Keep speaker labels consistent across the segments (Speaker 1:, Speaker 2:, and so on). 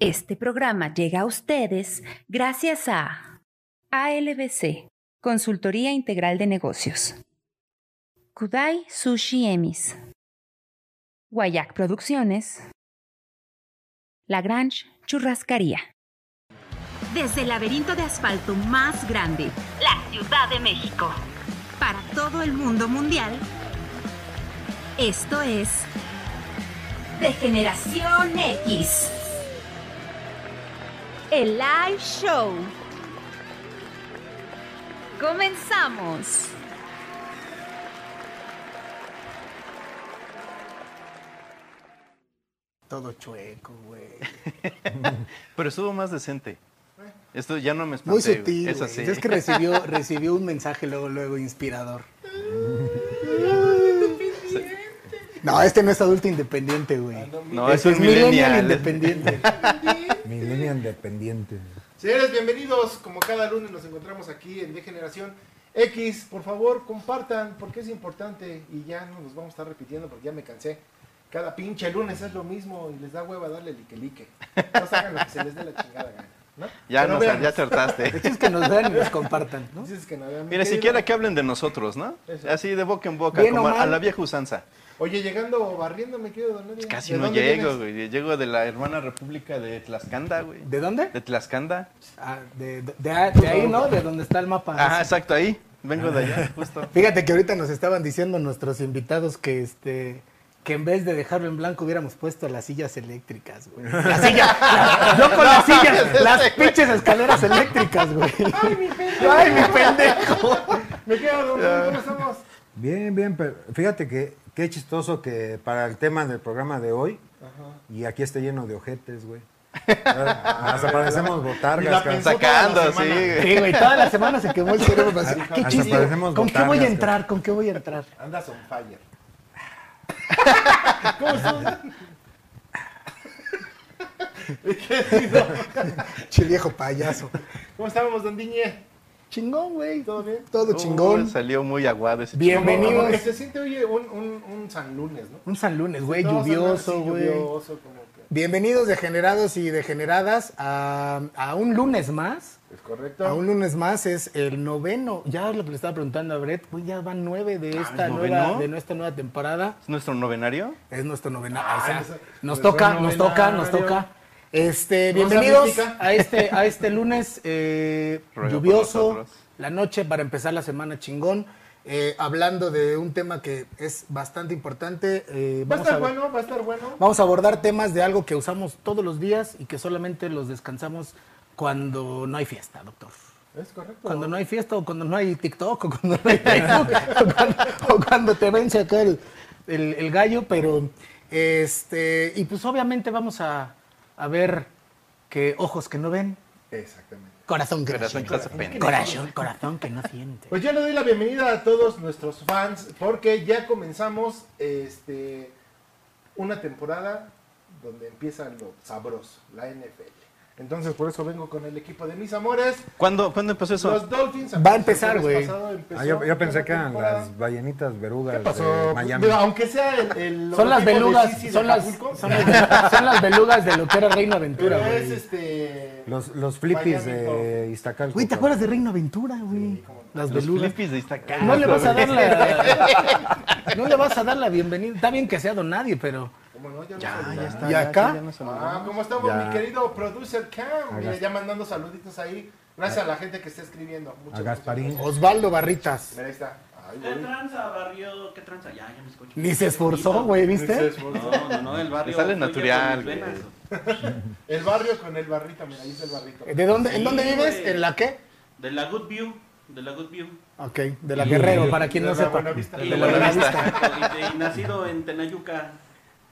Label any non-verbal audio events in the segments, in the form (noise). Speaker 1: Este programa llega a ustedes gracias a ALBC, Consultoría Integral de Negocios. Kudai Sushi Emis. Guayac Producciones. Lagrange Churrascaría. Desde el laberinto de asfalto más grande, la Ciudad de México. Para todo el mundo mundial, esto es de Generación X. El live show. Comenzamos.
Speaker 2: Todo chueco,
Speaker 3: (laughs)
Speaker 2: güey.
Speaker 3: Pero estuvo más decente. Esto ya no me espanté.
Speaker 2: Muy
Speaker 3: güey.
Speaker 2: sutil.
Speaker 3: Es
Speaker 2: güey.
Speaker 3: así.
Speaker 2: Es que recibió, recibió un mensaje luego, luego inspirador. No, este no es adulto independiente, güey.
Speaker 3: No, es
Speaker 2: Este
Speaker 3: un millennial.
Speaker 2: independiente.
Speaker 4: Millennial dependiente.
Speaker 5: Señores, bienvenidos. Como cada lunes nos encontramos aquí en De Generación X. Por favor, compartan porque es importante y ya no nos vamos a estar repitiendo porque ya me cansé. Cada pinche lunes es lo mismo y les da hueva darle like like. No se hagan lo que se les dé la chingada gana. ¿no?
Speaker 3: (laughs) Ya,
Speaker 5: Pero
Speaker 3: nos,
Speaker 5: vean,
Speaker 3: ya te hartaste.
Speaker 2: Esto (laughs) es que nos vean y nos compartan, ¿no?
Speaker 5: dices que no, mi
Speaker 3: Mira,
Speaker 5: querido-
Speaker 3: siquiera que hablen de nosotros, ¿no?
Speaker 5: Eso.
Speaker 3: Así de boca en boca,
Speaker 2: Bien o
Speaker 3: como a- a
Speaker 2: mal.
Speaker 3: la vieja usanza.
Speaker 5: Oye, llegando barriendo, me quedo don Nadia.
Speaker 3: Casi
Speaker 5: ¿De
Speaker 3: no
Speaker 5: dónde
Speaker 3: llego,
Speaker 5: (laughs) vienes?
Speaker 3: güey. Llego de la hermana república de Tlaxcanda, güey.
Speaker 2: ¿De dónde?
Speaker 3: ¿De Tlaxcanda?
Speaker 2: Ah, de, de- de ahí, ¿no? De donde está el mapa.
Speaker 3: Ajá, exacto, ahí. Vengo de
Speaker 2: Ah.
Speaker 3: allá, justo.
Speaker 2: Fíjate que ahorita nos estaban diciendo nuestros invitados que este que en vez de dejarlo en blanco hubiéramos puesto las sillas eléctricas,
Speaker 3: (laughs)
Speaker 2: güey. La silla, la- yo con (laughs) las sillas, las pinches escaleras eléctricas, güey.
Speaker 5: Ay, mi pendejo.
Speaker 2: Ay, mi pendejo.
Speaker 5: Me quedo don Nadia,
Speaker 3: (laughs)
Speaker 5: ¿cómo estamos?
Speaker 4: Bien, bien, pero fíjate que qué chistoso que para el tema del programa de hoy, y aquí está lleno de ojetes, güey. Ahora,
Speaker 3: (laughs)
Speaker 4: Hasta parecemos
Speaker 5: Y la
Speaker 4: botargas, cabrón.
Speaker 5: pensó
Speaker 3: Sacando,
Speaker 5: toda la
Speaker 3: sí,
Speaker 5: semana.
Speaker 3: güey.
Speaker 2: Sí, güey, toda la semana se quemó el cerebro así. Qué
Speaker 4: Hasta
Speaker 2: chiste.
Speaker 4: parecemos
Speaker 2: ¿Con qué voy a
Speaker 4: botanas,
Speaker 2: entrar? ¿Con qué voy a entrar?
Speaker 5: Andas on fire.
Speaker 2: Che viejo payaso.
Speaker 5: ¿Cómo estábamos, don Diñe?
Speaker 2: Chingón, güey.
Speaker 5: ¿Todo bien?
Speaker 2: Todo
Speaker 3: Uh,
Speaker 2: chingón.
Speaker 3: salió muy aguado ese
Speaker 2: Bienvenidos.
Speaker 5: Como que se siente, oye, un, un, un San Lunes, ¿no?
Speaker 2: Un San Lunes, güey,
Speaker 5: Todo San Lunes,
Speaker 2: lluvioso,
Speaker 5: sí,
Speaker 2: güey.
Speaker 5: Lluvioso, como que.
Speaker 2: Bienvenidos degenerados y degeneradas a, a un lunes más.
Speaker 5: Es correcto.
Speaker 2: A un lunes más es el noveno. Ya lo que le estaba preguntando a Brett, güey, ya van nueve
Speaker 5: Ah,
Speaker 2: de esta
Speaker 3: ¿el
Speaker 2: nueva,
Speaker 3: noveno?
Speaker 2: de nuestra nueva temporada.
Speaker 3: ¿Es nuestro novenario?
Speaker 2: Es nuestro novena.
Speaker 5: Ah,
Speaker 2: o sea,
Speaker 5: ese-
Speaker 2: nos
Speaker 5: nuestro
Speaker 2: toca, nos toca, nos
Speaker 5: novenario.
Speaker 2: toca. Este,
Speaker 5: Rosa
Speaker 2: bienvenidos
Speaker 5: mística.
Speaker 2: a este, a este lunes eh,
Speaker 3: Ruega por
Speaker 2: lluvioso,
Speaker 3: nosotros.
Speaker 2: la noche para empezar la semana chingón. Eh, hablando de un tema que es bastante importante. eh,
Speaker 5: Va a
Speaker 2: vamos
Speaker 5: estar
Speaker 2: a-
Speaker 5: bueno, va a estar bueno.
Speaker 2: Vamos a abordar temas de algo que usamos todos los días y que solamente los descansamos cuando no hay fiesta, doctor.
Speaker 5: Es correcto.
Speaker 2: Cuando no hay fiesta o cuando no hay TikTok o cuando
Speaker 5: (laughs)
Speaker 2: no hay Facebook o, cuando, o cuando te vence acá el, el- el gallo, pero este, y pues obviamente vamos a, a ver que ojos que no ven,
Speaker 5: Exactamente.
Speaker 2: corazón que
Speaker 3: Corazón
Speaker 2: no
Speaker 3: que no se
Speaker 2: siente.
Speaker 3: pende.
Speaker 2: Corazón, corazón que no siente.
Speaker 5: Pues yo le doy la bienvenida a todos nuestros fans porque ya comenzamos este una temporada donde empieza lo sabroso, la NFL. Entonces por eso vengo con el equipo de mis amores,
Speaker 3: ¿Cuándo, ¿cuándo empezó eso?
Speaker 5: los Dolphins.
Speaker 2: Va a empezar,
Speaker 5: El
Speaker 2: güey.
Speaker 5: jueves pasado empezó
Speaker 4: Ah, yo, yo pensé
Speaker 5: la
Speaker 4: que eran
Speaker 5: temporada.
Speaker 4: las ballenitas verugas
Speaker 5: ¿Qué pasó?
Speaker 4: de Miami.
Speaker 5: Digo, aunque sea el, el
Speaker 2: Son las
Speaker 5: logotipo de
Speaker 2: belugas,
Speaker 5: Sisi de
Speaker 2: son las,
Speaker 5: Acapulco,
Speaker 2: son las- son las belugas de lo que era Reino Aventura,
Speaker 5: pero es
Speaker 2: güey.
Speaker 5: este
Speaker 4: Los, los flippies
Speaker 5: Miami
Speaker 4: de Iztacalco.
Speaker 2: Güey, ¿te acuerdas de Reino Aventura, güey? Las
Speaker 3: Los
Speaker 2: belugas.
Speaker 3: flippies de Iztacalco,
Speaker 2: No le
Speaker 3: (laughs)
Speaker 2: vas a
Speaker 3: güey.
Speaker 2: dar
Speaker 5: (laughs)
Speaker 2: la. No le vas a dar la bienvenida. Está bien que sea don nadie, pero.
Speaker 5: ¿Cómo no? Ya,
Speaker 3: Ya,
Speaker 5: no
Speaker 3: ya está.
Speaker 2: ¿Y
Speaker 3: ya,
Speaker 2: acá?
Speaker 3: sí, ya nos saludamos.
Speaker 5: Ah, ¿cómo estamos,
Speaker 4: Ya.
Speaker 5: mi querido producer Cam? Mira,
Speaker 4: Hagas-
Speaker 5: ya mandando saluditos ahí. Gracias a la gente que está escribiendo. Muchas
Speaker 4: A Gasparín.
Speaker 5: gracias.
Speaker 2: Osvaldo Barritas.
Speaker 5: Mira, ahí está. Ay,
Speaker 6: ¿Qué
Speaker 5: güey.
Speaker 6: tranza, barrio? ¿Qué tranza? Ya, ya me escucho.
Speaker 2: Ni se esforzó, güey, ¿viste?
Speaker 6: No, no, no, el barrio.
Speaker 3: Me sale
Speaker 6: fui yo
Speaker 3: natural,
Speaker 6: con mis
Speaker 3: güey.
Speaker 6: venas.
Speaker 5: El barrio con el barrito, mira, ahí está el barrito.
Speaker 2: ¿De dónde, ¿En dónde
Speaker 6: Sí,
Speaker 2: vives?
Speaker 6: güey.
Speaker 2: ¿En la qué?
Speaker 6: De la Good View. De la Good View.
Speaker 2: Ok, de la Guerrero, para quien
Speaker 5: De
Speaker 2: no
Speaker 5: la
Speaker 2: sepa.
Speaker 5: Buenavista.
Speaker 2: De
Speaker 6: Y-
Speaker 2: la
Speaker 3: Buena
Speaker 2: Buenavista.
Speaker 6: Y, y nacido en Tenayuca.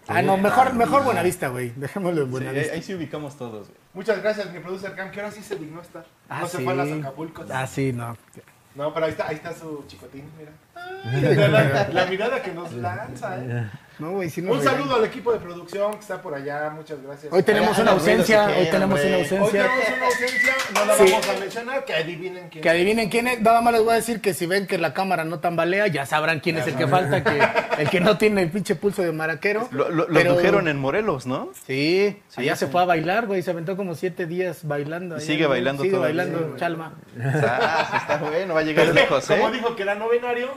Speaker 2: Ah, no, mejor, mejor Buenavista, güey. Dejémoslo en
Speaker 3: Sí, ahí,
Speaker 2: Buenavista.
Speaker 3: ahí sí ubicamos todos, güey.
Speaker 5: Muchas gracias, mi producer Cam, que ahora sí se dignó a estar.
Speaker 2: Ah,
Speaker 5: no se
Speaker 2: sí.
Speaker 5: fue a las Acapulcos.
Speaker 2: Ah, sí, no.
Speaker 4: (laughs)
Speaker 5: No, pero ahí está, ahí está su chicotín, mira. Ay, la, la mirada que nos lanza, ¿eh?
Speaker 2: No, güey, sí nos
Speaker 5: Un
Speaker 2: reímos.
Speaker 5: saludo al equipo de producción que está por allá, muchas gracias.
Speaker 2: Hoy tenemos
Speaker 5: Allá
Speaker 2: una
Speaker 5: andan
Speaker 2: ausencia,
Speaker 5: viendo si
Speaker 2: hoy
Speaker 5: quieren,
Speaker 2: tenemos una
Speaker 5: güey.
Speaker 2: ausencia.
Speaker 5: Hoy tenemos una ausencia, no la
Speaker 2: Sí.
Speaker 5: vamos a mencionar, que adivinen quién.
Speaker 2: Que adivinen quién es. Nada más les voy a decir que si ven que la cámara no tambalea, ya sabrán quién es el que falta, que el que no tiene el pinche pulso de maraquero.
Speaker 3: Lo, lo, lo
Speaker 2: Pero-
Speaker 3: indujeron en Morelos, ¿no?
Speaker 2: Sí,
Speaker 3: Sí,
Speaker 2: allá se
Speaker 3: sí.
Speaker 2: fue a bailar, güey. Se aventó como siete días bailando.
Speaker 3: Y
Speaker 2: allá,
Speaker 3: sigue
Speaker 2: güey.
Speaker 3: bailando
Speaker 2: Sigue
Speaker 3: todavía,
Speaker 2: bailando,
Speaker 3: güey.
Speaker 2: Chalma.
Speaker 3: (laughs) Ah, está bueno, va a llegar lejos, ¿eh?
Speaker 5: Como dijo que era no binario.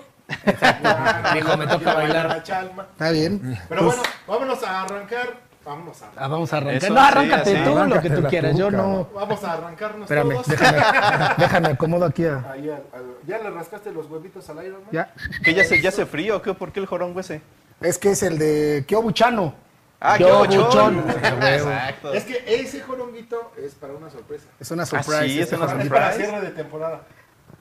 Speaker 2: Dijo, me toca bailar. Pues-
Speaker 5: La chalma.
Speaker 2: Está bien.
Speaker 5: Pero bueno, vámonos a arrancar. Vámonos a
Speaker 2: Ah, vamos a arrancar.
Speaker 3: Eso,
Speaker 2: no, arráncate
Speaker 3: sí, así.
Speaker 2: tú lo que
Speaker 4: Arráncate
Speaker 2: tú
Speaker 4: la
Speaker 2: quieras. Yo
Speaker 4: tuca.
Speaker 2: no.
Speaker 5: Vamos a arrancarnos
Speaker 2: Espérame,
Speaker 5: todos.
Speaker 2: déjame, déjame acomodo aquí a.
Speaker 5: (laughs) Ahí al- al- ¿Ya le rascaste los huevitos al Iron Man?
Speaker 2: Ya.
Speaker 3: Que ya se, ya se frío, ¿qué? ¿Por qué el jorongo ese?
Speaker 2: Es que es el de Kyo Buchano.
Speaker 3: Ah,
Speaker 2: Yo,
Speaker 3: qué bochón.
Speaker 2: buchón.
Speaker 3: Exacto.
Speaker 5: Es que ese joronguito es para una sorpresa.
Speaker 2: Es una
Speaker 3: Ah, sí,
Speaker 2: surprise.
Speaker 3: es
Speaker 2: este
Speaker 3: una
Speaker 2: jorongo.
Speaker 5: Es
Speaker 3: surprise.
Speaker 5: para cierre de temporada.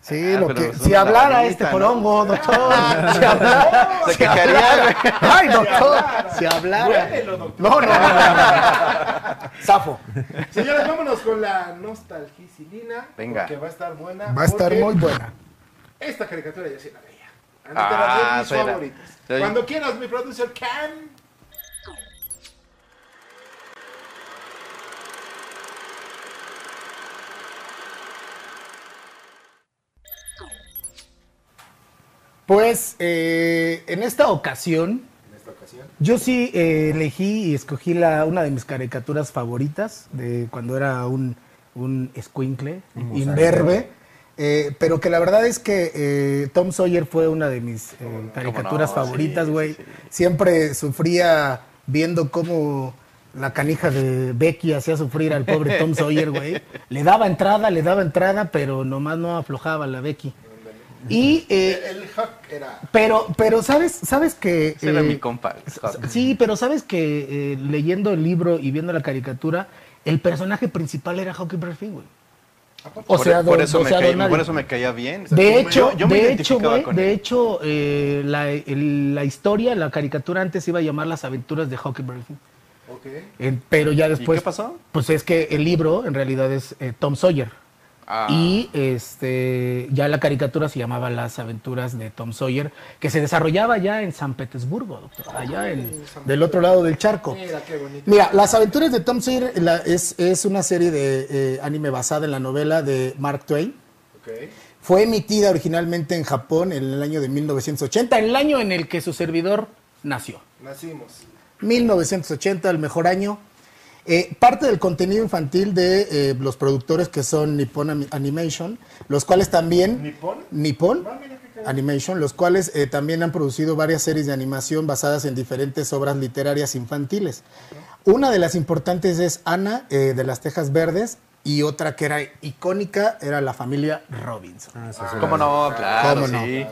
Speaker 2: Sí,
Speaker 3: Ah,
Speaker 2: lo
Speaker 3: pero
Speaker 2: que,
Speaker 3: es
Speaker 2: si
Speaker 3: una
Speaker 2: hablara
Speaker 3: lagunita,
Speaker 2: este
Speaker 3: ¿no?
Speaker 2: jorongo,
Speaker 3: (laughs)
Speaker 2: doctor. (laughs) Si hablara.
Speaker 3: Se
Speaker 2: si
Speaker 3: quejaría,
Speaker 2: hablara.
Speaker 3: (laughs) güey.
Speaker 2: Ay, doctor. Si hablara.
Speaker 5: Huélelo, doctor.
Speaker 2: No, no, no, no, no. Zafo.
Speaker 5: Señores, vámonos con la nostalgicilina.
Speaker 3: Venga.
Speaker 5: Que va a estar buena.
Speaker 2: Va a estar
Speaker 5: porque
Speaker 2: muy buena.
Speaker 5: Esta caricatura ya se la veía. Antes
Speaker 3: Ah,
Speaker 5: era de mis
Speaker 3: sí era.
Speaker 5: favoritos.
Speaker 3: Sí.
Speaker 5: Cuando quieras, mi producer Cam.
Speaker 2: Pues eh, en esta ocasión,
Speaker 5: En esta ocasión.
Speaker 2: yo sí eh, elegí y escogí la, una de mis caricaturas favoritas de cuando era un, un escuincle,
Speaker 4: Un
Speaker 2: imberbe. eh, pero que la verdad es que eh, Tom Sawyer fue una de mis eh, caricaturas
Speaker 3: no?
Speaker 2: favoritas,
Speaker 3: Sí,
Speaker 2: güey. Siempre sufría viendo cómo la canija de Becky hacía sufrir al pobre Tom Sawyer, güey. Le daba entrada, le daba entrada, pero nomás no aflojaba la Becky. Y eh,
Speaker 5: El, el hack era.
Speaker 2: pero, pero sabes, sabes que.
Speaker 3: Ese era
Speaker 2: eh,
Speaker 3: mi compa. Scott.
Speaker 2: Sí, pero sabes que eh, leyendo el libro y viendo la caricatura, el personaje principal era Hockey Murphy, güey. O
Speaker 3: Por- e,
Speaker 2: sea,
Speaker 3: por,
Speaker 2: don-
Speaker 3: eso
Speaker 2: o
Speaker 3: me
Speaker 2: sea,
Speaker 3: caí-
Speaker 2: don nadie.
Speaker 3: por eso me caía bien. O sea,
Speaker 2: De
Speaker 3: yo-
Speaker 2: hecho,
Speaker 3: yo me
Speaker 2: de hecho,
Speaker 3: identificaba
Speaker 2: güey,
Speaker 3: con
Speaker 2: de
Speaker 3: él.
Speaker 2: hecho, eh, la, el- la historia, la caricatura antes iba a llamar Las Aventuras de Hockey Murphy.
Speaker 5: Ok.
Speaker 2: Eh, pero ya después.
Speaker 3: qué pasó?
Speaker 2: Pues es que el libro en realidad es eh, Tom Sawyer.
Speaker 3: Ah.
Speaker 2: Y este ya la caricatura se llamaba Las aventuras de Tom Sawyer, que se desarrollaba ya en San Petersburgo, doctor, allá en- del otro lado del charco.
Speaker 5: Mira, qué bonito.
Speaker 2: Mira, Las aventuras de Tom Sawyer la- es, es una serie de eh, anime basada en la novela de Mark Twain.
Speaker 5: Ok.
Speaker 2: Fue emitida originalmente en Japón en el año de 1980, el año en el que su servidor nació.
Speaker 5: Nacimos.
Speaker 2: 1980, el mejor año. Eh, parte del contenido infantil de eh, los productores que son Nippon Ami- Animation, los cuales también...
Speaker 5: ¿Nippon?
Speaker 2: Nippon
Speaker 5: Ah, mira qué cagado.
Speaker 2: Animation, los cuales eh, también han producido varias series de animación basadas en diferentes obras literarias infantiles. Una de las importantes es Ana eh, de las Tejas Verdes y otra que era icónica era la familia Robinson.
Speaker 4: Ah, sí, sí,
Speaker 3: ¿Cómo
Speaker 4: la-
Speaker 3: no? Claro,
Speaker 2: ¿Cómo no?
Speaker 3: sí.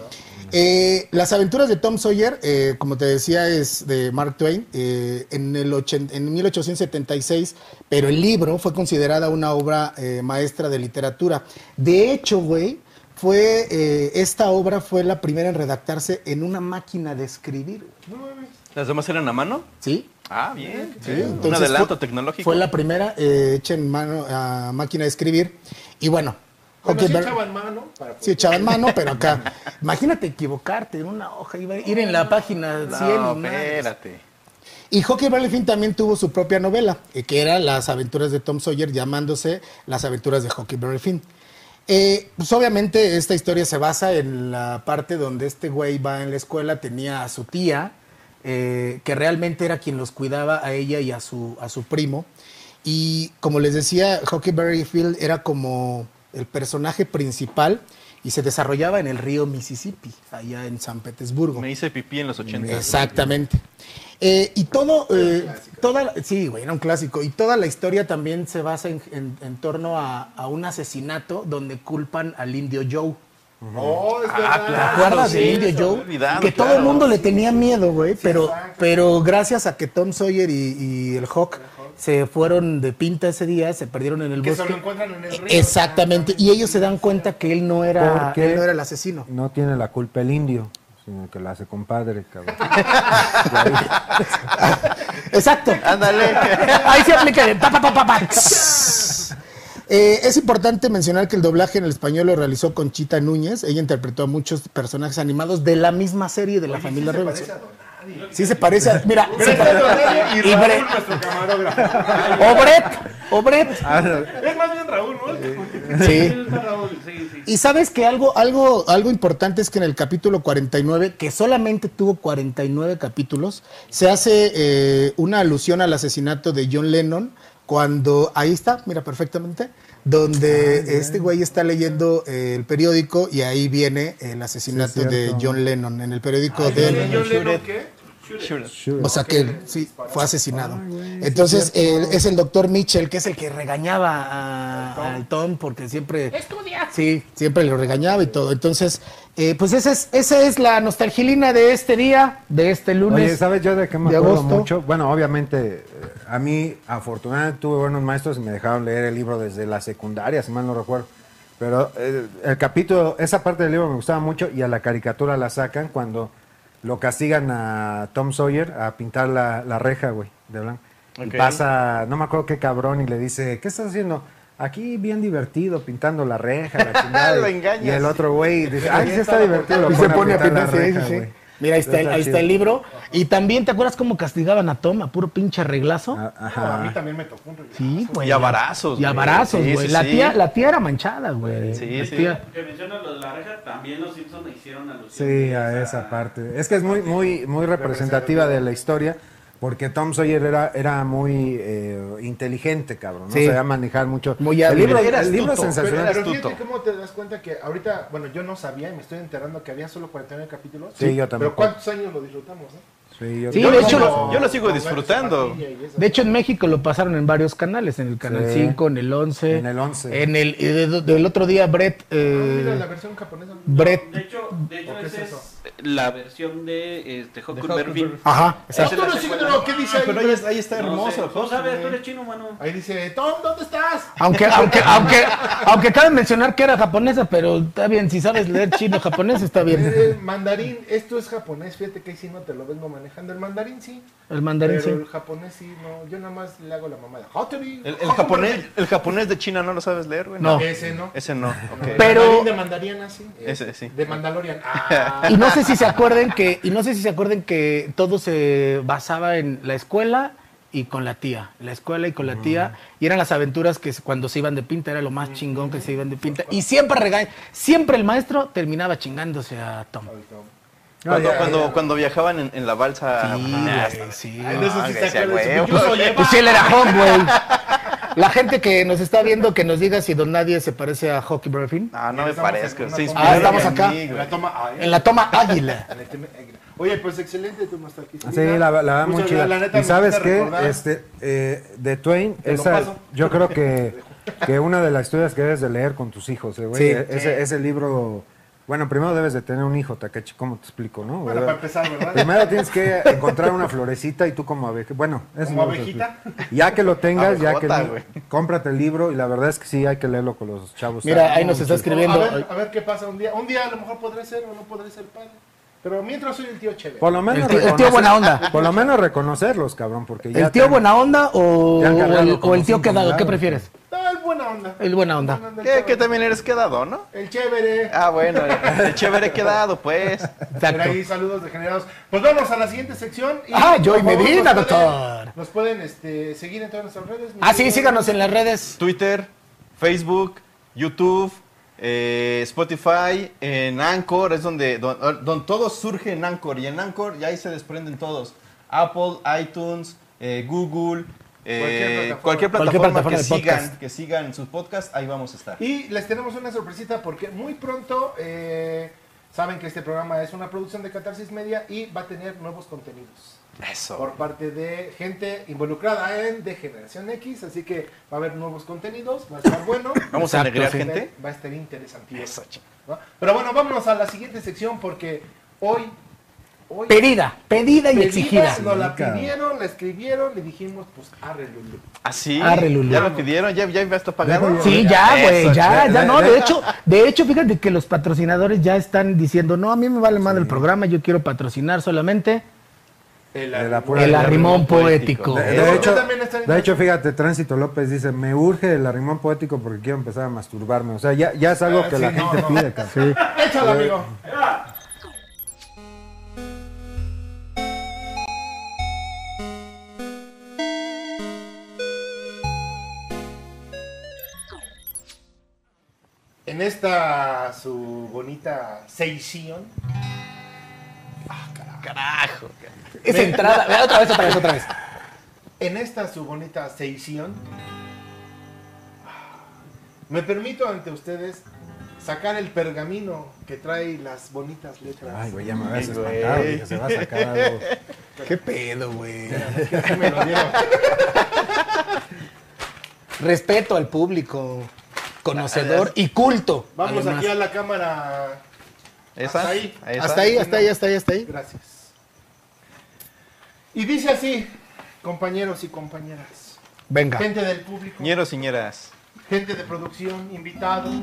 Speaker 2: Eh, las aventuras de Tom Sawyer, eh, como te decía, es de Mark Twain eh, en, el ochen- en 1876, pero el libro fue considerada una obra eh, maestra de literatura. De hecho, güey, fue, eh, esta obra fue la primera en redactarse en una máquina de escribir, güey.
Speaker 5: No mames.
Speaker 3: ¿Las demás eran a mano?
Speaker 2: ¿sí?
Speaker 3: Ah, bien.
Speaker 2: Sí,
Speaker 3: Un
Speaker 2: entonces
Speaker 3: adelanto
Speaker 2: fue-
Speaker 3: tecnológico.
Speaker 2: Fue la primera eh, hecha en mano a máquina de escribir. Y bueno,
Speaker 5: Bueno,
Speaker 2: ok,
Speaker 5: sí
Speaker 2: ver-
Speaker 5: echaban mano. Para
Speaker 2: Sí, echaban mano, pero acá. Imagínate equivocarte en una hoja, iba a ir en la página 100 y
Speaker 3: No,
Speaker 2: madres.
Speaker 3: espérate.
Speaker 2: Y Hockey Balefin también tuvo su propia novela, eh, que era Las aventuras de Tom Sawyer, llamándose Las aventuras de Hockey Balefin. Eh, pues obviamente esta historia se basa en la parte donde este güey va en la escuela, tenía a su tía, eh, que realmente era quien los cuidaba a ella y a su, a su primo. Y como les decía, Hockey Berryfield era como el personaje principal y se desarrollaba en el río Mississippi, allá en San Petersburgo.
Speaker 3: Me hice pipí en los 80.
Speaker 2: Exactamente. Eh, y todo, eh, toda, la- sí, güey, era un clásico. Y toda la historia también se basa en, en- en torno a, a un asesinato donde culpan al indio Joe.
Speaker 5: Oh, es
Speaker 3: Ah,
Speaker 5: verdad.
Speaker 2: ¿Te
Speaker 3: claro.
Speaker 2: acuerdas
Speaker 3: sí,
Speaker 2: del
Speaker 3: se
Speaker 2: indio
Speaker 3: me
Speaker 2: Joe?
Speaker 3: había olvidado,
Speaker 2: que todo
Speaker 3: claro.
Speaker 2: el mundo le tenía miedo, güey. pero,
Speaker 5: exacto.
Speaker 2: pero gracias a que Tom Sawyer y, y el Hawk se fueron de pinta ese día, se perdieron en el
Speaker 5: Que se
Speaker 2: bosque.
Speaker 5: lo encuentran en el río.
Speaker 2: Exactamente. Y ellos se dan cuenta que él no era,
Speaker 4: Porque-
Speaker 2: él no era el asesino.
Speaker 4: No tiene la culpa el indio, sino que la hace compadre, cabrón.
Speaker 2: Exacto.
Speaker 3: Ándale.
Speaker 2: (laughs) Ahí se aplica de pa, pa, pa, pa, pa. (laughs) Eh, es importante mencionar que el doblaje en el español lo realizó Conchita Núñez. Ella interpretó a muchos personajes animados de la misma serie de la
Speaker 5: Oye, sí
Speaker 2: familia
Speaker 5: se
Speaker 2: Robinson.
Speaker 5: parece a Donald. nadie.
Speaker 2: Sí se parece a. Mira, se
Speaker 5: Brett
Speaker 2: pare-
Speaker 5: Antonelli y
Speaker 2: y
Speaker 5: Raúl,
Speaker 2: Brett.
Speaker 5: nuestro camarógrafo.
Speaker 2: Obret, Obret.
Speaker 5: Es más bien Raúl, Ah, ¿no? El que multiplica.
Speaker 2: Sí.
Speaker 6: está Raúl, sí, sí.
Speaker 2: Y sabes que algo, algo, algo importante es que en el capítulo 49, que solamente tuvo 49 capítulos, se hace eh, una alusión al asesinato de John Lennon cuando, ahí está, mira perfectamente, donde este güey está leyendo eh, el periódico y ahí viene el asesinato
Speaker 4: Sí, es
Speaker 2: de
Speaker 4: cierto.
Speaker 2: John Lennon en el periódico
Speaker 5: Yo
Speaker 2: de...
Speaker 5: le- yo le digo que
Speaker 3: Shooter.
Speaker 2: O sea que sí, fue asesinado. Entonces él- es el doctor Mitchell, que es el que regañaba a, al Tom porque siempre... Sí, siempre lo regañaba y todo. Entonces, eh, pues esa es, esa es la nostalgilina de este día, de este lunes.
Speaker 4: Oye, ¿sabes yo de qué me
Speaker 2: de
Speaker 4: acuerdo
Speaker 2: agosto?
Speaker 4: mucho? Bueno, obviamente, eh, a mí, afortunadamente, tuve buenos maestros y me dejaron leer el libro desde la secundaria, si mal no recuerdo. Pero eh, el capítulo, esa parte del libro me gustaba mucho y a la caricatura la sacan cuando lo castigan a Tom Sawyer a pintar la, la reja, güey, de blanco.
Speaker 3: Ok.
Speaker 4: Y pasa, no me acuerdo qué cabrón, y le dice, ¿qué estás haciendo? Aquí bien divertido, pintando la reja,
Speaker 3: (laughs)
Speaker 4: la chingada.
Speaker 3: Lo
Speaker 4: Y-
Speaker 3: engañas.
Speaker 4: Y el otro güey dice, ay, sí
Speaker 3: (laughs)
Speaker 4: está
Speaker 3: Avienta la
Speaker 4: divertido. lo
Speaker 2: Y se pone a
Speaker 4: pintar la
Speaker 2: pintar, sí, sí,
Speaker 4: reja,
Speaker 2: sí.
Speaker 4: güey.
Speaker 2: Mira, ahí está, el- ahí
Speaker 4: chido.
Speaker 2: está el libro. Y también, ¿te acuerdas cómo castigaban a Tom a puro pinche reglazo?
Speaker 4: Ah,
Speaker 5: No, a mí
Speaker 4: Ajá.
Speaker 5: también me tocó un regreso.
Speaker 2: Sí, güey.
Speaker 3: Y a varazos,
Speaker 2: Y a
Speaker 3: güey.
Speaker 2: varazos,
Speaker 3: Sí,
Speaker 2: güey.
Speaker 3: sí,
Speaker 2: la,
Speaker 3: sí.
Speaker 2: tía, la tía era manchada, güey.
Speaker 3: Sí,
Speaker 2: La
Speaker 3: sí.
Speaker 2: tía-
Speaker 6: Que mencionas lo de la reja, también los Simpsons hicieron alusión.
Speaker 4: Sí, a esa parte. Es que es muy, muy, muy representativa de la historia, porque Tom Sawyer era, era muy eh, inteligente, cabrón. No
Speaker 2: Sí.
Speaker 4: sabía manejar mucho.
Speaker 2: Muy
Speaker 4: el
Speaker 2: hábil.
Speaker 4: libro,
Speaker 3: Era
Speaker 4: el libro es
Speaker 3: astuto,
Speaker 4: sensacional.
Speaker 3: era
Speaker 5: Pero fíjate
Speaker 3: astuto.
Speaker 5: cómo te das cuenta que ahorita, bueno, yo no sabía y me estoy enterando que había solo 49 capítulos.
Speaker 4: Sí,
Speaker 5: Pero
Speaker 4: yo tampoco.
Speaker 5: ¿cuántos años lo disfrutamos, eh?
Speaker 4: Sí, yo-
Speaker 2: Sí,
Speaker 4: yo-
Speaker 2: de hecho,
Speaker 3: lo- yo lo sigo
Speaker 5: Con
Speaker 3: disfrutando.
Speaker 5: Gato Zapatilla y esas.
Speaker 2: De hecho, en México lo pasaron en varios canales, en el Canal
Speaker 4: Sí.
Speaker 2: 5, en el 11.
Speaker 4: En el 11.
Speaker 2: En el, y de- del otro día, Brett...
Speaker 5: Ah,
Speaker 2: eh,
Speaker 5: mira, la versión japonesa.
Speaker 2: Brett...
Speaker 6: De hecho, de hecho
Speaker 5: ¿O qué es
Speaker 6: esa es,
Speaker 5: eso?
Speaker 6: la versión de este, Huckleberry Finn.
Speaker 2: Ajá,
Speaker 5: Ah, No,
Speaker 2: exacto.
Speaker 5: tú no
Speaker 6: la
Speaker 5: sigues
Speaker 6: secuela.
Speaker 5: lo que dice ahí.
Speaker 3: Ah, Pero ahí, es- ahí está
Speaker 6: No
Speaker 3: hermoso.
Speaker 6: sé, Tú sabes, tú eres chino, mano.
Speaker 5: Ahí dice, Tom, ¿dónde estás?
Speaker 2: Aunque, aunque, aunque, aunque cabe mencionar que era japonesa, pero está bien, si sabes leer chino japonés, está bien.
Speaker 5: Eh, mandarín, esto es japonés, fíjate que ahí sí no te lo vengo manejando. El mandarín sí,
Speaker 2: El mandarín,
Speaker 5: pero
Speaker 2: sí.
Speaker 5: el japonés sí, no. Yo nada más le hago la mamada. Hotori,
Speaker 3: El, el
Speaker 5: hotori.
Speaker 3: japonés, el japonés de China no lo sabes leer, güey.
Speaker 2: No.
Speaker 5: Ese no.
Speaker 3: Ese no. ok.
Speaker 5: El
Speaker 2: Pero-
Speaker 5: mandarín de mandariana sí.
Speaker 3: Ese sí. (laughs)
Speaker 5: De Mandalorian. Ah,
Speaker 2: Y no sé si se acuerden que, y no sé si se acuerden que todo se basaba en la escuela y con la tía. La escuela y con la tía. Y eran las aventuras que se- cuando se iban de pinta, era lo más chingón que se iban de pinta. Y siempre regaña, siempre el maestro terminaba chingándose a Tom.
Speaker 5: Ay, Tom.
Speaker 4: No,
Speaker 3: Cuando,
Speaker 4: ya,
Speaker 3: cuando,
Speaker 4: ya.
Speaker 3: cuando viajaban en, en la balsa.
Speaker 2: Sí,
Speaker 3: Ah,
Speaker 2: güey, sí.
Speaker 5: Ay, de eso sí
Speaker 3: que
Speaker 5: se
Speaker 3: sea
Speaker 5: acuerda de su
Speaker 3: huevo. (laughs)
Speaker 5: yuyo lleva.
Speaker 2: Pues sí, él era Hawk, güey. (laughs) La gente que nos está viendo, que nos diga si Don Nadie se parece a Hockey Burfin.
Speaker 3: Ah, no me
Speaker 5: Estamos
Speaker 3: parezco.
Speaker 5: en una
Speaker 3: Se
Speaker 5: toma.
Speaker 3: inspiraron
Speaker 2: Ah, estamos
Speaker 3: en
Speaker 2: acá.
Speaker 3: mí, güey.
Speaker 5: La toma A, ¿eh?
Speaker 2: En la toma Águila.
Speaker 5: En el tema- Oye, pues excelente tu nostalgia.
Speaker 4: Sí, la, la verdad muy
Speaker 5: Muchas
Speaker 4: chida.
Speaker 5: gracias, la neta,
Speaker 4: y
Speaker 5: me
Speaker 4: sabes
Speaker 5: hiciste
Speaker 4: qué,
Speaker 5: recordar.
Speaker 4: este, eh, de Twain,
Speaker 5: lo
Speaker 4: esa-
Speaker 5: paso.
Speaker 4: yo creo que, que una de las historias que debes de leer con tus hijos, eh, güey,
Speaker 2: Sí.
Speaker 4: ese, ese libro, bueno, primero debes de tener un hijo, Takechi, ¿cómo te explico, no?
Speaker 5: Bueno, para empezar, ¿verdad?
Speaker 4: (laughs) Primero tienes que encontrar una florecita y tú como abejita, bueno, eso
Speaker 5: ¿Como
Speaker 4: no te
Speaker 5: abejita?
Speaker 4: explico. Ya que lo tengas, ya que
Speaker 3: Abejota,
Speaker 4: lo-
Speaker 3: güey.
Speaker 4: cómprate el libro y la verdad es que sí hay que leerlo con los chavos.
Speaker 2: Mira, ahí
Speaker 4: Ah,
Speaker 2: nos está
Speaker 4: sí.
Speaker 5: A
Speaker 2: escribiendo.
Speaker 5: ver, a ver qué pasa un día. Un día a lo mejor podré ser o no podré ser padre. Pero mientras soy el tío chévere.
Speaker 4: Por lo menos
Speaker 2: El tío- el tío
Speaker 4: reconocer-
Speaker 2: buena onda.
Speaker 4: Por lo menos reconocerlos, cabrón, porque ya
Speaker 2: ¿El tío
Speaker 4: te-
Speaker 2: buena onda o,
Speaker 4: Ya han
Speaker 2: o
Speaker 4: cargado
Speaker 2: el,
Speaker 4: con
Speaker 2: o el
Speaker 4: los
Speaker 2: tío
Speaker 4: cinco
Speaker 2: quedado? ¿Qué
Speaker 4: lados.
Speaker 2: prefieres?
Speaker 5: Ah, el buena onda.
Speaker 2: El buena onda.
Speaker 5: el
Speaker 3: ¿Qué, ¿Qué
Speaker 5: chévere.
Speaker 3: también eres quedado, no?
Speaker 5: El chévere.
Speaker 3: Ah, bueno, el chévere quedado, pues.
Speaker 5: Por
Speaker 2: Exacto.
Speaker 5: ahí saludos degenerados. Pues vamos a la siguiente sección. y,
Speaker 2: Ah,
Speaker 5: por
Speaker 2: Joy
Speaker 5: favor,
Speaker 2: Medina,
Speaker 5: nos pueden-
Speaker 2: doctor.
Speaker 5: Nos pueden este, seguir en todas nuestras redes. mi
Speaker 2: Ah, sí,
Speaker 5: querido-
Speaker 2: síganos en las redes.
Speaker 3: Twitter, Facebook, YouTube, eh, Spotify, en Anchor, es donde, don- don- don- todo surge en Anchor. Y en Anchor ya ahí se desprenden todos. Apple, iTunes, eh, Google, eh,
Speaker 2: plataforma.
Speaker 3: cualquier
Speaker 5: Cualquier
Speaker 3: plataforma,
Speaker 2: Cualquier plataforma de
Speaker 3: que, sigan,
Speaker 2: podcast.
Speaker 3: que sigan sus podcasts, ahí vamos a estar.
Speaker 5: Y les tenemos una sorpresita porque muy pronto eh, saben que este programa es una producción de Catarsis Media y va a tener nuevos contenidos. por
Speaker 3: Eso.
Speaker 5: parte de gente involucrada en de Generación X, así que va a haber nuevos contenidos, va a estar bueno.
Speaker 3: (laughs) Vamos a
Speaker 2: Exacto,
Speaker 3: alegrar
Speaker 2: sí.
Speaker 3: gente.
Speaker 5: Va a estar interesante.
Speaker 3: Eso, chico.
Speaker 5: Pero bueno, vámonos a la siguiente sección porque hoy, hoy
Speaker 2: Pedida, pedida y
Speaker 5: pedida,
Speaker 2: exigida.
Speaker 5: nos la
Speaker 4: Sí, cabrón.
Speaker 5: pidieron, la escribieron, le dijimos, pues arreglo.
Speaker 3: Así.
Speaker 2: Arre, Lulu.
Speaker 3: Ah, ya lo pidieron, ya, ya está pagado.
Speaker 2: Sí, ya, güey,
Speaker 3: Eso,
Speaker 2: ya,
Speaker 4: chico.
Speaker 2: ya, no, de hecho, de hecho, fíjate que los patrocinadores ya están diciendo, no, a mí me vale madre el programa, yo quiero patrocinar solamente
Speaker 5: El
Speaker 4: El apuro-
Speaker 2: el
Speaker 4: el
Speaker 2: arrimón
Speaker 3: arrimón
Speaker 2: poético.
Speaker 3: poético.
Speaker 4: De,
Speaker 5: Eso
Speaker 4: de hecho,
Speaker 5: también está bien.
Speaker 4: de hecho, fíjate, Tránsito López dice, me urge el arrimón poético porque quiero empezar a masturbarme. O sea, ya, ya es algo
Speaker 5: Ah,
Speaker 4: que
Speaker 5: sí,
Speaker 4: la
Speaker 5: no,
Speaker 4: gente
Speaker 5: no.
Speaker 4: pide, Eh. cabrón.
Speaker 5: Échalo, amigo. En esta su bonita seición.
Speaker 3: Carajo.
Speaker 2: Esa entrada. Ve, Otra vez, otra vez, otra vez.
Speaker 5: En esta su bonita seición. Me permito ante ustedes sacar el pergamino que trae las bonitas letras.
Speaker 4: Ay,
Speaker 5: (laughs)
Speaker 4: güey, ya me habías
Speaker 3: Sí, güey.
Speaker 4: espantado. dije, se va a
Speaker 3: (laughs)
Speaker 4: sacar algo.
Speaker 2: ¿Qué pedo, güey?
Speaker 5: Sí me lo
Speaker 4: (laughs)
Speaker 5: dieron.
Speaker 2: Respeto al público, conocedor y culto.
Speaker 5: Vamos
Speaker 2: además.
Speaker 5: aquí a la cámara.
Speaker 3: ¿Esa?
Speaker 5: Hasta ahí.
Speaker 3: ¿Esa?
Speaker 2: Hasta ahí, hasta ahí, hasta ahí, hasta ahí.
Speaker 5: Gracias. Y dice así, compañeros y compañeras,
Speaker 2: Venga.
Speaker 5: gente del público,
Speaker 3: Ñeros y ñeras.
Speaker 5: gente de producción, invitados.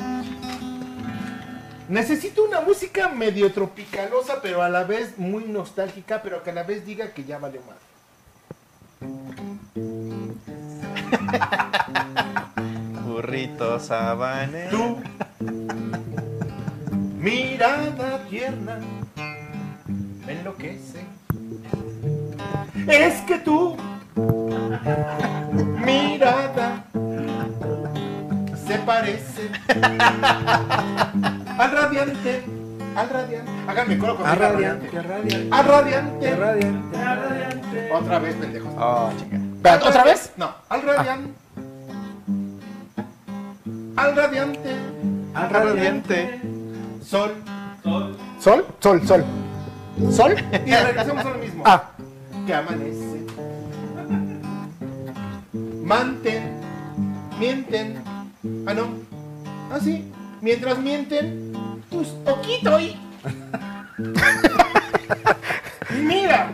Speaker 5: Necesito una música medio tropicalosa, pero a la vez muy nostálgica, pero que a la vez diga que ya vale más.
Speaker 3: Burritos, sabanes.
Speaker 5: Tú, mirada tierna, me enloquece. Es que tú, mirada, se parece al radiante, al radiante. Háganme coro con
Speaker 4: Ah,
Speaker 5: el radiante.
Speaker 4: radiante, radiante,
Speaker 5: Al radiante.
Speaker 4: radiante.
Speaker 5: Otra vez, pendejos.
Speaker 3: Oh, chica.
Speaker 2: Espérate, ¿Otra vez? Ah.
Speaker 5: No, al radiante. Al radiante.
Speaker 4: Al
Speaker 3: Radiante.
Speaker 5: Sol.
Speaker 2: ¿Sol? ¿Sol? ¿Sol?
Speaker 4: (laughs)
Speaker 2: ¿Sol? (laughs)
Speaker 5: Y regresamos a lo mismo.
Speaker 2: Ah,
Speaker 5: que amanece. Manten, mienten. Ah, no. Ah, sí. Mientras mienten, tus ojitos.
Speaker 2: (laughs)
Speaker 5: mira,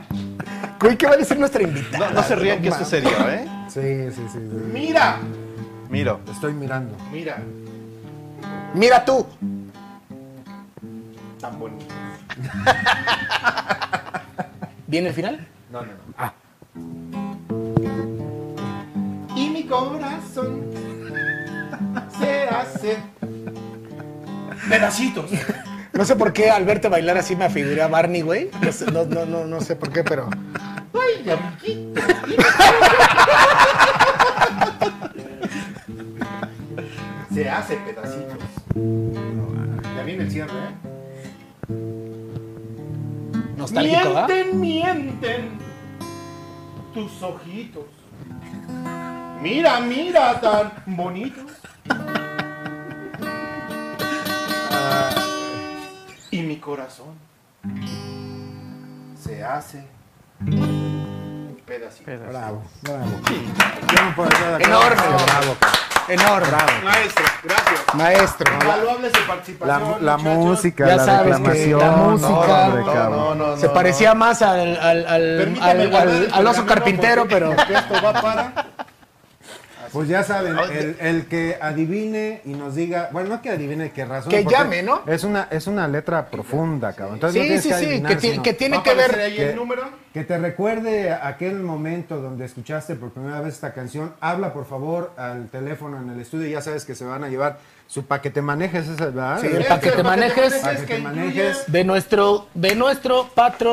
Speaker 2: güey, ¿qué va a decir nuestra invitada?
Speaker 3: No, no se rían que esto es serio, ¿eh?
Speaker 4: Sí, sí, sí. sí.
Speaker 5: mira,
Speaker 3: Miro.
Speaker 4: Te Estoy mirando.
Speaker 5: mira.
Speaker 2: Mira tú.
Speaker 5: Tan bonito.
Speaker 2: ¿Viene el final?
Speaker 5: No, no, no. Y mi corazón se hace pedacitos.
Speaker 2: No sé por qué al verte bailar así me afiguré a Barney, güey. No, sé- no, no, no, no sé por qué, pero.
Speaker 5: Ay, amiguito. Se hace pedacitos. Ya viene el cierre, ¿eh?
Speaker 2: Nostálgico, ¿va?
Speaker 5: Mienten, mienten. Tus ojitos. Mira, mira, tan bonitos. Y mi corazón se hace pedacitos.
Speaker 4: Bravo, bravo. Yo no puedo estar de acuerdo.
Speaker 2: Enorme.
Speaker 4: Bravo, pa.
Speaker 2: Enorme.
Speaker 5: Maestro, gracias.
Speaker 2: Maestro.
Speaker 5: Valuable su
Speaker 4: La,
Speaker 5: participación.
Speaker 4: la
Speaker 5: muchachos.
Speaker 4: música,
Speaker 2: Ya
Speaker 4: la
Speaker 2: sabes que
Speaker 4: declamación.
Speaker 2: la
Speaker 4: no,
Speaker 2: música-
Speaker 4: hombre,
Speaker 2: No,
Speaker 4: cabrón.
Speaker 2: Se parecía más al, al, al,
Speaker 5: Permítame
Speaker 2: al,
Speaker 5: guardar
Speaker 2: al-
Speaker 5: el
Speaker 2: al oso
Speaker 5: pergamino
Speaker 2: carpintero,
Speaker 5: porque-
Speaker 2: pero.
Speaker 5: porque Esto va para.
Speaker 4: Pues ya saben, el, el que adivine y nos diga, bueno, no que adivine, que razón.
Speaker 2: Que llame, ¿no?
Speaker 4: Es una, es una letra profunda, cabrón. Entonces, no
Speaker 2: Sí,
Speaker 4: tienes
Speaker 2: sí,
Speaker 4: que
Speaker 2: sí.
Speaker 4: adivinar,
Speaker 2: Que, ti-
Speaker 4: sino
Speaker 2: que
Speaker 5: Tiene
Speaker 2: tiene que ver.
Speaker 5: ahí el
Speaker 4: que-
Speaker 5: número.
Speaker 4: que te recuerde a aquel momento donde escuchaste por primera vez esta canción. Habla, por favor, al teléfono en el estudio. Ya sabes que se van a llevar su paquete manejes, esa, ¿verdad? Eh,
Speaker 2: Sí, el
Speaker 5: Este,
Speaker 2: pa' que te
Speaker 5: pa'
Speaker 2: manejes.
Speaker 5: manejes,
Speaker 4: Pa' que te
Speaker 5: incluye-
Speaker 4: manejes.
Speaker 2: De nuestro, de nuestro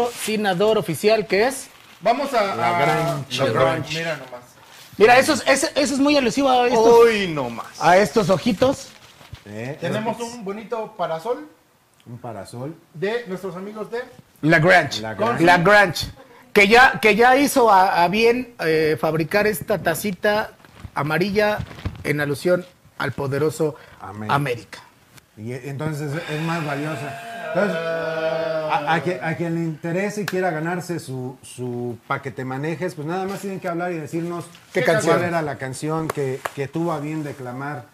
Speaker 2: patrocinador oficial, que es.
Speaker 5: Vamos a.
Speaker 4: La
Speaker 5: a-
Speaker 4: gran
Speaker 5: Mira
Speaker 4: Chevron.
Speaker 5: Mira nomás.
Speaker 2: Mira, eso es, ese- eso es muy alusivo a estos,
Speaker 3: Uy, no más.
Speaker 2: a estos ojitos.
Speaker 4: Eh,
Speaker 5: Tenemos un bonito parasol
Speaker 4: un parasol.
Speaker 5: de nuestros amigos de.
Speaker 2: Lagrange.
Speaker 4: Lagrange.
Speaker 2: Lagrange. Que ya, que ya hizo a, a bien eh, fabricar esta tacita amarilla en alusión al poderoso
Speaker 4: Amén.
Speaker 2: América.
Speaker 4: Y e- entonces es más valiosa. Entonces, a, a que- a quien le interese y quiera ganarse su, su pa' que te manejes, pues nada más tienen que hablar y decirnos
Speaker 2: ¿Qué
Speaker 4: cuál
Speaker 2: canción?
Speaker 4: era la canción que, que tuvo a bien declamar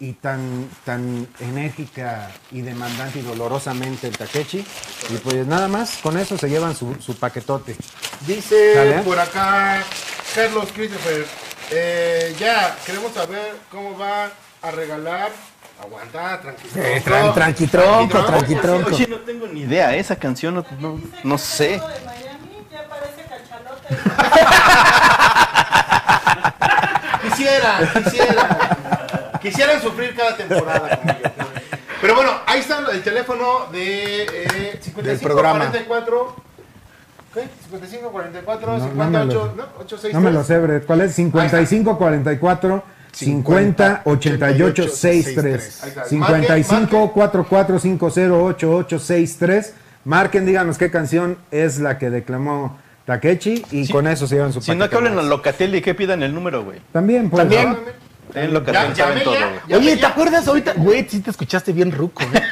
Speaker 4: y tan, tan enérgica y demandante y dolorosamente el Takechi. Y pues nada más, con eso se llevan su, su paquetote.
Speaker 5: Dice
Speaker 4: Dale.
Speaker 5: por acá Carlos Christopher. eh, ya, queremos saber cómo va a regalar. Aguanta, tranquilo.
Speaker 2: Eh, tran- tranquitronco, tranquitronco.
Speaker 3: Oye, no tengo ni idea. Esa canción no, no, no sé.
Speaker 7: De Miami ya parece cachalote.
Speaker 5: Quisiera, quisiera. Quisieran sufrir cada temporada. como yo. Pero bueno, ahí está el teléfono de eh, 55
Speaker 4: programa.
Speaker 5: 44. ¿Qué? 55 44
Speaker 4: No, no me
Speaker 5: 58
Speaker 4: lo-
Speaker 5: no,
Speaker 4: No me lo
Speaker 5: 863.
Speaker 4: sé, Brett. ¿Cuál es? 55, 44, 50 88
Speaker 5: Ahí
Speaker 4: 63.
Speaker 5: está.
Speaker 4: 55 44 50 88 63. Marquen, díganos qué canción es la que declamó Takechi y
Speaker 3: Sí.
Speaker 4: con eso se llevan su
Speaker 3: Si no,
Speaker 4: paquete
Speaker 3: que hablen
Speaker 4: Pues, más.
Speaker 3: a Locatelli, que pidan el número, güey.
Speaker 4: También, pues.
Speaker 2: También.
Speaker 4: ¿no?
Speaker 3: En Locatelli
Speaker 5: Ya, ya
Speaker 3: saben
Speaker 5: ve,
Speaker 3: todo,
Speaker 5: ya.
Speaker 3: güey.
Speaker 2: Oye, ¿te acuerdas ahorita? Güey, sí te escuchaste bien ruco,
Speaker 3: (laughs)
Speaker 2: ¿eh?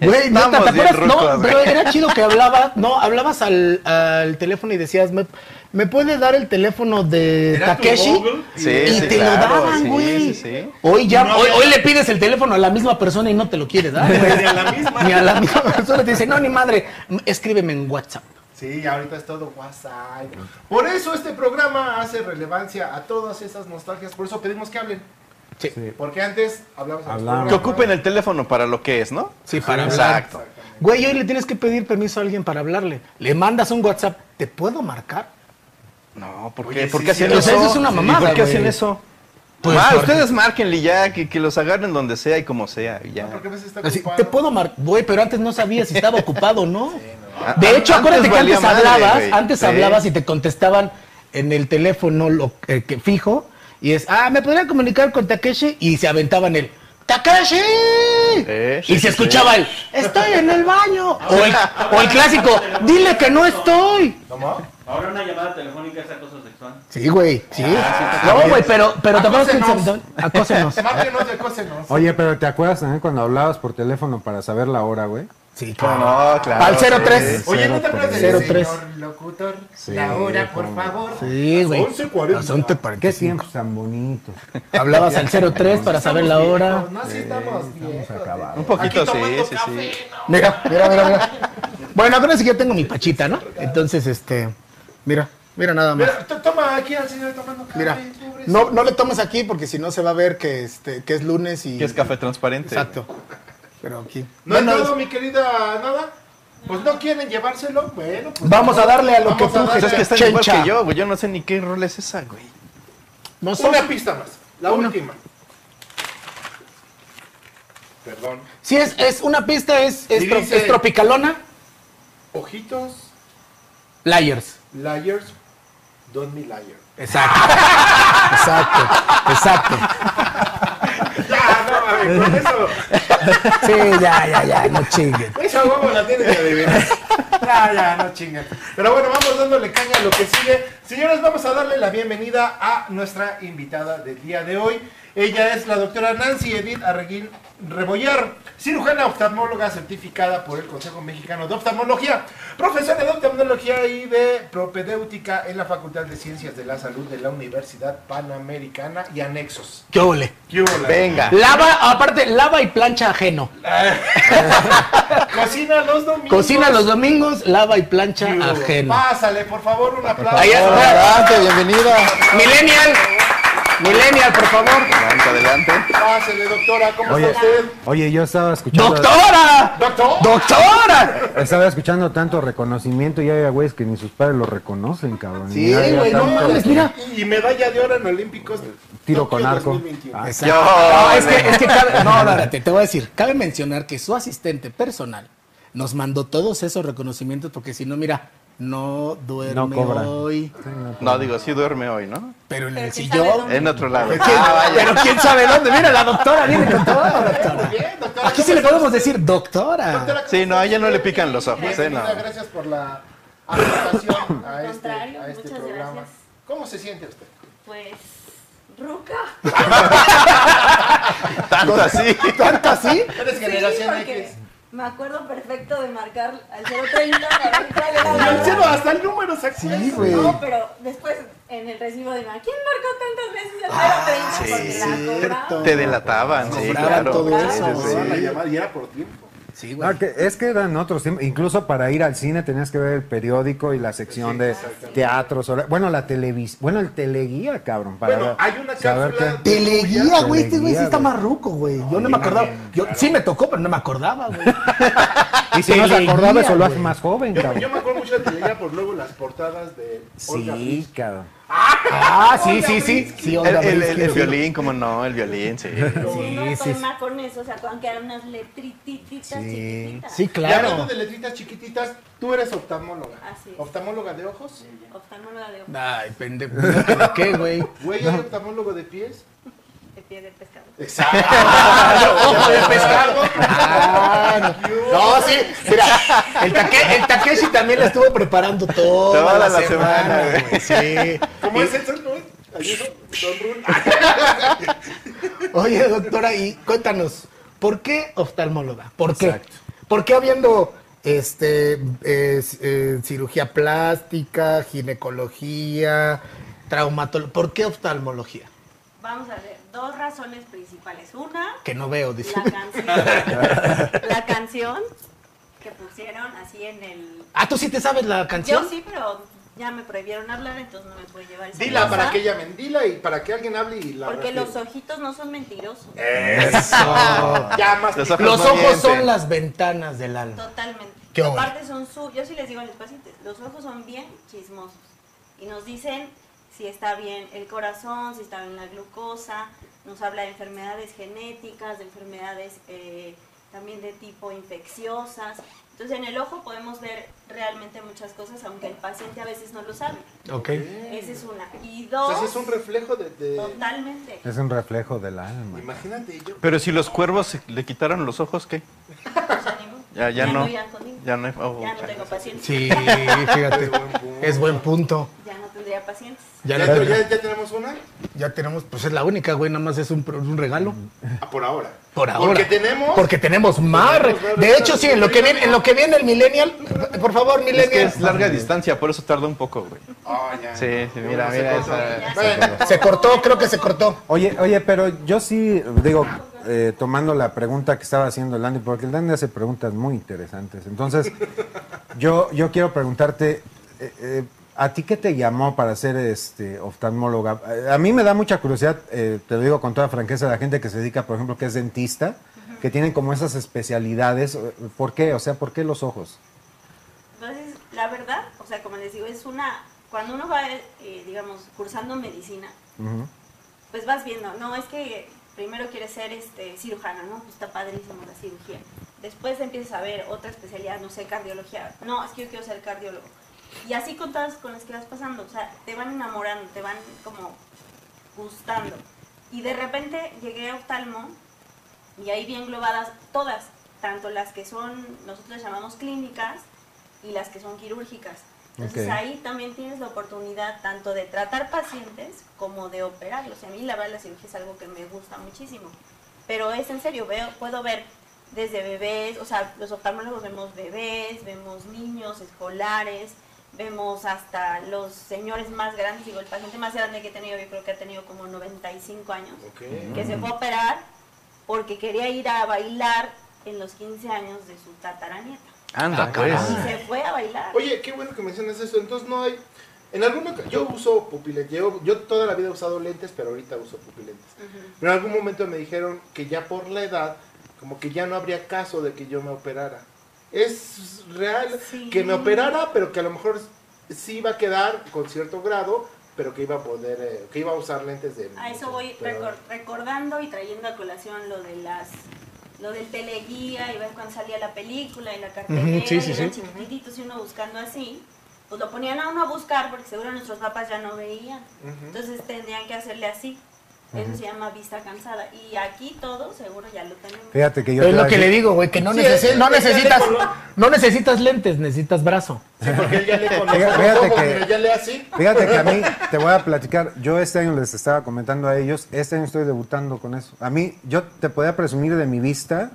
Speaker 2: Güey, neta,
Speaker 3: Estamos
Speaker 2: ¿te
Speaker 3: bien
Speaker 2: acuerdas?
Speaker 3: rucos,
Speaker 2: no,
Speaker 3: güey.
Speaker 2: pero era chido que hablabas, no, hablabas al, al teléfono y decías, ¿me, me puedes dar el teléfono de
Speaker 5: Era tu
Speaker 2: Takeshi?
Speaker 5: Google.
Speaker 3: Sí,
Speaker 2: y
Speaker 3: sí,
Speaker 2: te
Speaker 3: claro,
Speaker 2: lo daban,
Speaker 3: sí,
Speaker 2: güey.
Speaker 3: sí, sí.
Speaker 2: Hoy ya,
Speaker 5: No
Speaker 2: hoy,
Speaker 5: había-
Speaker 2: hoy le pides el teléfono a la misma persona y no te lo quieres dar. güey.
Speaker 5: Ni a la misma.
Speaker 2: Ni a la misma persona te dice, no, ni madre, escríbeme en WhatsApp.
Speaker 5: Sí, ahorita es todo WhatsApp. Por eso este programa hace relevancia a todas esas nostalgias. Por eso pedimos que hablen.
Speaker 2: Sí.
Speaker 4: Sí.
Speaker 5: Porque antes hablamos a los
Speaker 4: Hablamos.
Speaker 3: Que
Speaker 5: programas.
Speaker 3: ocupen el teléfono para lo que es, ¿no?
Speaker 2: Sí, para hablar.
Speaker 3: Exacto.
Speaker 2: Güey, hoy le tienes que pedir permiso a alguien para hablarle. Le mandas un WhatsApp, ¿te puedo marcar?
Speaker 3: No, ¿por
Speaker 5: Oye,
Speaker 3: qué? ¿Por
Speaker 5: sí,
Speaker 3: qué
Speaker 5: sí,
Speaker 3: hacen
Speaker 5: o
Speaker 3: eso?
Speaker 5: sea,
Speaker 2: eso es una
Speaker 3: Sí,
Speaker 2: mamada,
Speaker 3: ¿Por qué hacen
Speaker 2: güey.
Speaker 3: eso?
Speaker 2: Pues,
Speaker 3: Ah,
Speaker 2: porque-
Speaker 3: ustedes márquenle ya, que, que los agarren donde sea y como sea. y ya.
Speaker 5: Porque a veces está
Speaker 2: Así,
Speaker 5: ocupado.
Speaker 2: te puedo marcar, güey, pero antes no sabías si estaba ocupado o
Speaker 3: (laughs)
Speaker 2: no.
Speaker 3: Ah,
Speaker 2: De hecho,
Speaker 3: antes
Speaker 2: acuérdate que
Speaker 3: valía
Speaker 2: antes
Speaker 3: madre,
Speaker 2: hablabas,
Speaker 3: güey.
Speaker 2: antes
Speaker 3: Sí.
Speaker 2: hablabas y te contestaban en el teléfono lo, eh, que fijo y es, ah, me podría comunicar con Takeshi y se aventaban el Takeshi
Speaker 3: sí,
Speaker 2: y
Speaker 3: sí, Ah,
Speaker 2: se escuchaba el Estoy en el baño o el, o el clásico Dile que no estoy.
Speaker 5: ¿Cómo?
Speaker 6: Ahora una llamada telefónica es acoso sexual.
Speaker 2: Sí, güey, sí.
Speaker 3: Ah,
Speaker 2: no, güey, pero, pero te acuerdas que
Speaker 5: Acósenos.
Speaker 2: se- acósenos.
Speaker 5: Márquenos y acósenos.
Speaker 4: Oye, pero ¿te acuerdas también cuando hablabas por teléfono para saber la hora, güey?
Speaker 2: Sí, claro.
Speaker 3: No, no, claro.
Speaker 2: Al
Speaker 3: sí.
Speaker 2: 03.
Speaker 5: Oye, ¿no te acuerdas del
Speaker 2: 03.
Speaker 5: señor locutor?
Speaker 4: Sí,
Speaker 5: la hora, por
Speaker 4: cómo.
Speaker 5: favor.
Speaker 2: Sí, güey.
Speaker 5: 11:40.
Speaker 2: Las 11:45.
Speaker 4: Qué tiempos tan bonitos.
Speaker 2: Hablabas al 03 para saber la hora.
Speaker 5: No, sí estamos bien.
Speaker 3: Un poquito, sí, sí, sí.
Speaker 2: Mira, mira, mira, mira. Bueno, acuérdense que yo tengo mi pachita, ¿no? Entonces, este, mira, mira nada más.
Speaker 5: Mira, to- toma aquí al señor tomando café.
Speaker 2: Mira,
Speaker 5: pobre
Speaker 2: no, no le tomes aquí porque si no se va a ver que, este, que es lunes y...
Speaker 3: Que es café transparente.
Speaker 2: Exacto. Pero aquí.
Speaker 5: No
Speaker 2: Bueno,
Speaker 5: hay todo, mi querida nada. Pues no quieren llevárselo, bueno. Pues
Speaker 2: Vamos a darle a lo que
Speaker 5: Vamos a
Speaker 2: tú...
Speaker 5: darle.
Speaker 3: Pues es que están igual
Speaker 2: Chencha.
Speaker 3: que yo, güey. Yo no sé ni qué rol es esa, güey.
Speaker 2: No sé.
Speaker 5: Una pista más, la
Speaker 2: Una.
Speaker 5: última. Perdón.
Speaker 2: Si es, es una pista, es, es,
Speaker 5: Y
Speaker 2: tro-
Speaker 5: dice-
Speaker 2: es tropicalona,
Speaker 5: Ojitos,
Speaker 2: liars.
Speaker 5: liars, don't be liar. (laughs)
Speaker 2: Exacto. Exacto, exacto.
Speaker 5: Ya, no, a ver, con eso.
Speaker 2: Sí, ya, ya, ya, no chinguen.
Speaker 5: Esa huevo la tiene que adivinar. (laughs) Ya, ya, no chingan. Pero bueno, vamos dándole caña a lo que sigue. Señores, vamos a darle la bienvenida a nuestra invitada del día de hoy. Ella es la doctora Nancy Edith Arreguín Rebollar, cirujana oftalmóloga certificada por el Consejo Mexicano de Oftalmología, profesora de oftalmología y de propedéutica en la Facultad de Ciencias de la Salud de la Universidad Panamericana y (laughs) anexos.
Speaker 2: ¿Qué ole?
Speaker 5: ¿Qué hubo, la-
Speaker 3: Venga.
Speaker 2: Lava, aparte, lava y plancha ajeno.
Speaker 5: Cocina los domingos.
Speaker 2: Cocina los domingos, lava y plancha
Speaker 5: ¿Qué hubo? Ah.
Speaker 2: ajeno. Ah,
Speaker 5: Pásale, por favor, un aplauso.
Speaker 2: Ahí está.
Speaker 3: Adelante, bienvenida.
Speaker 2: Millennial. Millennial, por favor.
Speaker 3: Adelante, adelante.
Speaker 5: Pásele, doctora, ¿cómo
Speaker 4: Oye,
Speaker 5: está usted?
Speaker 4: oye, yo estaba escuchando.
Speaker 2: ¡Doctora!
Speaker 5: ¿Doctor?
Speaker 2: ¡Doctora!
Speaker 4: Estaba escuchando tanto reconocimiento y hay güeyes que ni sus padres lo reconocen, cabrón.
Speaker 2: Sí,
Speaker 4: Y había
Speaker 2: güey, no
Speaker 4: tanto
Speaker 2: mames, mira.
Speaker 5: Y medalla de oro en Olímpicos.
Speaker 4: Tiro
Speaker 5: Tokio
Speaker 4: con arco.
Speaker 5: 2021.
Speaker 4: Ah,
Speaker 2: Exacto. No, es que, es que cabe, no, no, espérate, te voy a decir, cabe mencionar que su asistente personal nos mandó todos esos reconocimientos porque si no, mira, no duerme
Speaker 4: No cobra.
Speaker 2: hoy,
Speaker 3: No, digo, sí duerme hoy, ¿no?
Speaker 2: pero en el
Speaker 7: Pero quién sabe
Speaker 2: sillón.
Speaker 7: dónde.
Speaker 3: En otro lado. Ah,
Speaker 2: ¿Quién- pero quién sabe dónde, mira, la doctora viene con todo,
Speaker 5: Muy
Speaker 2: doctora.
Speaker 5: bien, doctora.
Speaker 2: Aquí sí
Speaker 5: ¿cómo
Speaker 2: le
Speaker 5: está
Speaker 2: podemos
Speaker 5: usted?
Speaker 2: decir doctora.
Speaker 5: Doctora, ¿cómo
Speaker 3: Sí,
Speaker 5: está
Speaker 3: no, a ella
Speaker 5: usted?
Speaker 3: no le pican los ojos, ¿eh? No.
Speaker 5: Bienvenida, gracias por la aportación a este,
Speaker 8: contrario,
Speaker 5: a este
Speaker 8: muchas
Speaker 5: programa.
Speaker 8: gracias.
Speaker 5: ¿Cómo se siente usted?
Speaker 8: Pues, ruca.
Speaker 3: Tanto
Speaker 2: (laughs)
Speaker 3: así.
Speaker 2: ¿Tanto así?
Speaker 5: Eres
Speaker 8: Sí,
Speaker 5: generación
Speaker 8: porque
Speaker 5: X.
Speaker 8: Me acuerdo perfecto de marcar al 030 para ver cuál era
Speaker 5: Y
Speaker 8: la
Speaker 5: el cero,
Speaker 8: hora.
Speaker 5: hasta el número se acuerda.
Speaker 2: Sí, güey.
Speaker 8: No, pero después en el recibo de mar, ¿quién marcó tantas veces el 030? Porque la
Speaker 2: cierto.
Speaker 8: cobraba.
Speaker 3: Te delataban, sí,
Speaker 2: Cobraban
Speaker 3: claro.
Speaker 2: todo
Speaker 3: Sí,
Speaker 2: eso,
Speaker 3: sí, sí.
Speaker 5: La llamada y era por tiempo.
Speaker 2: Sí,
Speaker 4: No, Ah, que- es que eran otros tiempos. Incluso para ir al cine tenías que ver el periódico y la sección de teatros. hora- Bueno, la televisión. Bueno, el teleguía, cabrón. Para
Speaker 5: Bueno, hay una
Speaker 4: saber
Speaker 5: cápsula-
Speaker 4: qué-
Speaker 2: Teleguía, güey, este güey sí
Speaker 4: Teleguía,
Speaker 2: está
Speaker 4: güey.
Speaker 2: marruco, güey. Yo no me acordaba. Yo sí me tocó, pero no me acordaba, güey.
Speaker 4: (laughs) Y si no se
Speaker 2: Teleguía,
Speaker 4: acordaba, eso lo hace
Speaker 2: güey.
Speaker 4: más joven,
Speaker 5: Yo, yo
Speaker 4: cabrón.
Speaker 5: me acuerdo mucho de Teleguía por luego las portadas de Olga
Speaker 4: Sí, cabrón.
Speaker 2: Ah, sí, sí, sí. Sí,
Speaker 3: El,
Speaker 2: Olga
Speaker 3: el- el-
Speaker 2: Brinsky,
Speaker 3: el
Speaker 2: sí.
Speaker 3: violín, como no, el
Speaker 2: (laughs)
Speaker 3: violín, sí.
Speaker 8: Sí, no
Speaker 2: Sí, sí, sí.
Speaker 8: toma con eso, ¿se acuerdan que eran unas letrititas
Speaker 4: Sí.
Speaker 8: chiquititas?
Speaker 2: Sí,
Speaker 5: Y hablando
Speaker 2: claro.
Speaker 5: de letritas chiquititas, tú eres oftalmóloga.
Speaker 8: Así es.
Speaker 5: ¿Oftalmóloga de ojos?
Speaker 8: Oftalmóloga de ojos.
Speaker 2: Ay, pendejo. ¿Qué, güey?
Speaker 5: Güey, ¿hay oftalmólogo de pies?
Speaker 8: pie de pescado.
Speaker 5: (laughs)
Speaker 2: Ojo de pescado. No, sí, mira, el, Take- el Takeshi también la estuvo preparando toda,
Speaker 3: Toda
Speaker 2: la,
Speaker 3: la
Speaker 2: semana,
Speaker 3: semana,
Speaker 2: güey, Sí.
Speaker 5: ¿Cómo es eso, no? Ayuso, Don Run.
Speaker 3: Ah,
Speaker 2: Oye, doctora, y cuéntanos, ¿por qué oftalmóloga? ¿Por qué? ¿Por qué habiendo este eh, c- eh, cirugía plástica, ginecología, traumatología? ¿Por qué oftalmología?
Speaker 8: Vamos a ver, dos razones principales. Una,
Speaker 2: Que no veo, dice.
Speaker 8: la
Speaker 5: (laughs)
Speaker 8: canción. la canción que pusieron así en el...
Speaker 2: Ah, ¿tú sí te sabes la canción?
Speaker 8: Yo sí, pero ya me prohibieron hablar, entonces no me puedo llevar el
Speaker 5: Dila
Speaker 8: celular.
Speaker 5: para que ella mendila y para que alguien hable y la
Speaker 8: Porque
Speaker 5: respire.
Speaker 8: los ojitos no son mentirosos. Ah,
Speaker 5: Ya más
Speaker 3: Los
Speaker 5: que-
Speaker 3: ojos
Speaker 2: Los
Speaker 3: no
Speaker 2: ojos
Speaker 3: mienten.
Speaker 2: son las ventanas del alma.
Speaker 8: Totalmente.
Speaker 2: Qué bueno.
Speaker 8: Aparte son su, yo sí les digo a los pacientes, los ojos son bien chismosos y nos dicen si está bien el corazón, si está bien la glucosa, nos habla de enfermedades genéticas, de enfermedades eh, también de tipo infecciosas. Entonces en el ojo podemos ver realmente muchas cosas, aunque el paciente a veces no lo sabe.
Speaker 2: Ok.
Speaker 8: Esa es una. Y
Speaker 5: O
Speaker 8: dos,
Speaker 5: sea, sí es un reflejo de. de-
Speaker 8: totalmente.
Speaker 4: Es un reflejo del alma.
Speaker 5: Imagínate, yo.
Speaker 3: Pero si los cuervos le quitaron los ojos, ¿qué?
Speaker 8: pues, ánimo.
Speaker 3: Ya, ya no.
Speaker 8: irán conmigo.
Speaker 3: Ya no hay. oh,
Speaker 8: Ya no
Speaker 3: chale.
Speaker 8: tengo pacientes.
Speaker 2: Sí, fíjate. Es (laughs) buen punto.
Speaker 8: Ya no tendría pacientes.
Speaker 2: Ya,
Speaker 5: ya,
Speaker 2: la-
Speaker 5: te- ya- ya tenemos una.
Speaker 2: ya tenemos, pues es la única, güey, nada más es un, pro- un regalo.
Speaker 5: Ah, por ahora.
Speaker 2: Por ahora.
Speaker 5: Porque tenemos.
Speaker 2: Porque tenemos más. re-
Speaker 5: Tenemos más
Speaker 2: De hecho, sí, en lo que viene,
Speaker 5: regalos.
Speaker 2: en lo que viene el Millennial, por favor,
Speaker 3: Es que
Speaker 2: Millennial.
Speaker 3: es larga distancia, por eso tarda un poco, güey.
Speaker 5: Ah, ya.
Speaker 3: Sí, sí, mira,
Speaker 5: No sé
Speaker 3: mira
Speaker 5: cómo.
Speaker 3: esa-
Speaker 2: (laughs)
Speaker 5: Bueno,
Speaker 2: Se cortó, creo que se cortó.
Speaker 4: Oye, oye, pero yo sí, digo, eh, tomando la pregunta que estaba haciendo el Andy, porque el Andy hace preguntas muy interesantes. Entonces, yo, yo quiero preguntarte, eh, eh, ¿a ti qué te llamó para ser este oftalmóloga? Eh, A mí me da mucha curiosidad, eh, te lo digo con toda franqueza, la gente que se dedica, por ejemplo, que es dentista, que tienen como esas especialidades. eh, ¿Por qué? O sea, ¿por qué los ojos?
Speaker 8: Entonces, la verdad, o sea, como les digo, es una, cuando uno va, eh, digamos, cursando medicina,
Speaker 4: Ujú.
Speaker 8: pues vas viendo, no, es que primero quieres ser este, cirujano, ¿no? Pues está padrísimo la cirugía. Después empiezas a ver otra especialidad, no sé, cardiología. No, es que yo quiero ser cardiólogo. Y así con todas con las que vas pasando, o sea, te van enamorando, te van como gustando. Y de repente llegué a oftalmo y ahí vi englobadas todas, tanto las que son, nosotros las llamamos clínicas y las que son quirúrgicas. Entonces
Speaker 4: Ok.
Speaker 8: ahí también tienes la oportunidad tanto de tratar pacientes como de operarlos. Y a mí la verdad la cirugía es algo que me gusta muchísimo. Pero es en serio, veo, puedo ver desde bebés, o sea, los oftalmólogos vemos bebés, vemos niños escolares, vemos hasta los señores más grandes, digo, el paciente más grande que he tenido, yo creo que ha tenido como 95 años, que se fue a operar porque quería ir a bailar en los 15 años de su tataranieta.
Speaker 3: Anda, pues.
Speaker 8: Y se fue a bailar.
Speaker 5: Oye, qué bueno que mencionas eso. Entonces no hay. En algún momento, yo uso pupilentes. Yo, yo toda la vida he usado lentes, pero ahorita uso pupilentes.
Speaker 8: Ujú.
Speaker 5: Pero en algún momento me dijeron que ya por la edad, como que ya no habría caso de que yo me operara. Es real
Speaker 8: Sí.
Speaker 5: que me operara, pero que a lo mejor sí iba a quedar con cierto grado, pero que iba a poder, eh, que iba a usar lentes de.
Speaker 8: A eso voy
Speaker 5: pero-
Speaker 8: recor- recordando y trayendo a colación lo de las lo del teleguía y ver cuando salía la película y la cartelera
Speaker 2: Ujú, sí, sí,
Speaker 8: y eran
Speaker 2: sí.
Speaker 8: chiquititos y uno buscando así, pues lo ponían a uno a buscar porque seguro nuestros papás ya no veían. Entonces tendrían que hacerle así. Eso se llama vista cansada. Y aquí todos seguro ya lo tenemos.
Speaker 4: Fíjate que yo...
Speaker 2: Pero
Speaker 4: te
Speaker 2: es
Speaker 4: iba
Speaker 2: lo
Speaker 4: a
Speaker 2: que le
Speaker 4: decir-
Speaker 2: digo, güey, que no,
Speaker 5: Sí,
Speaker 2: necesi-
Speaker 5: es-
Speaker 2: no
Speaker 5: es- es de
Speaker 2: necesitas,
Speaker 5: color.
Speaker 2: no necesitas lentes, necesitas brazo.
Speaker 5: Sí, porque él ya
Speaker 4: (laughs)
Speaker 5: le con los
Speaker 4: Fíjate-
Speaker 5: ojos,
Speaker 4: fíjate
Speaker 5: ojos,
Speaker 4: que-
Speaker 5: mira, ya le así.
Speaker 4: Fíjate que a mí, te voy a platicar, yo este año les estaba comentando a ellos, este año estoy debutando con eso. A mí, yo te podía presumir de mi vista,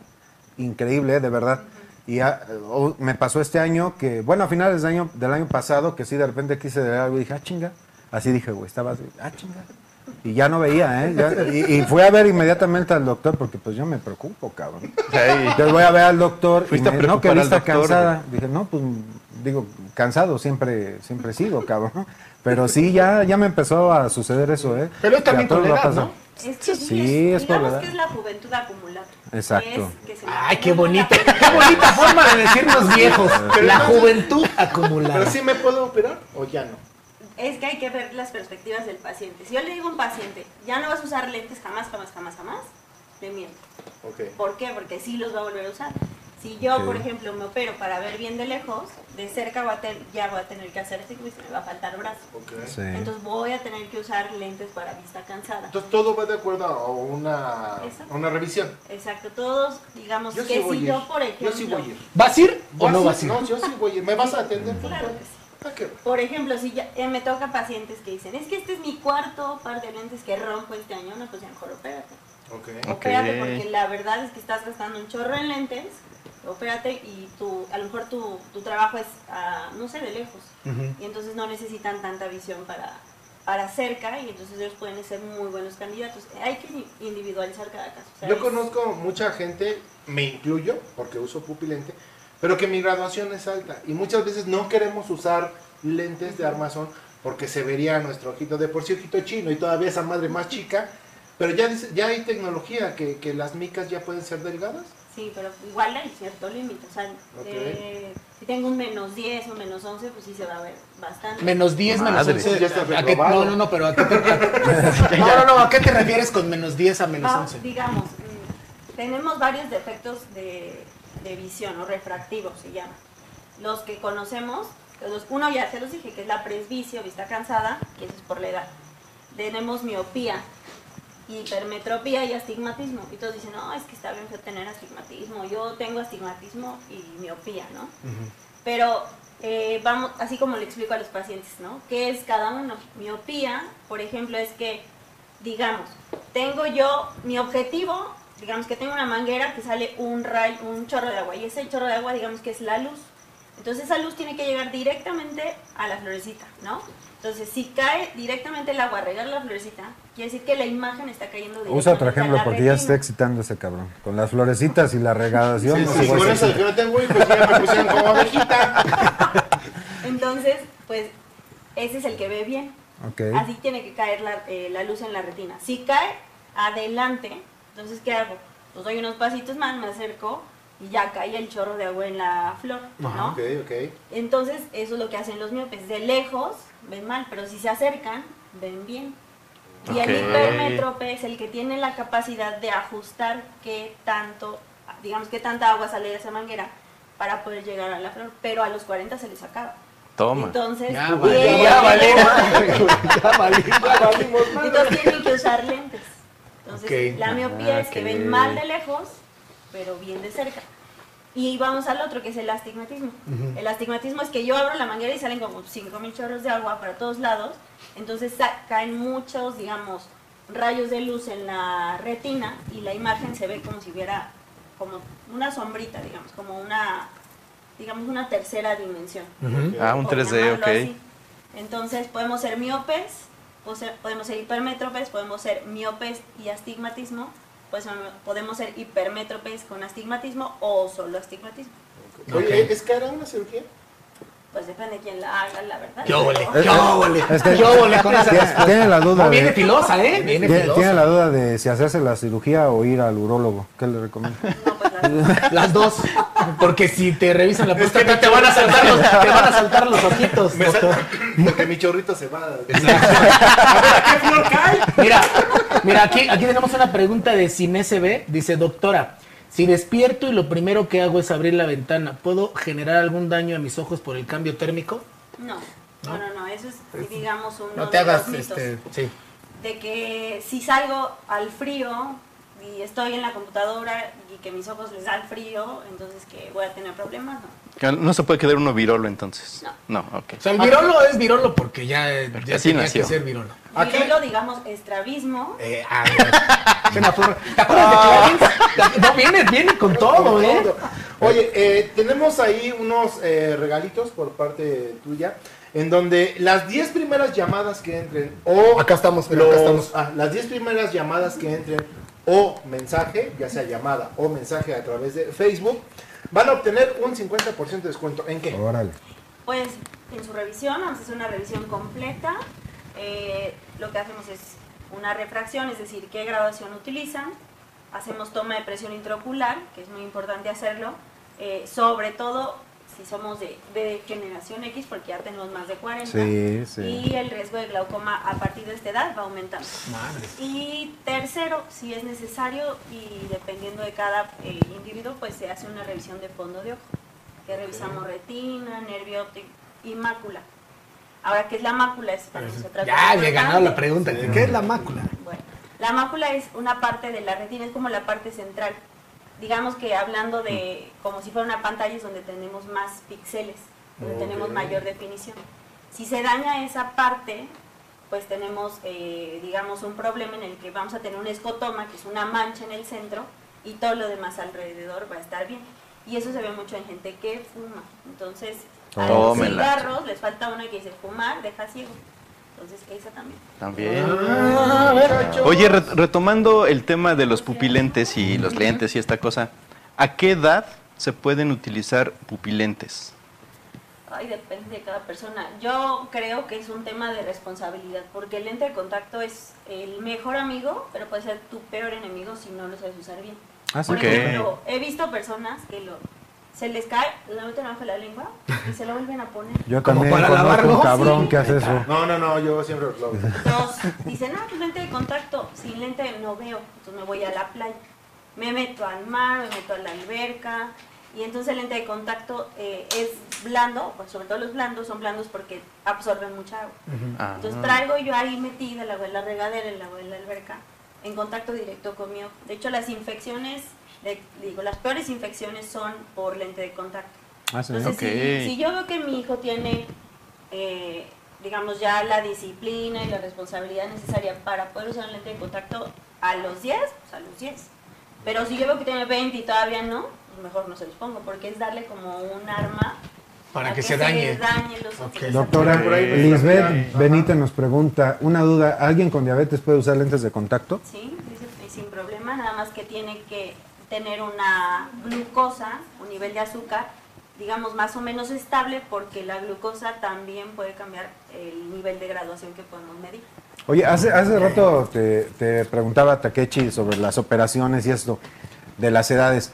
Speaker 4: increíble, ¿eh? de verdad. Y ah, o- me pasó este año que, bueno, a finales del año, del año pasado, que sí, de repente quise leer algo y dije, ah, chinga. Así dije, güey, estaba así, ah, chinga. Y ya no veía, ¿eh? Ya- y, y fui a ver inmediatamente al doctor, porque pues yo me preocupo, cabrón.
Speaker 3: Ahí.
Speaker 4: Yo voy a ver al doctor y
Speaker 3: Fuiste a
Speaker 4: me- no que
Speaker 3: preocupar al
Speaker 4: vista
Speaker 3: doctor,
Speaker 4: cansada. Dije, no, pues digo, cansado siempre siempre sigo, cabrón. Pero sí ya ya me empezó a suceder eso, ¿eh?
Speaker 2: Pero es
Speaker 4: Que a
Speaker 2: también
Speaker 4: todos
Speaker 2: con
Speaker 4: nos
Speaker 2: la
Speaker 4: ha
Speaker 2: edad,
Speaker 4: pasado.
Speaker 8: Es que
Speaker 4: Sí,
Speaker 8: sí, es,
Speaker 4: es por
Speaker 8: digamos
Speaker 4: la
Speaker 8: que es
Speaker 4: edad.
Speaker 8: la juventud acumulada. que
Speaker 4: Exacto.
Speaker 8: es que se le
Speaker 2: Ay, qué
Speaker 8: acumula la
Speaker 2: bonita, qué (laughs)
Speaker 8: juventud.
Speaker 2: bonita forma de decirnos viejos. La juventud acumulada.
Speaker 5: Pero sí me puedo operar o ya no.
Speaker 8: Es que hay que ver las perspectivas del paciente. Si yo le digo a un paciente, ya no vas a usar lentes jamás, jamás, jamás, jamás, le miento.
Speaker 5: Ok.
Speaker 8: ¿Por qué? Porque sí los va a volver a usar. Si yo,
Speaker 4: Sí.
Speaker 8: por ejemplo, me opero para ver bien de lejos, de cerca voy a ten- ya voy a tener que hacer así, pues, me va a faltar brazo.
Speaker 4: Sí.
Speaker 8: Entonces voy a tener que usar lentes para vista cansada.
Speaker 5: Entonces todo va de acuerdo a una,
Speaker 8: Eso.
Speaker 5: a una revisión.
Speaker 8: Exacto, todos, digamos
Speaker 5: Yo
Speaker 8: que
Speaker 5: sí voy
Speaker 8: Pues, si
Speaker 5: a ir.
Speaker 8: yo, por ejemplo,
Speaker 5: Yo sí voy a ir.
Speaker 2: ¿Vas a ir o
Speaker 5: ¿Vas
Speaker 2: no
Speaker 5: ir?
Speaker 2: vas a ir?
Speaker 5: No, yo sí voy a ir. ¿Me vas a atender?
Speaker 8: Claro
Speaker 5: doctor?
Speaker 8: que sí.
Speaker 5: Ah, qué
Speaker 8: Por ejemplo, si ya, eh, me toca pacientes que dicen, es que este es mi cuarto par de lentes que rompo este año, no, pues ya mejor opérate.
Speaker 5: bueno. Ok.
Speaker 8: Opérate porque la verdad es que estás gastando un chorro en lentes, opérate y tu, a lo mejor tu, tu trabajo es, ah, no sé, de lejos. Y entonces no necesitan tanta visión para, para cerca y entonces ellos pueden ser muy buenos candidatos. Hay que in- individualizar cada caso. o sea,
Speaker 5: Yo
Speaker 8: es-
Speaker 5: conozco mucha gente, me incluyo, porque uso pupilente, pero que mi graduación es alta y muchas veces no queremos usar lentes de armazón porque se vería nuestro ojito de por sí ojito chino y todavía esa madre más chica. Pero ya, dice- ya hay tecnología que, que las micas ya pueden ser delgadas.
Speaker 8: Sí, pero igual hay cierto límite. O sea, eh, si tengo un menos 10 o menos 11, pues sí se va a ver bastante.
Speaker 2: Menos 10, menos
Speaker 3: Madre.
Speaker 2: 11.
Speaker 5: Ya está
Speaker 2: ¿A qué-
Speaker 5: reprobado.
Speaker 2: no, no, no, pero ¿a qué, (laughs) te, a- no, no, no, ¿a qué te refieres con menos 10 a menos
Speaker 8: Va-
Speaker 2: 11?
Speaker 8: Ah, digamos, mm, tenemos varios defectos de, de visión o refractivos se llama. Los que conocemos, los- uno ya se los dije, que es la presbicia o vista cansada, que eso es por la edad. Tenemos miopía, hipermetropía y astigmatismo. Y todos dicen, no, es que está bien feo tener astigmatismo. Yo tengo astigmatismo y miopía, ¿no? Pero eh, vamos, así como le explico a los pacientes, ¿no? ¿Qué es cada uno? Miopía, por ejemplo, es que, digamos, tengo yo mi objetivo, digamos que tengo una manguera que sale un rayo, un chorro de agua, y ese chorro de agua, digamos que es la luz. Entonces esa luz tiene que llegar directamente a la florecita, ¿no? Entonces, si cae directamente el agua a regar la florecita, quiere decir que la imagen está cayendo directamente
Speaker 4: Usa otro
Speaker 8: a
Speaker 4: ejemplo
Speaker 8: la
Speaker 4: porque ya
Speaker 8: retina.
Speaker 4: se está excitando ese cabrón. Con las florecitas y la regadación.
Speaker 5: Sí,
Speaker 4: no
Speaker 5: sí,
Speaker 4: se
Speaker 5: con
Speaker 4: puede
Speaker 5: eso de que no tengo hijos ya me pusieron como abejita.
Speaker 8: Entonces, pues, ese es el que ve bien.
Speaker 4: excitar. Ok.
Speaker 8: Así tiene que caer la, eh, la luz en la retina. Si cae adelante, entonces ¿qué hago? Pues doy unos pasitos más, me acerco y ya cae el chorro de agua en la flor, ¿no?
Speaker 5: Ok, ok.
Speaker 8: Entonces eso es lo que hacen los miopes. De lejos ven mal, pero si se acercan, ven bien. Y
Speaker 3: Ok.
Speaker 8: el hipermétrope es el que tiene la capacidad de ajustar qué tanto, digamos, qué tanta agua sale de esa manguera para poder llegar a la flor, pero a los 40 se les acaba.
Speaker 3: Toma.
Speaker 8: Entonces,
Speaker 2: Ya
Speaker 8: bien,
Speaker 2: valió,
Speaker 8: bien,
Speaker 2: ya
Speaker 8: bien.
Speaker 2: valió, madre, güey, ya valió.
Speaker 8: Entonces tienen que usar lentes. Entonces,
Speaker 2: Ok.
Speaker 8: la miopía
Speaker 3: Ah,
Speaker 8: es que
Speaker 3: ok.
Speaker 8: ven mal de lejos, pero bien de cerca. Y vamos al otro, que es el astigmatismo. El astigmatismo es que yo abro la manguera y salen como 5.000 chorros de agua para todos lados. Entonces sa- caen muchos, digamos, rayos de luz en la retina y la imagen se ve como si hubiera como una sombrita, digamos, como una, digamos, una tercera dimensión
Speaker 3: Ah, un
Speaker 8: por
Speaker 3: 3D,
Speaker 8: llamarlo
Speaker 3: ok.
Speaker 8: así. Entonces podemos ser miopes, o ser- podemos ser hipermétropes, podemos ser miopes y astigmatismo, pues podemos ser hipermétropes con astigmatismo o solo astigmatismo.
Speaker 5: Oye, ¿es cara una cirugía?
Speaker 8: Pues depende de quién la haga, la verdad.
Speaker 2: Yo volé,
Speaker 8: Pero-
Speaker 2: yo volé,
Speaker 4: Es que-
Speaker 2: yo volé con esa
Speaker 4: Tiene,
Speaker 2: respuesta.
Speaker 4: tiene la duda
Speaker 2: No, viene
Speaker 4: de,
Speaker 2: filosa, ¿eh? Viene
Speaker 4: tiene,
Speaker 2: filosa.
Speaker 4: tiene la duda de si hacerse la cirugía o ir al urólogo. ¿Qué le recomiendo?
Speaker 8: No, pues,
Speaker 9: (laughs)
Speaker 8: la-
Speaker 2: Las dos. Porque si te revisan la
Speaker 5: Es que
Speaker 2: próstata,
Speaker 5: me-
Speaker 2: te, van a saltar los, te van a saltar los ojitos.
Speaker 5: Me
Speaker 2: doctor.
Speaker 5: sal- Porque mi chorrito se va. A ver, ¿a qué flor cae?
Speaker 2: Mira, mira, aquí, aquí tenemos una pregunta de CineSB. Dice, doctora, si despierto y lo primero que hago es abrir la ventana, ¿puedo generar algún daño a mis ojos por el cambio térmico?
Speaker 8: no, no, no, no, eso es, digamos, uno
Speaker 9: No te
Speaker 8: de los
Speaker 9: hagas
Speaker 8: mitos.
Speaker 9: este.
Speaker 2: Sí.
Speaker 8: de que si salgo al frío y estoy en la computadora y que mis ojos les da el frío, entonces que voy a tener problemas, no.
Speaker 3: No se puede quedar uno virolo entonces. No, ok.
Speaker 2: O sea, el virolo es virolo porque ya, eh, ya
Speaker 3: así
Speaker 2: tenía
Speaker 3: nació.
Speaker 2: que ser virolo.
Speaker 5: Aquí-
Speaker 8: Virelo, digamos, estrabismo.
Speaker 2: Eh, (laughs) ah, ya. Suena flor. ¿Te acuerdas de Clarence? No, viene, viene con todo, ¿eh?
Speaker 5: Todo. Oye, eh, tenemos ahí unos eh, regalitos por parte tuya, en donde las 10 primeras llamadas que entren, o
Speaker 9: Acá estamos, mira,
Speaker 5: los-
Speaker 9: acá estamos.
Speaker 5: ah, las 10 primeras llamadas que entren, o mensaje, ya sea llamada o mensaje a través de Facebook, van a obtener un 50% de descuento. ¿En
Speaker 9: Oh.
Speaker 5: qué?
Speaker 4: Órale.
Speaker 8: Pues en su revisión, vamos a hacer una revisión completa. Eh, lo que hacemos es una refracción, es decir, qué graduación utilizan. Hacemos toma de presión intraocular, que es muy importante hacerlo. Eh, sobre todo si somos de, de generación X, porque ya tenemos más de 40.
Speaker 4: Sí, sí.
Speaker 8: Y el riesgo de glaucoma a partir de esta edad va aumentando. Y tercero, si es necesario y dependiendo de cada eh, individuo, pues se hace una revisión de fondo de ojo, que revisamos retina, nervio óptico y mácula. Ahora, ¿qué es la mácula? Es para nosotras
Speaker 2: Ya,
Speaker 8: muy
Speaker 2: le he ganado la
Speaker 8: importante.
Speaker 2: pregunta. ¿Qué es la mácula?
Speaker 8: Bueno, la mácula es una parte de la retina, es como la parte central. Digamos que hablando de como si fuera una pantalla es donde tenemos más píxeles, donde tenemos mayor definición. Si se daña esa parte, pues tenemos, eh, digamos, un problema en el que vamos a tener un escotoma, que es una mancha en el centro, y todo lo demás alrededor va a estar bien. Y eso se ve mucho en gente que fuma. Entonces, a los
Speaker 3: Tómela.
Speaker 8: cigarros les falta uno que dice fumar, deja ciego. Entonces, esa también.
Speaker 3: También.
Speaker 4: Ah,
Speaker 3: Oye, re- retomando el tema de los pupilentes y los lentes y esta cosa, ¿a qué edad se pueden utilizar pupilentes?
Speaker 8: Ay, depende de cada persona. Yo creo que es un tema de responsabilidad, porque el lente de contacto es el mejor amigo, pero puede ser tu peor enemigo si no lo sabes usar bien.
Speaker 4: Ah, sí.
Speaker 8: Por
Speaker 3: Ok.
Speaker 8: ejemplo, he visto personas que lo, se les cae, le meten abajo la lengua y se lo vuelven a poner.
Speaker 4: Yo
Speaker 2: Como
Speaker 4: también
Speaker 2: para
Speaker 4: conozco
Speaker 2: lavarlo.
Speaker 4: un cabrón
Speaker 8: Sí.
Speaker 4: que hace eso.
Speaker 5: No, no, no, yo siempre
Speaker 9: (laughs)
Speaker 5: lo hago.
Speaker 8: Dos, dicen, ah, pues lente de contacto. Sin lente no veo, entonces me voy a la playa. Me meto al mar, me meto a la alberca. Y entonces el lente de contacto eh, es blando, pues sobre todo los blandos son blandos porque absorben mucha agua.
Speaker 3: Ah.
Speaker 8: Entonces traigo yo ahí metida el agua de la regadera, el agua de la alberca, en contacto directo con mi ojo. De hecho, las infecciones, le- digo, las peores infecciones son por lente de contacto.
Speaker 4: Ah, sí.
Speaker 8: Entonces, si-
Speaker 3: Ok.
Speaker 8: si, yo veo que mi hijo tiene, eh, digamos, ya la disciplina y la responsabilidad necesaria para poder usar un lente de contacto a los 10, pues a los 10. Pero si yo veo que tiene 20 y todavía no, pues mejor no se los pongo, porque es darle como un arma
Speaker 2: Para
Speaker 8: a
Speaker 2: que se dañe.
Speaker 8: dañe los ojos.
Speaker 4: Doctora
Speaker 3: Por
Speaker 5: pues,
Speaker 3: ahí,
Speaker 4: Lisbeth Benítez nos pregunta, una duda, ¿alguien con diabetes puede usar lentes de contacto?
Speaker 8: Sí, dice que sin problema, nada más que tiene que tener una glucosa, un nivel de azúcar, digamos, más o menos estable, porque la glucosa también puede cambiar el nivel de graduación que podemos medir.
Speaker 4: Oye, hace, hace rato te, te preguntaba Takechi sobre las operaciones y esto de las edades.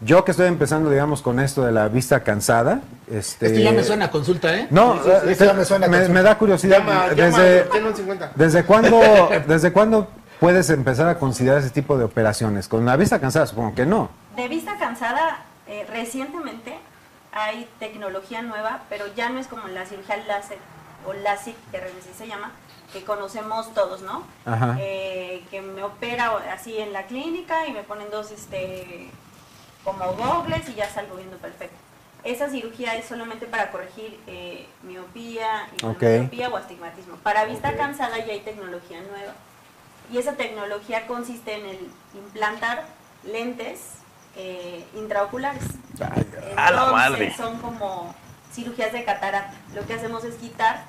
Speaker 4: Yo que estoy empezando, digamos, con esto de la vista cansada, este...
Speaker 2: Esto ya me suena a consulta, ¿eh?
Speaker 4: No,
Speaker 5: Sí, sí, sí, esto ya me suena a consulta.
Speaker 4: me da curiosidad.
Speaker 5: Llama,
Speaker 4: desde,
Speaker 5: llama, ten un 50. (laughs)
Speaker 4: ¿Desde cuándo, ¿Desde cuándo puedes empezar a considerar ese tipo de operaciones? Con la vista cansada, supongo que no.
Speaker 8: De vista cansada, eh, recientemente hay tecnología nueva, pero ya no es como la cirugía láser o LASIK, que así se llama, que conocemos todos, ¿no?
Speaker 4: Ajá.
Speaker 8: Eh, que me opera o- así en la clínica y me ponen dos, este, como gogles y ya salgo viendo perfecto. Esa cirugía es solamente para corregir eh, miopía,
Speaker 4: Ok.
Speaker 8: hipermetropía o astigmatismo. Para vista cansada ya hay tecnología nueva. Y esa tecnología consiste en el implantar lentes eh, intraoculares.
Speaker 3: a la
Speaker 8: Entonces,
Speaker 3: madre.
Speaker 8: Son como cirugías de catarata. Lo que hacemos es quitar,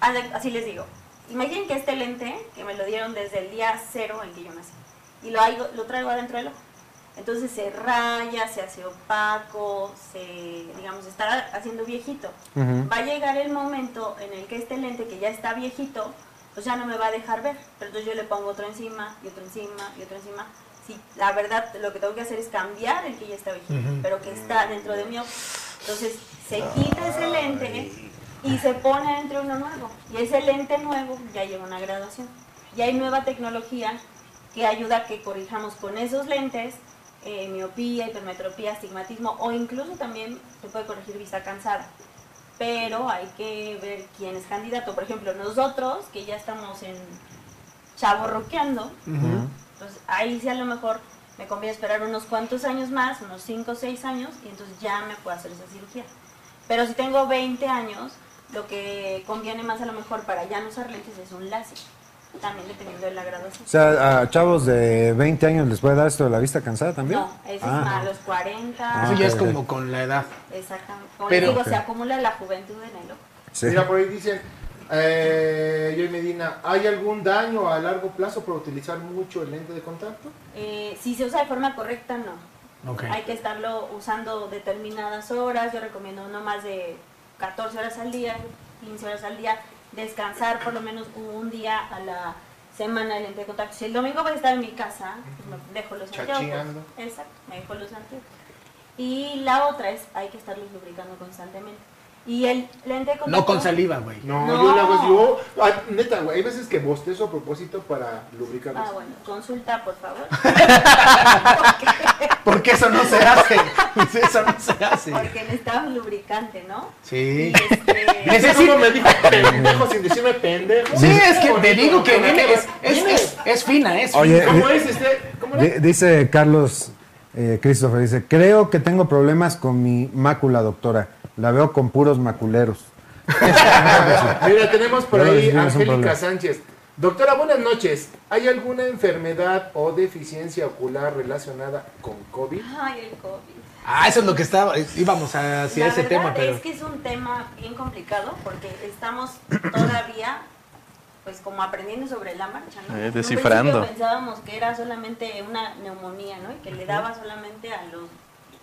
Speaker 8: haz de- así les digo, imaginen que este lente, que me lo dieron desde el día cero en que yo nací, y lo, hago- lo traigo adentro del ojo. Entonces se raya, se hace opaco, se, digamos, está haciendo viejito.
Speaker 4: Ujú.
Speaker 8: Va a llegar el momento en el que este lente que ya está viejito, pues ya no me va a dejar ver. Pero entonces yo le pongo otro encima, y otro encima, y otro encima. Sí, la verdad, lo que tengo que hacer es cambiar el que ya está viejito, pero que está dentro de mi ojo. Entonces se quita ese lente y se pone dentro uno nuevo. Y ese lente nuevo ya lleva una graduación. Y hay nueva tecnología que ayuda a que corrijamos con esos lentes eh, miopía, hipermetropía, astigmatismo o incluso también se puede corregir vista cansada. Pero hay que ver quién es candidato. Por ejemplo, nosotros que ya estamos en chavo roqueando, pues ahí sí a lo mejor me conviene esperar unos cuantos años más, unos 5 o 6 años, y entonces ya me puedo hacer esa cirugía. Pero si tengo 20 años, lo que conviene más a lo mejor para ya no usar lentes es un láser, también dependiendo de la graduación.
Speaker 4: O sea, a chavos de 20 años les puede dar esto de la vista cansada también.
Speaker 8: No, eso
Speaker 4: Ah.
Speaker 8: es a los 40.
Speaker 2: Eso Ah. ya
Speaker 3: Ah.
Speaker 2: es
Speaker 4: ok,
Speaker 2: como con la edad.
Speaker 8: Exactamente. Como
Speaker 2: Pero-
Speaker 8: les digo, se acumula la juventud en el ojo.
Speaker 4: Sí.
Speaker 5: Mira, por ahí dicen, eh, Joy Medina, ¿hay algún daño a largo plazo por utilizar mucho el lente de contacto?
Speaker 8: Eh, si se usa de forma correcta, no.
Speaker 2: Ok.
Speaker 8: Hay que estarlo usando determinadas horas. Yo recomiendo no más de 14 horas al día, 15 horas al día. Descansar por lo menos un día a la semana de lente de contacto. Si el domingo voy a estar en mi casa, pues me dejo los anteojos.
Speaker 5: Chacheando.
Speaker 8: Exacto, me dejo los anteojos. Y la otra es, hay que estarlos lubricando constantemente. Y el lente de
Speaker 2: No
Speaker 8: contacto-
Speaker 2: con saliva, güey.
Speaker 5: No,
Speaker 8: No.
Speaker 5: yo la hago así, yo- ah, neta, güey, hay veces que bostezo a propósito para lubricarlos.
Speaker 8: Ah, bueno, consulta, por
Speaker 2: (laughs)
Speaker 8: favor. (laughs)
Speaker 2: Porque eso no se (laughs) hace. Eso no se hace.
Speaker 8: Porque necesitamos lubricante, ¿no?
Speaker 2: Sí. (laughs)
Speaker 8: Y este,
Speaker 5: Ese
Speaker 2: Necesito-
Speaker 5: uno me
Speaker 4: (laughs)
Speaker 5: dijo pendejo sin decirme pendejo.
Speaker 2: Sí, es que te digo que
Speaker 5: Bonito,
Speaker 2: viene, es, es,
Speaker 5: viene.
Speaker 2: es, es fina, es
Speaker 4: Oye,
Speaker 2: fina.
Speaker 5: ¿Cómo es este? ¿Cómo era?
Speaker 4: Di- Dice Carlos eh, Christopher, dice, creo que tengo problemas con mi mácula, doctora. La veo con puros maculeros.
Speaker 5: Mira, tenemos por
Speaker 4: No,
Speaker 5: ahí
Speaker 4: es- no es un
Speaker 5: Angélica
Speaker 4: problema.
Speaker 5: Sánchez. Doctora, buenas noches. ¿Hay alguna enfermedad o deficiencia ocular relacionada con COVID?
Speaker 8: Ay, el COVID.
Speaker 2: Ah, eso es lo que estaba, íbamos hacia
Speaker 8: la
Speaker 2: ese
Speaker 8: verdad
Speaker 2: tema, pero...
Speaker 8: es que es un tema bien complicado porque estamos todavía pues como aprendiendo sobre la marcha, ¿no?
Speaker 10: Eh,
Speaker 8: En un
Speaker 10: descifrando.
Speaker 8: principio pensábamos que era solamente una neumonía, ¿no? Y que le daba solamente a los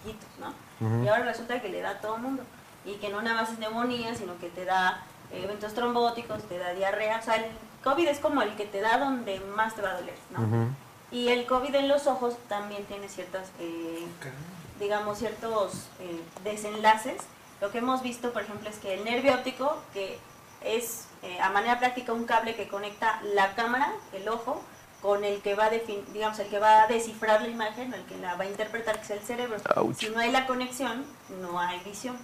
Speaker 8: viejitos, ¿no? Y ahora resulta que le da a todo el mundo y que no nada más es neumonía, sino que te da eh, eventos trombóticos, te da diarrea, o sea, el COVID es como el que te da donde más te va a doler, ¿no? Y el COVID en los ojos también tiene ciertas eh, digamos, ciertos eh, desenlaces. Lo que hemos visto, por ejemplo, es que el nervio óptico, que es eh, a manera práctica un cable que conecta la cámara, el ojo, con el que va a defin- digamos, el que va a descifrar la imagen, el que la va a interpretar, que es el cerebro.
Speaker 10: Ouch.
Speaker 8: Si no hay la conexión, no hay visión.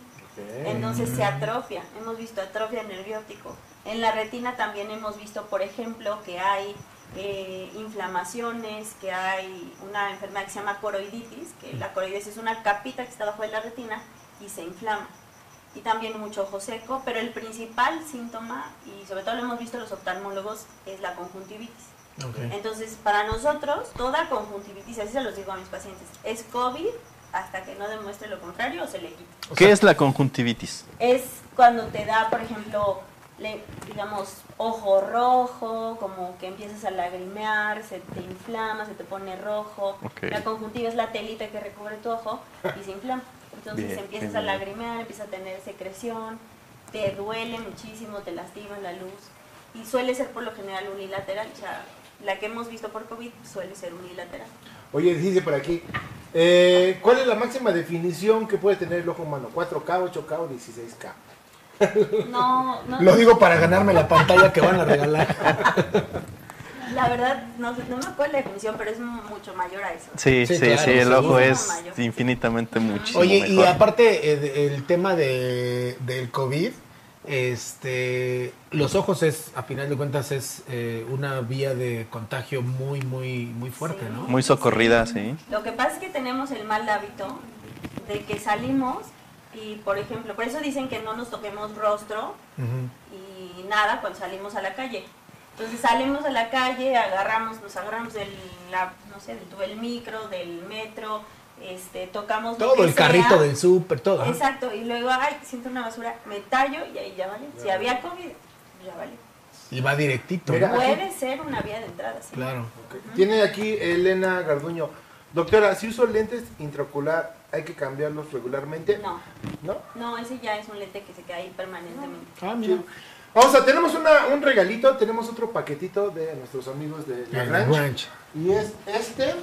Speaker 8: Entonces se atrofia. Hemos visto atrofia nerviótico. En la retina también hemos visto, por ejemplo, que hay eh, inflamaciones, que hay una enfermedad que se llama coroiditis, que la coroides es una capita que está abajo de la retina y se inflama. Y también mucho ojo seco, pero el principal síntoma, y sobre todo lo hemos visto los oftalmólogos, es la conjuntivitis.
Speaker 2: (laughs)
Speaker 8: Entonces, para nosotros, toda conjuntivitis, así se los digo a mis pacientes, es COVID hasta que no demuestre lo contrario o se le quite
Speaker 10: ¿Qué es la conjuntivitis?
Speaker 8: es cuando te da, por ejemplo, le- digamos, ojo rojo, como que empiezas a lagrimear, se te inflama, se te pone rojo.
Speaker 10: Ok.
Speaker 8: La conjuntiva es la telita que recubre tu ojo y se inflama. Entonces
Speaker 10: Bien,
Speaker 8: empiezas
Speaker 10: bien,
Speaker 8: a
Speaker 10: bien.
Speaker 8: lagrimear, empiezas a tener secreción, te duele muchísimo, te lastima la luz. Y suele ser por lo general unilateral, o sea, la que hemos visto por COVID suele ser unilateral.
Speaker 5: Oye, dice por aquí, eh, ¿cuál es la máxima definición que puede tener el ojo humano? ¿4K, 8K o 16K?
Speaker 8: No,
Speaker 5: (laughs)
Speaker 8: no,
Speaker 2: Lo digo para ganarme la pantalla que van a regalar.
Speaker 8: la verdad, no, no me acuerdo la definición, pero es mucho mayor a eso.
Speaker 10: Sí,
Speaker 2: Sí,
Speaker 10: sí, sí,
Speaker 2: claro,
Speaker 10: el
Speaker 2: sí.
Speaker 10: ojo
Speaker 8: Muchísimo
Speaker 10: es
Speaker 8: mayor.
Speaker 10: infinitamente (laughs) muchísimo
Speaker 2: Oye, y
Speaker 10: mejor.
Speaker 2: aparte eh, de- el tema de, del COVID, este, los ojos es, a final de cuentas, es eh, una vía de contagio muy, muy, muy fuerte,
Speaker 8: Sí.
Speaker 2: ¿no?
Speaker 10: Muy socorrida, sí.
Speaker 8: Lo que pasa es que tenemos el mal hábito de que salimos y, por ejemplo, por eso dicen que no nos toquemos rostro y nada cuando salimos a la calle. Entonces salimos a la calle, agarramos, nos agarramos del, la, no sé, del, tubo del micro, del metro, este, tocamos lo
Speaker 2: Todo
Speaker 8: que
Speaker 2: el carrito
Speaker 8: sea.
Speaker 2: del súper, todo. ajá.
Speaker 8: Exacto, y luego, ay, siento una basura, me tallo y ahí ya vale. Si había COVID, ya vale.
Speaker 2: Y va directito.
Speaker 5: Mira,
Speaker 2: ¿no?
Speaker 8: Puede ser una vía de entrada, sí.
Speaker 2: Ah, Claro.
Speaker 5: Tiene aquí Elena Garduño. Doctora, si uso lentes intraocular, ¿hay que cambiarlos regularmente?
Speaker 8: No,
Speaker 5: ¿No?
Speaker 8: no, ese ya es un lente que se queda ahí permanentemente.
Speaker 2: Ah,
Speaker 5: Sí. Vamos a, tenemos una- un regalito, tenemos otro paquetito de nuestros amigos de La Ranch.
Speaker 2: ranch.
Speaker 5: Y es este.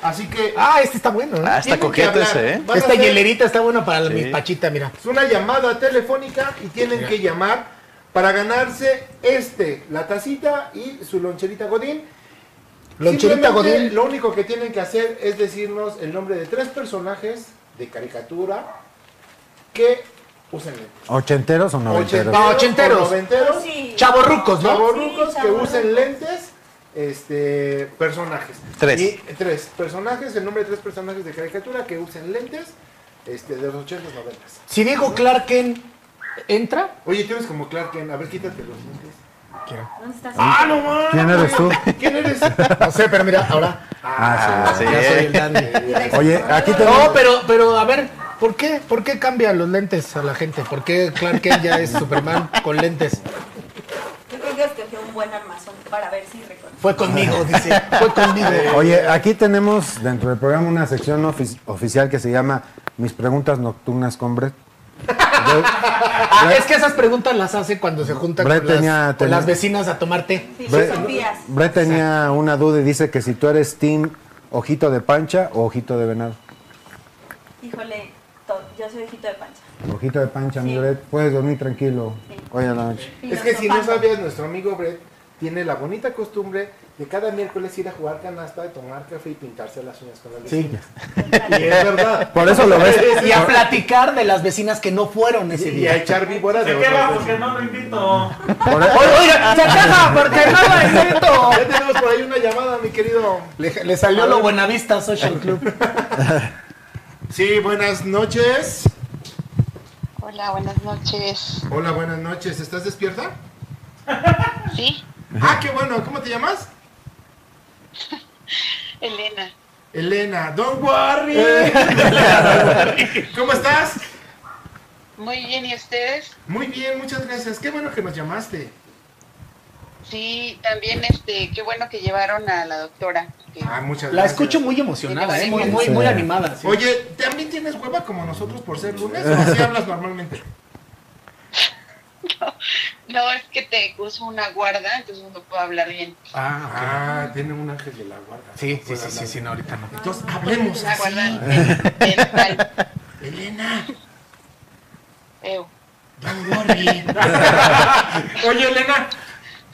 Speaker 5: Así que.
Speaker 2: Ah, este está bueno, ¿no?
Speaker 10: Ah, está
Speaker 5: tienen que
Speaker 10: coqueto
Speaker 5: hablar.
Speaker 10: ese, ¿eh?
Speaker 5: Van a
Speaker 2: Esta
Speaker 5: hacer-
Speaker 2: hielerita está buena para la-
Speaker 10: Sí.
Speaker 2: mi pachita, mira.
Speaker 5: Es una llamada telefónica y tienen que llamar para ganarse este, la tacita y su loncherita Godín.
Speaker 2: Loncherita
Speaker 5: Simplemente,
Speaker 2: Godín.
Speaker 5: Lo único que tienen que hacer es decirnos el nombre de tres personajes de caricatura que usen lentes.
Speaker 4: ¿Ochenteros o noventeros?
Speaker 2: No, ochenteros.
Speaker 5: o noventeros.
Speaker 8: Sí.
Speaker 2: Chavorrucos, ¿no?
Speaker 5: chavorrucos
Speaker 8: Sí,
Speaker 5: que
Speaker 8: chavorrucos.
Speaker 5: usen lentes, este, personajes.
Speaker 10: Tres.
Speaker 5: Y, tres personajes, el nombre de tres personajes de caricatura que usen lentes, este, de los 80s, 90
Speaker 2: Si digo Clark Kent, ¿entra?
Speaker 5: Oye, tú eres como Clark Kent, a ver, quítate los lentes.
Speaker 8: ¿Dónde estás?
Speaker 5: no mames!
Speaker 4: ¿Quién eres tú?
Speaker 5: ¿Quién eres? Ah,
Speaker 2: No sé, pero mira, ahora.
Speaker 10: Ah, sí.
Speaker 2: Ya soy el dandy.
Speaker 4: Oye, aquí
Speaker 2: No,
Speaker 4: tenemos...
Speaker 2: pero, pero a ver, ¿por qué, ¿por qué cambian los lentes a la gente? ¿Por qué Clark Kent ya es Superman con lentes?
Speaker 8: Yo creo que escogió un buen armazón para ver si reconoce.
Speaker 2: Fue conmigo, dice. Fue conmigo.
Speaker 4: Oye, aquí tenemos dentro del programa una sección ofi- oficial que se llama Mis preguntas nocturnas con Brett.
Speaker 2: Ah, es que esas preguntas las hace cuando se juntan
Speaker 4: Brett
Speaker 2: con, las-
Speaker 4: tenía-
Speaker 2: con
Speaker 4: tenía-
Speaker 2: las vecinas a tomar té.
Speaker 8: Filosofías.
Speaker 4: Brett tenía una duda y dice que si tú eres team ojito de pancha o ojito de venado.
Speaker 8: Híjole, to- yo soy ojito de pancha.
Speaker 4: Ojito de pancha, mi Brett, puedes dormir tranquilo hoy en la noche.
Speaker 5: Es que si no
Speaker 8: Filosofando.
Speaker 5: sabías, nuestro amigo Brett tiene la bonita costumbre de cada miércoles ir a jugar canasta, de tomar café y pintarse las uñas con la
Speaker 2: Sí.
Speaker 5: vecina. Y es verdad.
Speaker 4: Por eso lo ves.
Speaker 2: Y a platicar de las vecinas que no fueron ese
Speaker 5: Y a
Speaker 2: día.
Speaker 5: echar víboras de
Speaker 6: ¿De qué
Speaker 5: otras
Speaker 6: va?
Speaker 5: veces.
Speaker 6: Porque no lo invito.
Speaker 2: Oiga, se caja porque no lo invito.
Speaker 5: Ya tenemos por ahí una llamada, mi querido.
Speaker 2: Le, le salió lo Buenavista Social Club.
Speaker 5: Sí, buenas noches.
Speaker 11: Hola, buenas noches.
Speaker 5: Hola, buenas noches. ¿Estás despierta?
Speaker 11: Sí,
Speaker 5: Ah, qué bueno. ¿Cómo te llamas?
Speaker 11: Elena.
Speaker 5: Elena. Don't worry.
Speaker 2: Eh.
Speaker 5: (laughs)
Speaker 2: (laughs)
Speaker 5: ¿Cómo estás?
Speaker 11: Muy bien, ¿y ustedes?
Speaker 5: Muy bien, muchas gracias. Qué bueno que nos llamaste.
Speaker 11: Sí, también este, qué bueno que llevaron a la doctora. que-
Speaker 5: Ah, muchas
Speaker 2: La
Speaker 5: gracias.
Speaker 2: escucho muy emocionada, eh, muy, muy, muy animada. sí.
Speaker 5: Oye, ¿también tienes hueva como nosotros por ser lunes o así hablas
Speaker 2: (laughs)
Speaker 5: normalmente?
Speaker 11: No, es que te puso una guarda, entonces no puedo hablar bien.
Speaker 5: Ah, tiene un ángel de la guarda.
Speaker 2: Sí, sí, sí, sí, sí, no, ahorita no.
Speaker 5: Entonces, hablemos
Speaker 11: Una guarda
Speaker 5: así. (laughs)
Speaker 11: de- dental.
Speaker 5: Elena,
Speaker 11: Eu.
Speaker 5: don't worry. (laughs) Oye, Elena,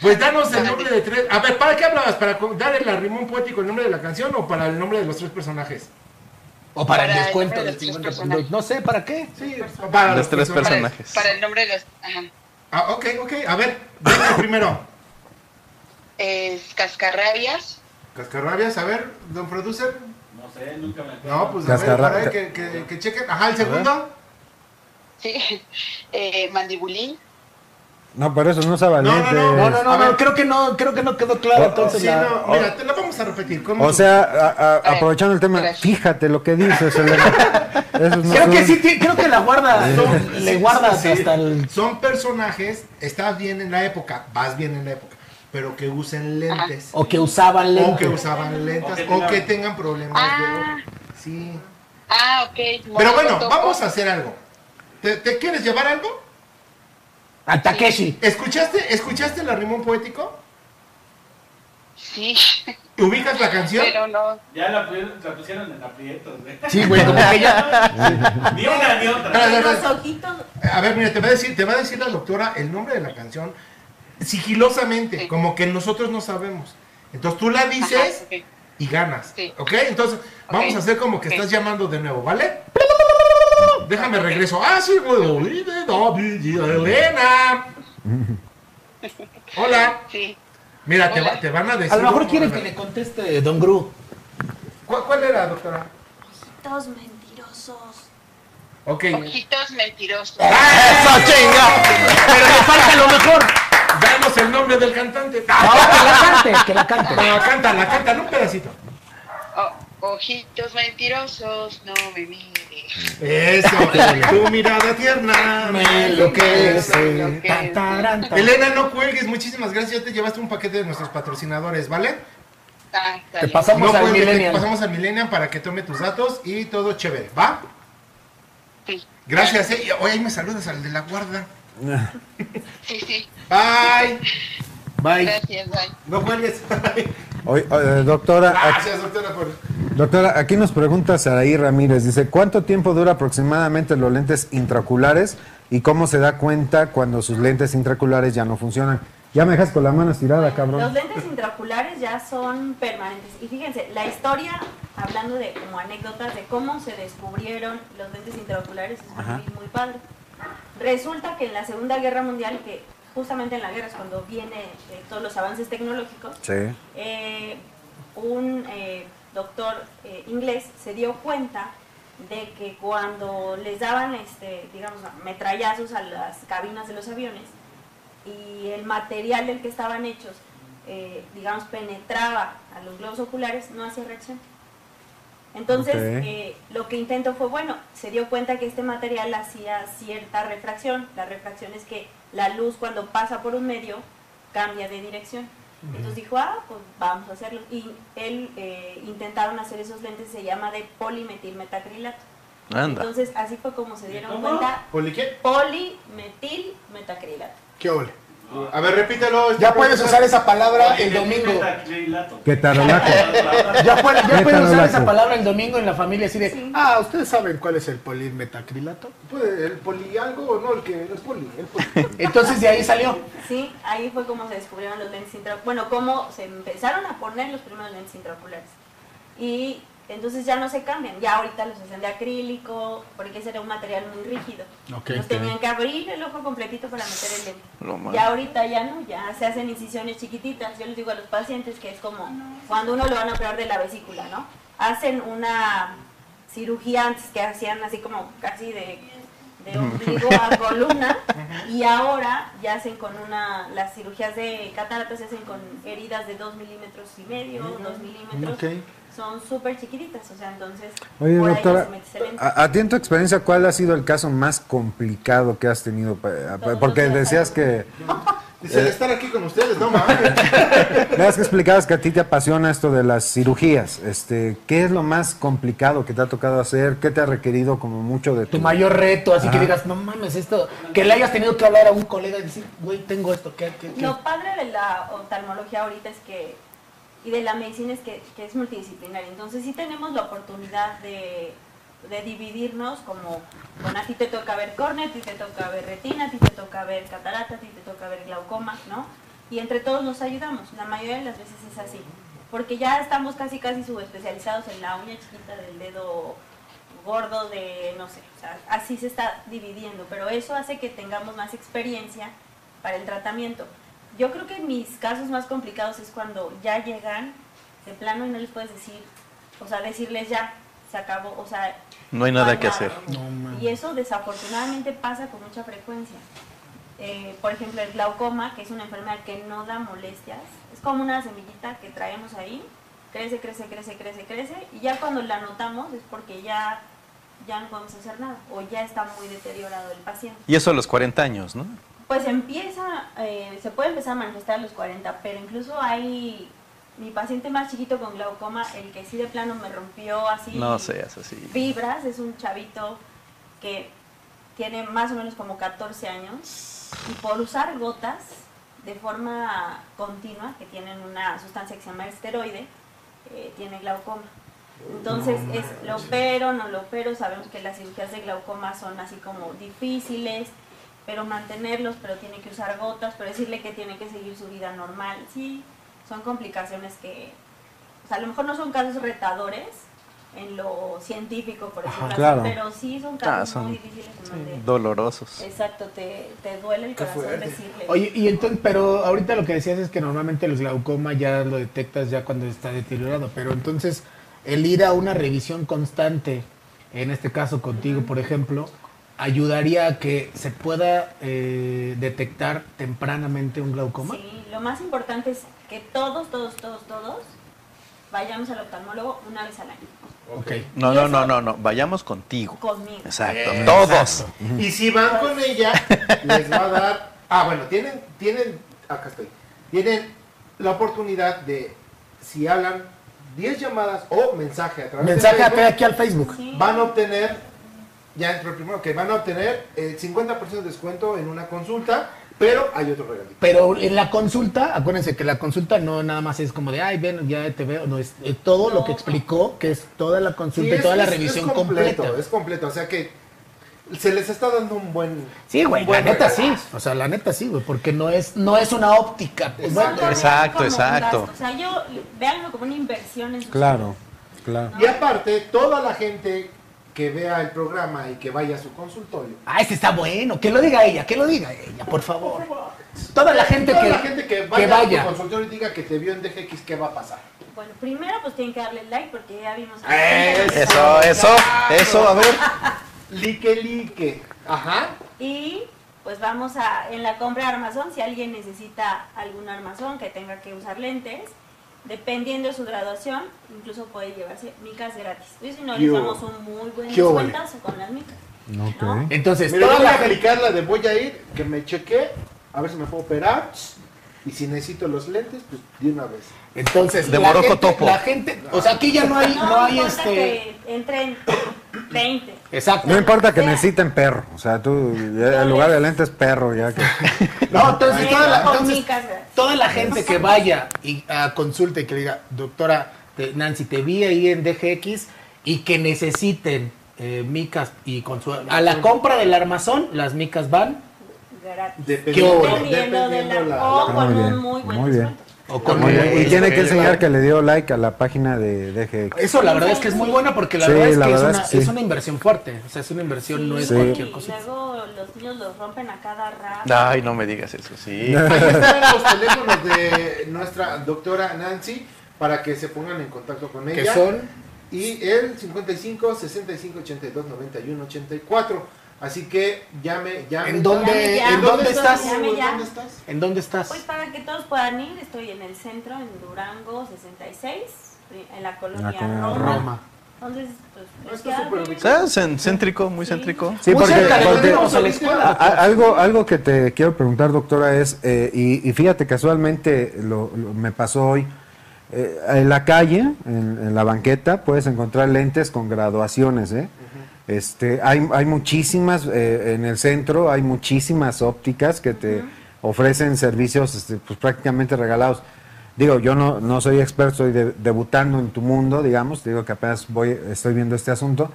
Speaker 5: pues danos el nombre de tres. A ver, ¿para qué hablabas? ¿Para co- dar el arrimón poético el nombre de la canción o para el nombre de los tres personajes?
Speaker 2: O para el
Speaker 11: Para el
Speaker 2: descuento
Speaker 11: nombre
Speaker 2: del
Speaker 11: de los
Speaker 2: 50%.
Speaker 11: personajes.
Speaker 2: No sé, ¿para qué?
Speaker 5: Sí, para
Speaker 10: Los tres
Speaker 11: Para, el-
Speaker 10: personajes.
Speaker 11: para el nombre de los... Ajá.
Speaker 5: Ah, ok, ok. A ver, venga
Speaker 4: (coughs)
Speaker 5: el primero.
Speaker 11: Es cascarrabias. (laughs)
Speaker 5: Cascarrabias, a ver, don producer.
Speaker 6: No sé, nunca me acuerdo.
Speaker 5: No, pues a ver,
Speaker 4: Cascarra-
Speaker 5: para ver, que, que, que chequen. Ajá, el segundo.
Speaker 11: Sí. Eh, mandibulín.
Speaker 4: No, pero eso no sea
Speaker 5: no,
Speaker 4: valiente.
Speaker 2: No, no, Oh, no,
Speaker 5: A
Speaker 2: no,
Speaker 5: ver.
Speaker 2: creo que no, creo que no quedó claro entonces
Speaker 5: sí,
Speaker 2: la-
Speaker 5: no, mira, te la vamos a repetir. ¿cómo
Speaker 4: O
Speaker 5: tú?
Speaker 4: sea, a- a- aprovechando el tema,
Speaker 11: Gracias.
Speaker 4: fíjate lo que dices, Elena. Eso no
Speaker 2: Creo que
Speaker 4: son-
Speaker 2: sí, ti- creo que la guarda,
Speaker 5: Son-
Speaker 2: le
Speaker 5: sí,
Speaker 2: guardas
Speaker 5: sí, sí.
Speaker 2: hasta el...
Speaker 5: Son personajes, estás bien en la época, vas bien en la época, pero que usen lentes.
Speaker 2: O que usaban
Speaker 5: O
Speaker 2: lente.
Speaker 5: que usaban
Speaker 6: O
Speaker 5: lentes,
Speaker 6: que
Speaker 5: o
Speaker 6: tengan-
Speaker 5: que tengan problemas
Speaker 11: Ah.
Speaker 5: de ojo. Sí.
Speaker 11: Ah, ok.
Speaker 5: Pero bueno,
Speaker 11: Molotov.
Speaker 5: vamos a hacer algo. ¿Te, te quieres llevar algo?
Speaker 2: A Takeshi.
Speaker 5: ¿Escuchaste, ¿Escuchaste el arrimón poético?
Speaker 11: Sí,
Speaker 5: ¿Ubicas la canción?
Speaker 11: (laughs) pero no.
Speaker 6: Ya la, pu- la pusieron en aprietos, güey.
Speaker 2: Sí, güey, como que ya...
Speaker 6: (laughs) Ni una ni otra.
Speaker 5: Espera,
Speaker 8: Y
Speaker 5: espera,
Speaker 8: los
Speaker 5: espera.
Speaker 8: ojitos,
Speaker 5: A ver, mira, te va a decir, te va a decir la doctora el nombre de la canción sigilosamente,
Speaker 11: Sí.
Speaker 5: como que nosotros no sabemos. Entonces tú la dices.
Speaker 11: Ajá, ok.
Speaker 5: y ganas.
Speaker 11: Sí.
Speaker 5: ¿Ok? Entonces, vamos a hacer como que
Speaker 11: Ok.
Speaker 5: estás llamando de nuevo, ¿vale? Déjame regreso. Ah, sí, güey.
Speaker 2: (laughs)
Speaker 5: Elena. Hola.
Speaker 11: Sí.
Speaker 5: Mira, te,
Speaker 11: Hola.
Speaker 5: va- te van a decir.
Speaker 2: A lo mejor
Speaker 5: como-
Speaker 2: quiere que le conteste Don Gru.
Speaker 5: ¿Cuál, cuál era, doctora?
Speaker 8: ojitos mentirosos.
Speaker 5: Ok.
Speaker 11: Ojitos mentirosos.
Speaker 5: Ah,
Speaker 2: ¡Eso, chinga! Pero le falta lo mejor.
Speaker 5: Danos el nombre del
Speaker 2: (laughs)
Speaker 5: cantante.
Speaker 2: Ahora que la cante, que la cante.
Speaker 5: No, cántala, cántala un pedacito.
Speaker 11: O- Oh, ojitos mentirosos, no me mires.
Speaker 5: Eso.
Speaker 9: (laughs)
Speaker 5: tu mirada tierna.
Speaker 2: Lo que es. eh,
Speaker 11: Lo que es.
Speaker 5: Elena, no cuelgues. Muchísimas gracias. Ya te llevaste un paquete de nuestros patrocinadores, ¿vale?
Speaker 11: Ah, está
Speaker 2: Te
Speaker 11: bien.
Speaker 2: pasamos
Speaker 5: No
Speaker 2: al
Speaker 5: puedes meter-
Speaker 2: Millennial.
Speaker 5: pasamos al Millennium para que tome tus datos y todo chévere, ¿va?
Speaker 11: Sí.
Speaker 5: Gracias, eh. Oye, ahí me saludas al de la guarda.
Speaker 11: Sí, sí.
Speaker 5: Bye.
Speaker 2: Bye.
Speaker 11: Gracias, bye.
Speaker 5: No cuelgues. (laughs)
Speaker 4: Oye, oye, doctora, aquí-
Speaker 5: Gracias, doctora, por.
Speaker 4: doctora, aquí nos pregunta Saraí Ramírez. Dice, ¿cuánto tiempo dura aproximadamente los lentes intraoculares y cómo se da cuenta cuando sus lentes intraoculares ya no funcionan? Ya me dejas con la mano estirada,
Speaker 8: Los
Speaker 4: cabrón.
Speaker 8: lentes intraoculares ya son permanentes. Y fíjense, la historia, hablando de como anécdotas de cómo se descubrieron los lentes intraoculares, es muy, muy padre. Resulta que en la Segunda Guerra Mundial, que justamente en la guerra es cuando vienen todos los avances tecnológicos,
Speaker 4: Sí.
Speaker 8: eh, un eh, doctor eh, inglés se dio cuenta de que cuando les daban, este, digamos, metrallazos a las cabinas de los aviones y el material del que estaban hechos, eh, digamos, penetraba a los globos oculares, no hacía reacción. Entonces,
Speaker 4: Ok.
Speaker 8: eh, lo que intentó fue, bueno, se dio cuenta que este material hacía cierta refracción. La refracción es que la luz cuando pasa por un medio cambia de dirección. Entonces dijo, ah, pues vamos a hacerlo. Y él eh, intentaron hacer esos lentes, se llama de polimetilmetacrilato.
Speaker 10: Anda.
Speaker 8: Entonces así fue como se dieron
Speaker 6: ¿Cómo?
Speaker 8: cuenta
Speaker 5: ¿Poli qué?
Speaker 8: polimetilmetacrilato.
Speaker 5: ¿Qué ole? A ver, repítelo. este,
Speaker 9: Ya puedes usar esa palabra el domingo.
Speaker 4: Que tarolaco.
Speaker 9: Ya puedes ya
Speaker 4: Neta,
Speaker 9: puedes
Speaker 4: no
Speaker 9: usar
Speaker 4: la
Speaker 9: esa
Speaker 4: sé.
Speaker 9: palabra el domingo en la familia así de, ah, ustedes saben cuál es el polimetacrilato.
Speaker 5: Puede, El poli algo o no, el que el poli. El poli.
Speaker 9: Entonces de ahí salió.
Speaker 8: Sí, ahí fue como se descubrieron los lentes intraoculares. Bueno, cómo se empezaron a poner los primeros lentes intraoculares. Y entonces ya no se cambian. Ya ahorita los hacen de acrílico, porque ese era un material muy rígido.
Speaker 9: Ok,
Speaker 8: Entonces
Speaker 9: ok.
Speaker 8: tenían que abrir el ojo completito para meter el lente.
Speaker 10: Lo malo.
Speaker 8: Ya ahorita ya no, ya se hacen incisiones chiquititas. Yo les digo a los pacientes que es como cuando uno lo van a operar de la vesícula, ¿no? Hacen una cirugía antes que hacían así como casi de,
Speaker 4: (laughs)
Speaker 8: de ombligo a columna y ahora ya hacen con una, las cirugías de cataratas se hacen con heridas de 2 milímetros y medio, 2 milímetros.
Speaker 4: Ok.
Speaker 8: Son súper chiquititas, o sea, entonces
Speaker 4: Oye,
Speaker 8: por ahí ya
Speaker 4: doctora,
Speaker 8: se mete ese lente.
Speaker 4: a, a ti en tu experiencia, ¿cuál ha sido el caso más complicado que has tenido? Pa- pa- Porque decías que,
Speaker 5: Dice, estar aquí con ustedes, no mames.
Speaker 4: veas que explicabas que a ti te apasiona esto de las cirugías. Este, ¿Qué es lo más complicado que te ha tocado hacer? ¿Qué te ha requerido como mucho de tu...
Speaker 9: Tu mayor reto, así que
Speaker 4: Ajá.
Speaker 9: digas, no mames, esto, que le hayas tenido que hablar a un colega y decir, güey, tengo esto, ¿qué, qué, qué?
Speaker 8: Lo padre de la oftalmología ahorita es que, y de la medicina es que, que es multidisciplinaria. Entonces sí tenemos la oportunidad de, de dividirnos como, bueno, a ti te toca ver córnea, a ti te toca ver retina, a ti te toca ver catarata, a ti te toca ver glaucoma, ¿no? Y entre todos nos ayudamos. La mayoría de las veces es así. Porque ya estamos casi, casi subespecializados en la uña chiquita del dedo gordo de, no sé, o sea, así se está dividiendo, pero eso hace que tengamos más experiencia para el tratamiento. Yo creo que mis casos más complicados es cuando ya llegan de plano y no les puedes decir, o sea, decirles ya, se acabó, o sea...
Speaker 10: No hay nada que
Speaker 8: pasa,
Speaker 10: hacer.
Speaker 8: ¿no? y eso desafortunadamente pasa con mucha frecuencia. Eh, por ejemplo, el glaucoma, que es una enfermedad que no da molestias, es como una semillita que traemos ahí, crece, crece, crece, crece, crece, y ya cuando la notamos es porque ya, ya no podemos hacer nada, o ya está muy deteriorado el paciente.
Speaker 10: Y eso a los 40 años, ¿no?
Speaker 8: Pues empieza, eh, se puede empezar a manifestar a los 40, pero incluso hay mi paciente más chiquito con glaucoma, el que sí de plano me rompió así
Speaker 10: No seas así.
Speaker 8: vibras, es un chavito que tiene más o menos como 14 años y por usar gotas de forma continua, que tienen una sustancia que se llama esteroide, eh, tiene glaucoma. Entonces, es, lo opero, no lo opero, sabemos que las cirugías de glaucoma son así como difíciles, pero mantenerlos, pero tiene que usar gotas, pero decirle que tiene que seguir su vida normal, sí, son complicaciones que, o sea, a lo mejor no son casos retadores en lo científico, por
Speaker 10: Ajá,
Speaker 8: ejemplo, así,
Speaker 10: claro.
Speaker 8: pero sí son
Speaker 10: Ah,
Speaker 8: casos
Speaker 10: son
Speaker 8: muy difíciles en donde-
Speaker 10: Dolorosos.
Speaker 8: Exacto, te, te duele el corazón decirle.
Speaker 2: Oye, y entonces, pero ahorita lo que decías es que normalmente los glaucoma ya lo detectas ya cuando está deteriorado, pero entonces el ir a una revisión constante, en este caso contigo, por ejemplo, ayudaría a que se pueda eh, detectar tempranamente un glaucoma.
Speaker 8: Sí, lo más importante es que todos, todos, todos, todos vayamos al oftalmólogo una vez al año.
Speaker 2: Ok.
Speaker 10: No, no, no, no, no. Vayamos contigo.
Speaker 8: Conmigo.
Speaker 10: Exacto.
Speaker 5: Exacto.
Speaker 10: Todos.
Speaker 5: Y si van con ella, les va a dar. Ah, bueno, tienen, tienen, acá estoy. Tienen la oportunidad de, si hablan 10 llamadas o mensaje a través de
Speaker 9: Mensaje
Speaker 5: Facebook,
Speaker 9: acá, aquí al Facebook.
Speaker 5: van a obtener, ya entro primero, que van a obtener el 50% de descuento en una consulta, pero hay otro regalito.
Speaker 9: Pero en la consulta, acuérdense que la consulta no nada más es como de, ay, ven, ya te veo, no, es eh, todo lo que explicó, que es toda la consulta
Speaker 5: Sí,
Speaker 9: y toda
Speaker 5: es-
Speaker 9: la
Speaker 5: es-
Speaker 9: revisión
Speaker 5: es completo,
Speaker 9: completa.
Speaker 5: Es completo, o sea que se les está dando un buen.
Speaker 9: Sí, güey,
Speaker 5: un
Speaker 9: la
Speaker 5: buen
Speaker 9: neta sí,
Speaker 5: regalo.
Speaker 9: o sea, la neta sí, güey, porque no es, no es una óptica. pues,
Speaker 8: Son
Speaker 9: bueno,
Speaker 8: también
Speaker 10: Exacto,
Speaker 8: como un
Speaker 10: exacto.
Speaker 8: gasto. O sea, yo, véanlo como una inversión en sus
Speaker 4: Claro, claro.
Speaker 5: Y aparte, toda la gente que vea el programa y que vaya a su consultorio.
Speaker 9: ah, ese está bueno, que lo diga ella, que lo diga ella, por favor. Toda la gente
Speaker 5: toda
Speaker 9: que,
Speaker 5: la gente que vaya, a tu consultorio y diga que te vio en DGX, ¿qué va a pasar?
Speaker 8: Bueno, primero pues tienen que darle like porque ya vimos
Speaker 10: Eso, eso, eso, a ver.
Speaker 5: Lique, lique. Ajá.
Speaker 8: Y pues vamos a, en la compra de armazón, si alguien necesita algún armazón que tenga que usar lentes, dependiendo de su graduación, incluso puede llevarse micas gratis. Y si no, les
Speaker 5: Yo.
Speaker 8: damos un muy buen
Speaker 9: Yo, vale.
Speaker 8: descuentazo con las micas.
Speaker 9: Entonces,
Speaker 5: Mira, yo
Speaker 9: toda
Speaker 5: voy
Speaker 9: la
Speaker 5: a
Speaker 9: gente...
Speaker 5: aplicar la de voy a ir, que me cheque, a ver si me puedo operar. Y si necesito los lentes, pues de una vez.
Speaker 9: Entonces,
Speaker 10: De
Speaker 9: la
Speaker 10: Morocco
Speaker 9: gente,
Speaker 10: topo.
Speaker 9: la gente, o sea, aquí ya no hay, no hay
Speaker 8: importa
Speaker 9: este...
Speaker 8: que entren 20.
Speaker 2: Exacto.
Speaker 4: No importa que me citen perro. O sea, tú, ya, el lugar de lente es perro, ya que.
Speaker 2: No, entonces Pues, toda la, entonces,
Speaker 8: Chicas, gracias.
Speaker 2: toda la gente que vaya y a consulta y que le diga, doctora te- Nancy, te vi ahí en DGX y que necesiten eh, micas y consuelo. A la compra del armazón, las micas van
Speaker 8: Gratis.
Speaker 2: ¿Qué hubo?
Speaker 8: Dependiendo de la, o
Speaker 4: la-
Speaker 8: con
Speaker 4: Muy bien,
Speaker 8: un muy buen
Speaker 4: muy bien.
Speaker 8: descuento.
Speaker 2: o con
Speaker 4: Muy bien, Y
Speaker 2: Este,
Speaker 4: tiene que enseñar
Speaker 2: claro.
Speaker 4: que le dio like a la página de DGX.
Speaker 2: Eso la verdad es que es muy bueno porque la
Speaker 4: Sí,
Speaker 2: verdad es
Speaker 4: la
Speaker 2: que es,
Speaker 4: verdad
Speaker 2: una,
Speaker 4: es que sí.
Speaker 2: es una inversión fuerte. O sea, es una inversión, no es
Speaker 4: Sí.
Speaker 2: cualquier
Speaker 8: Y
Speaker 2: cosa.
Speaker 8: luego los niños los rompen a cada rato.
Speaker 10: Ay, no me digas eso, sí.
Speaker 5: Ahí están los teléfonos de nuestra doctora Nancy para que se pongan en contacto con ella.
Speaker 2: Que son
Speaker 5: Y el 55 65 82 91 84. Así que llame, llame.
Speaker 2: ¿En dónde-
Speaker 5: llame
Speaker 8: ya,
Speaker 2: en dónde
Speaker 8: entonces,
Speaker 2: estás?
Speaker 8: llame ya.
Speaker 5: ¿Dónde estás?
Speaker 2: ¿En dónde estás?
Speaker 8: Pues para que todos puedan ir, estoy en el centro, en Durango 66, en la colonia
Speaker 4: colonia
Speaker 8: Roma.
Speaker 2: Roma.
Speaker 8: Entonces, pues,
Speaker 5: No, está
Speaker 8: ya
Speaker 5: súper
Speaker 8: abren.
Speaker 5: ubicado.
Speaker 10: ¿Sabes? En- Céntrico, muy céntrico.
Speaker 4: Sí,
Speaker 2: Muy
Speaker 4: porque,
Speaker 2: cerca de donde
Speaker 4: porque-
Speaker 2: íbamos a la
Speaker 4: A-
Speaker 2: escuela. Ah,
Speaker 4: a- algo, algo que te quiero preguntar, doctora, es, eh, y, y fíjate, casualmente lo, lo- me pasó hoy, eh, en la calle, en, en la banqueta, puedes encontrar lentes con graduaciones, ¿eh? Este, hay, hay muchísimas, eh, en el centro hay muchísimas ópticas que te ofrecen servicios este, pues, prácticamente regalados. Digo, yo no, no soy experto, estoy de- debutando en tu mundo, digamos, digo que apenas voy, estoy viendo este asunto,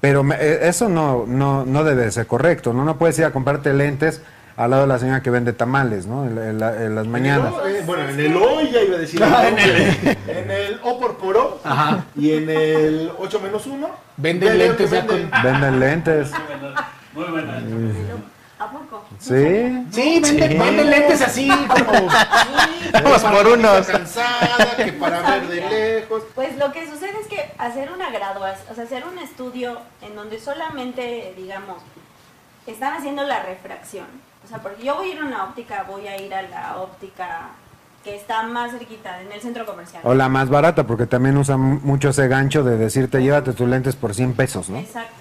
Speaker 4: pero me- eh, eso no, no, no debe de ser correcto, ¿no? No puedes ir a comprarte lentes al lado de la señora que vende tamales, ¿no? En, la- en la- en las mañanas.
Speaker 5: No, eh, bueno, en el hoy ya iba
Speaker 2: (laughs)
Speaker 5: a decir. en, el, en el O por Poro.
Speaker 2: Ajá.
Speaker 5: Y en el 8 menos 1.
Speaker 2: Venden lentes ya con- (laughs)
Speaker 4: Venden lentes.
Speaker 6: Muy buena.
Speaker 4: Mm.
Speaker 8: ¿A poco?
Speaker 4: Sí.
Speaker 2: Sí, venden, venden lentes así como...
Speaker 10: Vamos por unos.
Speaker 5: Cansada, que
Speaker 8: (laughs)
Speaker 5: para ver de lejos.
Speaker 8: Pues lo que sucede es que hacer una graduación, o sea, hacer un estudio en donde solamente, digamos, están haciendo la refracción. O sea, porque yo voy a ir a una óptica, voy a ir a la óptica que está más cerquita, en el centro comercial.
Speaker 4: O la más barata, porque también usan mucho ese gancho de decirte, llévate tus lentes por 100 pesos, ¿no?
Speaker 8: Exacto.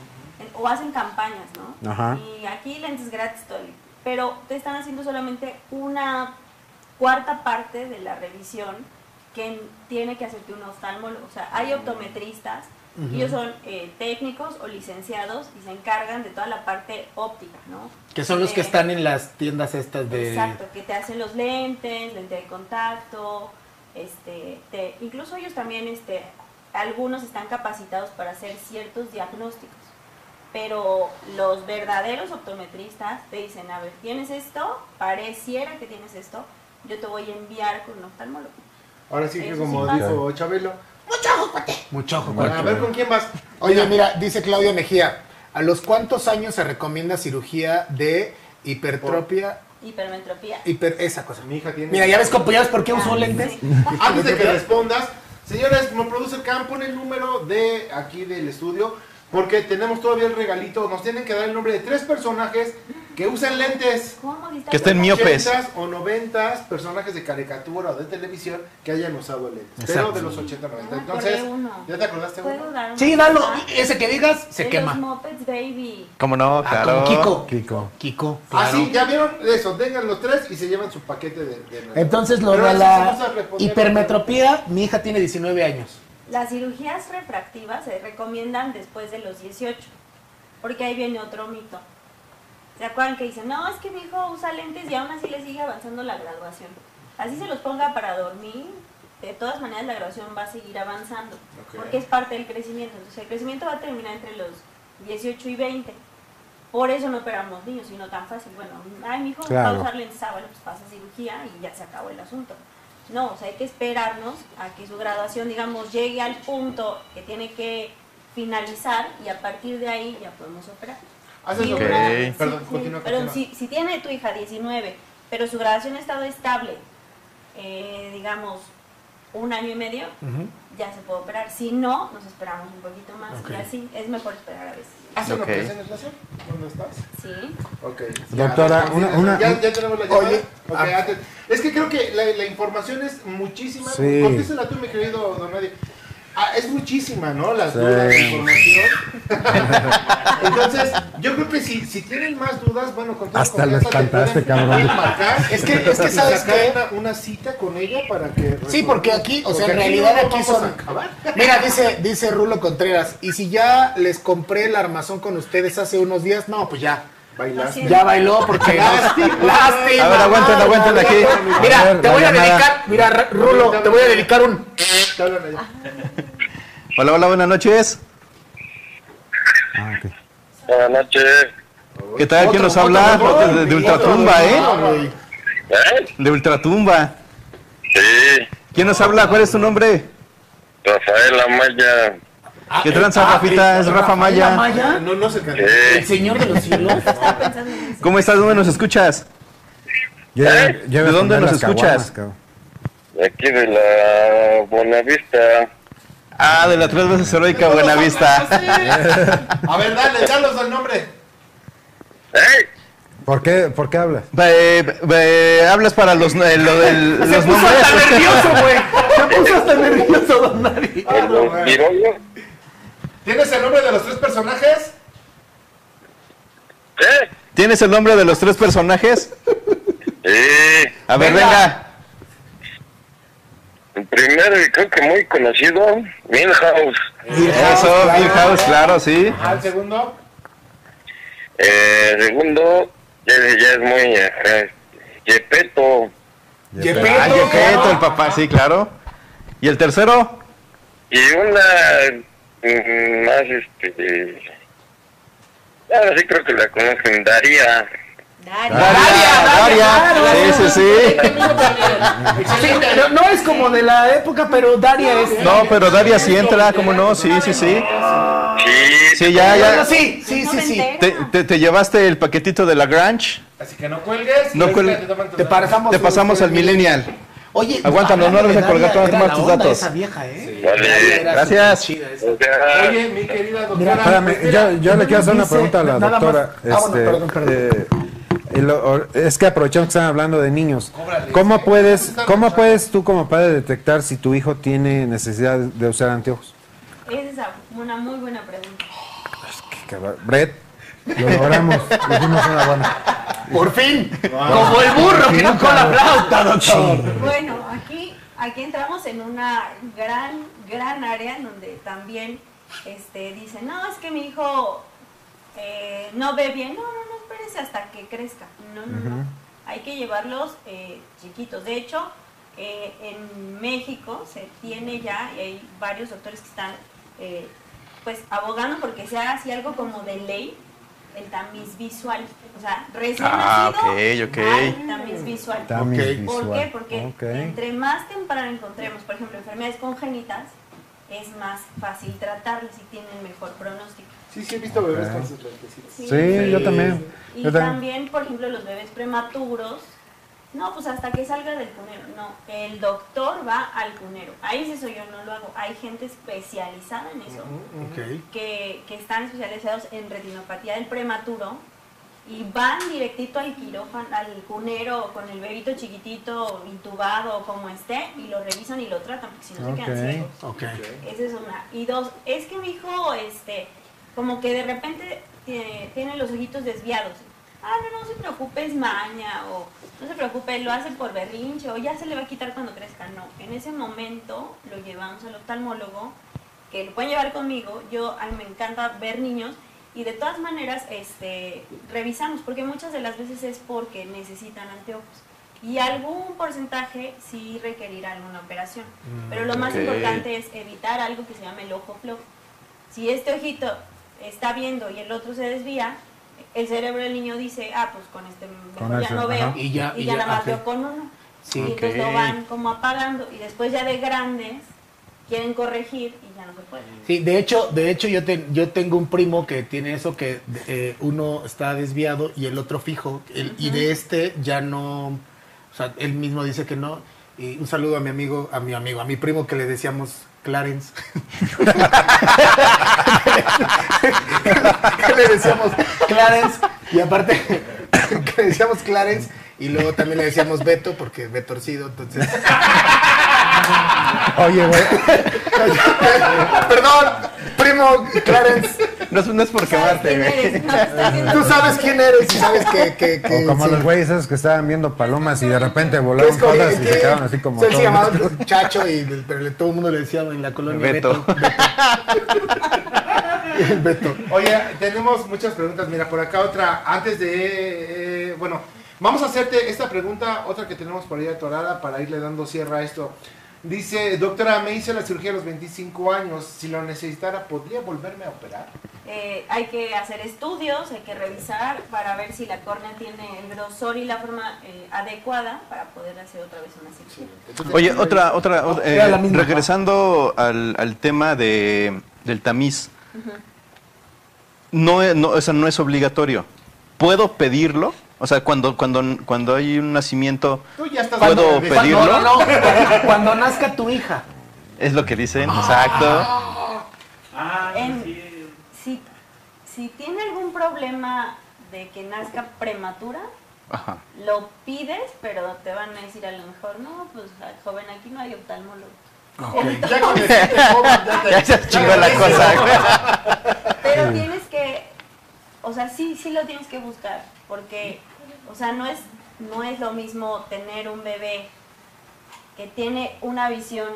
Speaker 8: O hacen campañas, ¿no?
Speaker 4: Ajá.
Speaker 8: Y aquí lentes gratis todo. el- Pero te están haciendo solamente una cuarta parte de la revisión que tiene que hacerte un oftalmólogo. O sea,
Speaker 2: Mm.
Speaker 8: hay optometristas, ellos son eh, técnicos o licenciados y se encargan de toda la parte óptica, ¿no?
Speaker 2: Que son los que
Speaker 8: Eh,
Speaker 2: están en las tiendas estas de...
Speaker 8: Exacto, que te hacen los lentes, lente de contacto, este, te- incluso ellos también, este, algunos están capacitados para hacer ciertos diagnósticos, pero los verdaderos optometristas te dicen, a ver, tienes esto, pareciera que tienes esto, yo te voy a enviar con un oftalmólogo.
Speaker 5: Ahora sí que
Speaker 8: Eso
Speaker 5: como
Speaker 8: sí pasa.
Speaker 5: dijo Chabelo,
Speaker 2: Mucho ojo.
Speaker 5: a ver con quién vas.
Speaker 9: Oye, mira, dice Claudia Mejía, ¿a los cuántos años se recomienda cirugía de hipertropia?
Speaker 8: Hipermetropía.
Speaker 9: Hiper, esa cosa.
Speaker 5: Mi hija tiene.
Speaker 2: Mira, ya ves, compañeros, ¿por qué
Speaker 8: Ah,
Speaker 2: uso lentes?
Speaker 5: Antes de que respondas, señores, me produce Cam, pon el número de aquí del estudio, porque tenemos todavía el regalito. Nos tienen que dar el nombre de tres personajes que usan lentes.
Speaker 8: ¿Cómo distancia?
Speaker 10: Que estén miopes.
Speaker 5: 80s o 90 personajes de caricatura o de televisión que hayan usado lentes.
Speaker 2: Exacto.
Speaker 5: Pero de los 80 90.
Speaker 8: Ah,
Speaker 5: Entonces,
Speaker 8: acordé uno.
Speaker 5: ¿ya te acordaste
Speaker 8: ¿Puedo
Speaker 5: uno?
Speaker 8: dar un
Speaker 2: Sí, dalo.
Speaker 8: mensaje?
Speaker 2: Ese que digas, se
Speaker 8: De Los
Speaker 2: quema.
Speaker 8: Muppets Baby.
Speaker 10: ¿Cómo no?
Speaker 2: Ah,
Speaker 10: Claro.
Speaker 2: con Kiko.
Speaker 4: Kiko.
Speaker 2: Kiko.
Speaker 5: Ah,
Speaker 2: claro.
Speaker 5: sí, ya vieron eso. Tengan los tres y se llevan su paquete de. de-
Speaker 2: Entonces, lo
Speaker 5: Pero
Speaker 2: de
Speaker 5: eso sí
Speaker 2: la
Speaker 5: vamos a responder.
Speaker 2: hipermetropía, mi hija tiene 19 años.
Speaker 8: Las cirugías refractivas se recomiendan después de los 18, porque ahí viene otro mito. ¿Se acuerdan que dicen, no, es que mi hijo usa lentes y aún así le sigue avanzando la graduación? Así se los ponga para dormir, de todas maneras la graduación va a seguir avanzando,
Speaker 5: Ok.
Speaker 8: porque es parte del crecimiento. Entonces el crecimiento va a terminar entre los 18 y 20. Por eso no operamos niños, sino tan fácil. Bueno, ay, mi hijo va
Speaker 4: Claro.
Speaker 8: a usar lentes, ah, bueno, pues pasa cirugía y ya se acabó el asunto. No, o sea, hay que esperarnos a que su graduación, digamos, llegue al punto que tiene que finalizar y a partir de ahí ya podemos operar.
Speaker 5: Haces
Speaker 8: Sí,
Speaker 5: lo
Speaker 10: Ok.
Speaker 5: mismo.
Speaker 8: sí,
Speaker 5: Perdón,
Speaker 8: sí.
Speaker 5: continúa,
Speaker 8: Pero
Speaker 5: continúa.
Speaker 8: si, si tiene tu hija 19, pero su graduación ha estado estable, eh, digamos, un año y medio, ya se puede operar. Si no, nos esperamos un poquito más y así es mejor esperar a veces.
Speaker 5: ¿Haces una
Speaker 10: Ok.
Speaker 5: operación láser? ¿Dónde estás?
Speaker 8: Sí.
Speaker 5: Ok.
Speaker 4: Doctora,
Speaker 5: Ya,
Speaker 4: una-
Speaker 5: ya,
Speaker 4: una-
Speaker 5: ya, ya tenemos la llamada.
Speaker 9: Oye,
Speaker 5: Ok,
Speaker 9: ah.
Speaker 5: antes- es que creo que la, la información es muchísima.
Speaker 4: Sí.
Speaker 5: Contésela tú, mi querido Don Nadie. ah, es muchísima, ¿no? Las
Speaker 4: Sí.
Speaker 5: dudas, la información. (laughs) Entonces, yo creo que si, si tienen más dudas, bueno, con toda
Speaker 4: Hasta lo
Speaker 5: confianza le
Speaker 4: espantaste,
Speaker 5: pueden-
Speaker 4: cabrón.
Speaker 5: pueden marcar.
Speaker 4: Es que- (laughs) es que sabes
Speaker 5: Sacar
Speaker 4: qué?
Speaker 5: Una, una cita con ella para que.
Speaker 12: Sí, porque aquí, o sea, en
Speaker 5: Porque
Speaker 12: realidad
Speaker 5: no
Speaker 12: aquí
Speaker 5: vamos
Speaker 12: son-
Speaker 5: a acabar.
Speaker 12: (laughs) Mira, dice, dice Rulo Contreras, y si ya les compré el armazón con ustedes hace unos días, no, pues ya.
Speaker 5: Bailaste.
Speaker 12: Ya bailó porque lástima, (laughs) lástima.
Speaker 3: A ver, aguanten, aguanten aquí.
Speaker 12: Mira,
Speaker 3: A ver,
Speaker 12: te
Speaker 3: la
Speaker 12: voy a
Speaker 3: llamada.
Speaker 12: dedicar, mira, Ra- Rulo, te voy a dedicar un.
Speaker 3: Hola, hola, buenas noches.
Speaker 11: Buenas noches.
Speaker 3: ¿Qué tal? ¿Quién nos habla? de, de Ultratumba, ¿eh?
Speaker 11: ¿Eh?
Speaker 3: De Ultratumba.
Speaker 11: Sí,
Speaker 3: ¿Quién nos habla? ¿Cuál es tu nombre?
Speaker 11: Rafael Amaya.
Speaker 5: Ah,
Speaker 3: ¿Qué tranza, Rafita? Es Rafa Maya.
Speaker 5: No, no se
Speaker 11: Sí.
Speaker 5: cansa.
Speaker 11: ¿Eh?
Speaker 12: señor de
Speaker 3: (laughs)
Speaker 12: los cielos.
Speaker 3: ¿Cómo estás? ¿Dónde nos escuchas?
Speaker 4: Ya iba
Speaker 3: ¿De
Speaker 4: a
Speaker 3: dónde
Speaker 4: poner
Speaker 3: nos
Speaker 4: las caguamas,
Speaker 3: escuchas?
Speaker 4: cabrón.
Speaker 11: De aquí de la Bonavista.
Speaker 3: Ah, de la tres veces heroica Buenavista.
Speaker 5: A ver, dale, dalos el nombre.
Speaker 4: ¿Por qué, ¿Por qué hablas?
Speaker 3: Eh, eh, Hablas para los, eh, lo
Speaker 2: (laughs)
Speaker 3: del- los nombres. (laughs)
Speaker 12: Se puso hasta nervioso, don Mario.
Speaker 5: ¿Tienes el nombre de los tres personajes?
Speaker 11: ¡Eh!
Speaker 3: ¿Tienes el nombre de los tres personajes?
Speaker 11: Sí.
Speaker 3: A ver, venga.
Speaker 11: El primero, y creo que muy conocido, Milhouse.
Speaker 3: Eso, Bill House, claro, sí.
Speaker 11: Ah,
Speaker 5: Al segundo.
Speaker 11: Eh, segundo, ya, ya es muy. eh, Yepeto.
Speaker 3: Ah, Gepetto, el papá, sí, claro. ¿Y el tercero?
Speaker 11: Y una mm, más, este. Ahora sí creo que la conocen, Daría.
Speaker 3: Daria, Daria. Sí, sí, sí.
Speaker 2: Sí, no, no es como de la época, pero Daria es.
Speaker 3: No, pero Daria sí entra, ¿cómo no? Sí, sí, sí. Sí, ya,
Speaker 2: Bueno,
Speaker 3: ya.
Speaker 2: sí, sí, sí, sí.
Speaker 3: ¿Te, te, te llevaste el paquetito de la Grange?
Speaker 5: Así que no cuelgues. y
Speaker 3: No
Speaker 5: ahorita
Speaker 3: cuelgues.
Speaker 5: te toman tus
Speaker 3: Te
Speaker 5: datos.
Speaker 3: pasamos, te pasamos al Millennial.
Speaker 12: Oye,
Speaker 3: Aguántanos, no
Speaker 12: hablando
Speaker 3: nos
Speaker 12: de
Speaker 3: vas a colgar, te
Speaker 12: Daria,
Speaker 3: vas
Speaker 12: era
Speaker 3: a tomar
Speaker 12: la
Speaker 3: tus
Speaker 12: onda
Speaker 3: datos.
Speaker 12: Esa vieja, ¿eh?
Speaker 3: Gracias.
Speaker 5: Oye, mi querida doctora.
Speaker 4: Mira, espérame, yo, yo le quiero hacer una
Speaker 5: pues, dice
Speaker 4: pregunta a la
Speaker 5: nada más-
Speaker 4: doctora.
Speaker 5: Ah, bueno,
Speaker 4: Este,
Speaker 5: perdón, perdón.
Speaker 4: eh, y lo- o- es que aprovechamos que están hablando de niños. ¿Cómo puedes, ¿Cómo puedes tú como padre detectar si tu hijo tiene necesidad de usar anteojos?
Speaker 8: Esa es una muy buena pregunta.
Speaker 4: Cabrón. Brett, lo logramos. Hicimos una buena.
Speaker 12: Por fin, como el burro que no con la flauta, doctor.
Speaker 8: Bueno, aquí, aquí entramos en una gran, gran área en donde también este, dicen, no, es que mi hijo eh, no ve bien. No, no, no, espérese hasta que crezca. No, no, no. Hay que llevarlos eh, chiquitos. De hecho, eh, en México se tiene ya, y hay varios doctores que están eh, pues abogando porque sea así algo como de ley, el tamiz visual. O sea, recién
Speaker 3: Ah,
Speaker 8: nacido,
Speaker 3: ok, ok.
Speaker 8: al tamiz visual.
Speaker 4: Tamiz
Speaker 8: Ok. ¿Por
Speaker 4: visual,
Speaker 8: qué? Porque
Speaker 4: ok.
Speaker 8: entre más temprano encontremos, por ejemplo, enfermedades congénitas, es más fácil tratarlas y tienen mejor pronóstico.
Speaker 5: Sí, sí, he visto bebés
Speaker 4: Ok.
Speaker 5: con sus lentecitos.
Speaker 4: Sí, yo también.
Speaker 8: Y
Speaker 4: Yo también.
Speaker 8: también, por ejemplo, los bebés prematuros, no, pues hasta que salga del cunero. No, el doctor va al cunero. Ahí es eso, yo no lo hago. Hay gente especializada en eso, que, que están especializados en retinopatía del prematuro y van directito al quirófano, al cunero con el bebito chiquitito, intubado, como esté, y lo revisan y lo tratan, porque si no se quedan ciegos.
Speaker 2: ok.
Speaker 8: Esa es una. Y dos, es que mi hijo, este, como que de repente tiene, tiene los ojitos desviados. Ah, no, no se preocupe, es maña, o no se preocupe, lo hace por berrinche, o ya se le va a quitar cuando crezca. No, en ese momento lo llevamos al oftalmólogo, que lo pueden llevar conmigo. Yo, a mí me encanta ver niños, y de todas maneras, este, revisamos, porque muchas de las veces es porque necesitan anteojos. Y algún porcentaje sí requerirá alguna operación.
Speaker 13: Mm,
Speaker 8: Pero lo más
Speaker 13: ok.
Speaker 8: importante es evitar algo que se llama el ojo flojo. Si este ojito está viendo y el otro se desvía, el cerebro del niño dice, ah, pues con este mejor
Speaker 2: Con
Speaker 8: ya
Speaker 2: ese,
Speaker 8: no veo.
Speaker 2: ajá. Y ya- y ya,
Speaker 8: nada más
Speaker 2: ok.
Speaker 8: veo con uno.
Speaker 2: Sí.
Speaker 8: y entonces
Speaker 2: Ok.
Speaker 8: lo pues, van como apagando. Y después ya de grandes quieren corregir y ya no se puede.
Speaker 2: Sí, de hecho, de hecho yo, te- yo tengo un primo que tiene eso que eh, uno está desviado y el otro fijo, el- y de este ya no, o sea, él mismo dice que no. Y un saludo a mi amigo, a mi amigo, a mi primo que le decíamos Clarence. (laughs) (laughs) que le decíamos Clarence y aparte que le
Speaker 9: decíamos Clarence y luego también le decíamos Beto porque ve torcido,
Speaker 2: (laughs)
Speaker 9: entonces.
Speaker 4: Oye, güey.
Speaker 9: Perdón, primo Clarence.
Speaker 10: No, es- no es por quemarte, güey.
Speaker 9: Tú sabes quién eres y sabes que. que, que-
Speaker 4: O como
Speaker 9: sí.
Speaker 4: los güeyes esos que estaban viendo palomas y de repente
Speaker 9: Que es
Speaker 4: volaron
Speaker 9: como-
Speaker 4: todas y
Speaker 9: que-
Speaker 4: se quedaron así como
Speaker 9: él se
Speaker 4: todos.
Speaker 9: llamaba Chacho y pero le- todo el mundo le decía en la colonia Beto.
Speaker 5: Oye, tenemos muchas preguntas. Mira, por acá otra. Antes de. eh, bueno, vamos a hacerte esta pregunta, otra que tenemos por ahí atorada para irle dando cierre a esto. Dice, doctora, me hice la cirugía a los 25 años. Si lo necesitara, ¿podría volverme a operar?
Speaker 8: Eh, hay que hacer estudios, hay que revisar para ver si la córnea tiene el grosor y la forma eh, adecuada para poder hacer otra vez una cirugía.
Speaker 10: Oye, otra, otra, otra, eh,
Speaker 2: era la misma.
Speaker 10: regresando al, al tema de, del tamiz,
Speaker 8: Ujú.
Speaker 10: no, es- no, o sea, no es obligatorio. ¿Puedo pedirlo? O sea, cuando, cuando, cuando hay un nacimiento,
Speaker 5: Tú ya estás
Speaker 10: ¿puedo
Speaker 5: dando bebé.
Speaker 10: pedirlo?
Speaker 2: No, no, no. Cuando nazca tu hija.
Speaker 10: Es lo que dicen, exacto.
Speaker 6: Ah,
Speaker 8: En- si, si tiene algún problema de que nazca prematura,
Speaker 10: Ajá.
Speaker 8: lo pides, pero te van a decir a lo mejor, no, pues joven, aquí no hay oftalmólogo.
Speaker 5: Ya con decirte, joven, ya te-
Speaker 10: Ya se chingó la cosa, (laughs) güey.
Speaker 8: Pero tienes que, o sea, sí, sí lo tienes que buscar, porque, o sea, no es, no es lo mismo tener un bebé que tiene una visión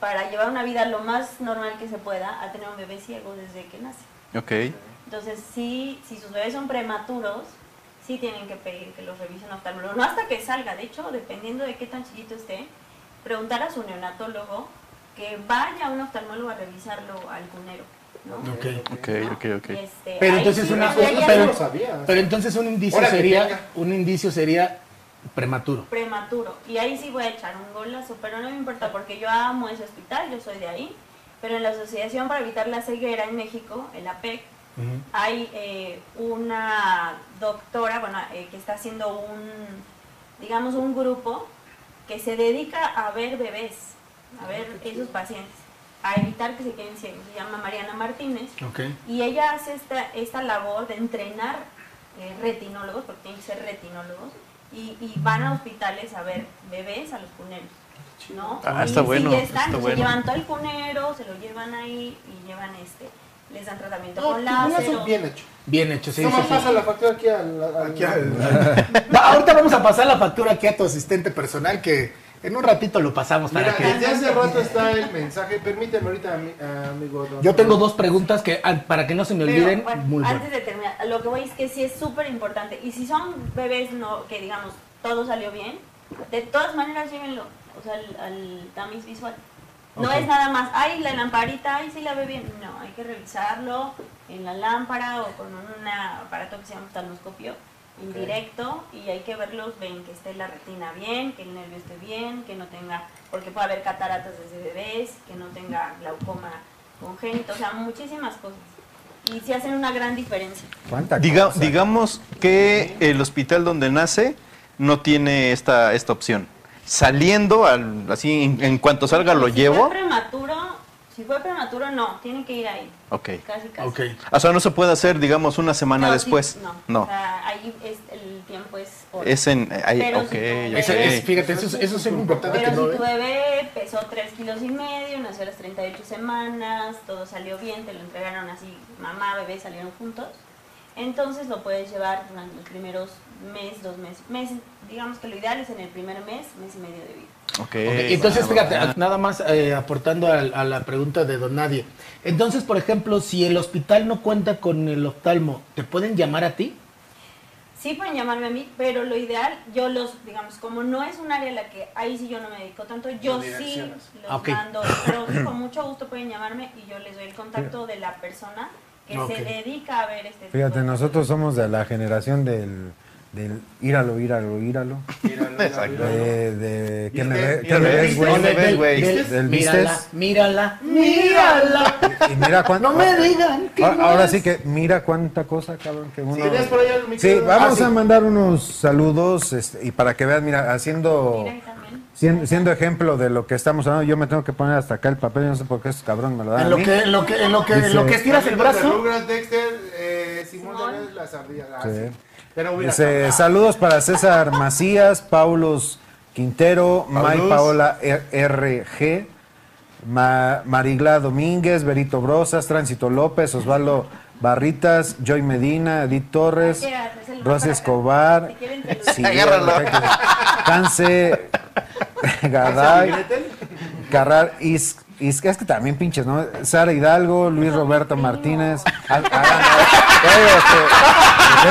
Speaker 8: para llevar una vida lo más normal que se pueda a tener un bebé ciego desde que nace.
Speaker 10: Ok.
Speaker 8: Entonces, sí, si sus bebés son prematuros, sí tienen que pedir que los revisen oftalmólogo. No hasta que salga, de hecho, dependiendo de qué tan chiquito esté, preguntar a su neonatólogo que vaya a un oftalmólogo a revisarlo al cunero. ¿no?
Speaker 10: Ok, ok, ok.
Speaker 8: Y este,
Speaker 2: Pero
Speaker 8: ahí
Speaker 2: entonces
Speaker 8: sí
Speaker 2: una
Speaker 8: debería
Speaker 2: cosa-
Speaker 8: ser
Speaker 2: pero-
Speaker 5: sabía.
Speaker 2: Pero entonces un indicio
Speaker 8: Ahora que
Speaker 2: sería,
Speaker 8: tenga.
Speaker 2: un indicio sería prematuro.
Speaker 8: prematuro. Y ahí sí voy a echar un golazo, pero no me importa porque yo amo ese hospital, yo soy de ahí. Pero en la Asociación para Evitar la Ceguera en México, el E APEC, hay eh, una doctora, bueno, eh, que está haciendo un, digamos, un grupo que se dedica a ver bebés,
Speaker 10: Ah,
Speaker 8: a ver esos pacientes, a evitar que se queden ciegos. Se llama Mariana Martínez y ella hace esta, esta labor de entrenar eh, retinólogos, porque tienen que ser retinólogos, y, y van a hospitales a ver bebés a los cuneros. ¿no?
Speaker 10: Ah,
Speaker 8: Y
Speaker 10: está
Speaker 8: si
Speaker 10: bueno,
Speaker 8: ya están,
Speaker 10: está
Speaker 8: pues,
Speaker 10: bueno.
Speaker 8: Se llevan todo el cunero, se lo llevan ahí y llevan este, les dan tratamiento
Speaker 5: No,
Speaker 8: con
Speaker 5: tu cuñazo
Speaker 8: láser. o-
Speaker 5: bien hecho.
Speaker 2: Bien hecho, sí,
Speaker 5: no
Speaker 2: sí,
Speaker 5: más
Speaker 2: sí.
Speaker 5: pasa la factura aquí al... al-
Speaker 2: Va, ahorita vamos a pasar la factura aquí a tu asistente personal que en un ratito lo pasamos para
Speaker 5: Mira,
Speaker 2: que...
Speaker 5: desde hace rato está el mensaje. Permíteme ahorita, ami- amigo. don-
Speaker 2: Yo tengo dos preguntas que ah, para que no se me
Speaker 8: Pero,
Speaker 2: olviden.
Speaker 8: bueno,
Speaker 2: muy
Speaker 8: antes
Speaker 2: bueno.
Speaker 8: de terminar, lo que voy es que sí es súper importante. Y si son bebés no, que digamos todo salió bien, de todas maneras llévenlo, o sea, al, al tamiz visual. No
Speaker 2: Ok.
Speaker 8: es nada más, ay, la lamparita, ay, sí la ve bien. No, hay que revisarlo en la lámpara o con un aparato que se llama oftalmoscopio indirecto y hay que verlos, ven que esté la retina bien, que el nervio esté bien, que no tenga, porque puede haber cataratas desde bebés, que no tenga glaucoma congénito, o sea, muchísimas cosas. Y sí hacen una gran diferencia.
Speaker 10: Diga- digamos que el hospital donde nace no tiene esta, esta opción. Saliendo, al, así en, en cuanto salga lo
Speaker 8: Si
Speaker 10: llevo.
Speaker 8: fue prematuro, si fue prematuro, no, tienen que ir ahí.
Speaker 10: Ok.
Speaker 8: Casi, casi.
Speaker 10: O sea, no se puede hacer, digamos, una semana
Speaker 8: No, sí,
Speaker 10: después.
Speaker 8: no,
Speaker 10: no.
Speaker 8: O sea, ahí es, el tiempo es. oro.
Speaker 10: Es en- eh, ahí-
Speaker 8: Pero
Speaker 10: ok,
Speaker 8: si eh, tu bebé-
Speaker 10: ok. Es- es-
Speaker 2: fíjate, eso es- eso es muy importante
Speaker 8: Pero
Speaker 2: que no
Speaker 8: si tu
Speaker 2: ve.
Speaker 8: bebé pesó 3 kilos y medio, nació a las 38 semanas, todo salió bien, te lo entregaron así, mamá, bebé salieron juntos, entonces lo puedes llevar durante los primeros mes, dos meses. meses digamos que lo ideal es en el primer mes, mes y medio de vida.
Speaker 2: Ok,
Speaker 10: Ok, Ah,
Speaker 2: Entonces,
Speaker 10: va,
Speaker 2: fíjate,
Speaker 10: va.
Speaker 2: nada más eh, aportando al- a, la pregunta de don Nadie. Entonces, por ejemplo, si el hospital no cuenta con el oftalmo, ¿te pueden llamar a ti?
Speaker 8: Sí pueden llamarme a mí, pero lo ideal, yo los, digamos, como no es un área a la que ahí sí yo no me dedico tanto, yo
Speaker 5: Los
Speaker 8: sí
Speaker 5: direccionas.
Speaker 8: los
Speaker 2: Ah, ok.
Speaker 8: mando, pero sí, con mucho gusto pueden llamarme y yo les doy el contacto de la persona que
Speaker 2: Ah, Ok.
Speaker 8: se dedica a ver este tipo
Speaker 4: Fíjate,
Speaker 8: de-
Speaker 4: nosotros somos de la generación del, del íralo, íralo, íralo.
Speaker 10: Exacto.
Speaker 8: Pues
Speaker 4: De, de ¿qué me, ve-
Speaker 10: ¿Viste?
Speaker 4: qué me ves, güey?
Speaker 10: ¿Qué me ves, güey?
Speaker 4: Del- Del
Speaker 2: mírala,
Speaker 4: vistes.
Speaker 2: mírala, mírala.
Speaker 4: Y mira cuánto.
Speaker 2: No me digan que
Speaker 4: Ah, ahora,
Speaker 2: no
Speaker 4: ahora
Speaker 2: es.
Speaker 4: sí que mira cuánta cosa, cabrón, que uno.
Speaker 5: ¿Tenías por ahí algo, mi
Speaker 4: Sí,
Speaker 5: querido?
Speaker 4: vamos
Speaker 5: Ah, sí.
Speaker 4: a mandar unos saludos este, y para que vean, mira, haciendo
Speaker 8: Mira, y también.
Speaker 4: siendo, siendo ejemplo de lo que estamos hablando, yo me tengo que poner hasta acá el papel, no sé por qué estos cabrón me lo dan. a
Speaker 2: En lo
Speaker 4: mí.
Speaker 2: que, en lo que, en lo que, en lo que
Speaker 4: Dice-
Speaker 2: estiras el
Speaker 5: Amigos de
Speaker 2: brazo.
Speaker 5: Rugrats, Dexter, eh, Simón Daniel, las ardillas. Ah,
Speaker 4: Sí.
Speaker 5: sí.
Speaker 4: Dice, saludos para César Macías, Paulos Quintero, May Paola R RG, Ma- Marigla Domínguez, Berito Brosas, Tránsito López, Osvaldo Barritas, Joy Medina, Edith Torres, Rosy Escobar,
Speaker 8: (laughs)
Speaker 4: Sí, perfecto. Cance, Gaday, Carrar, Is, Is- es que también pinches, ¿no? Sara Hidalgo, Luis Roberto Martínez, Al- Adán- Oye, este, qué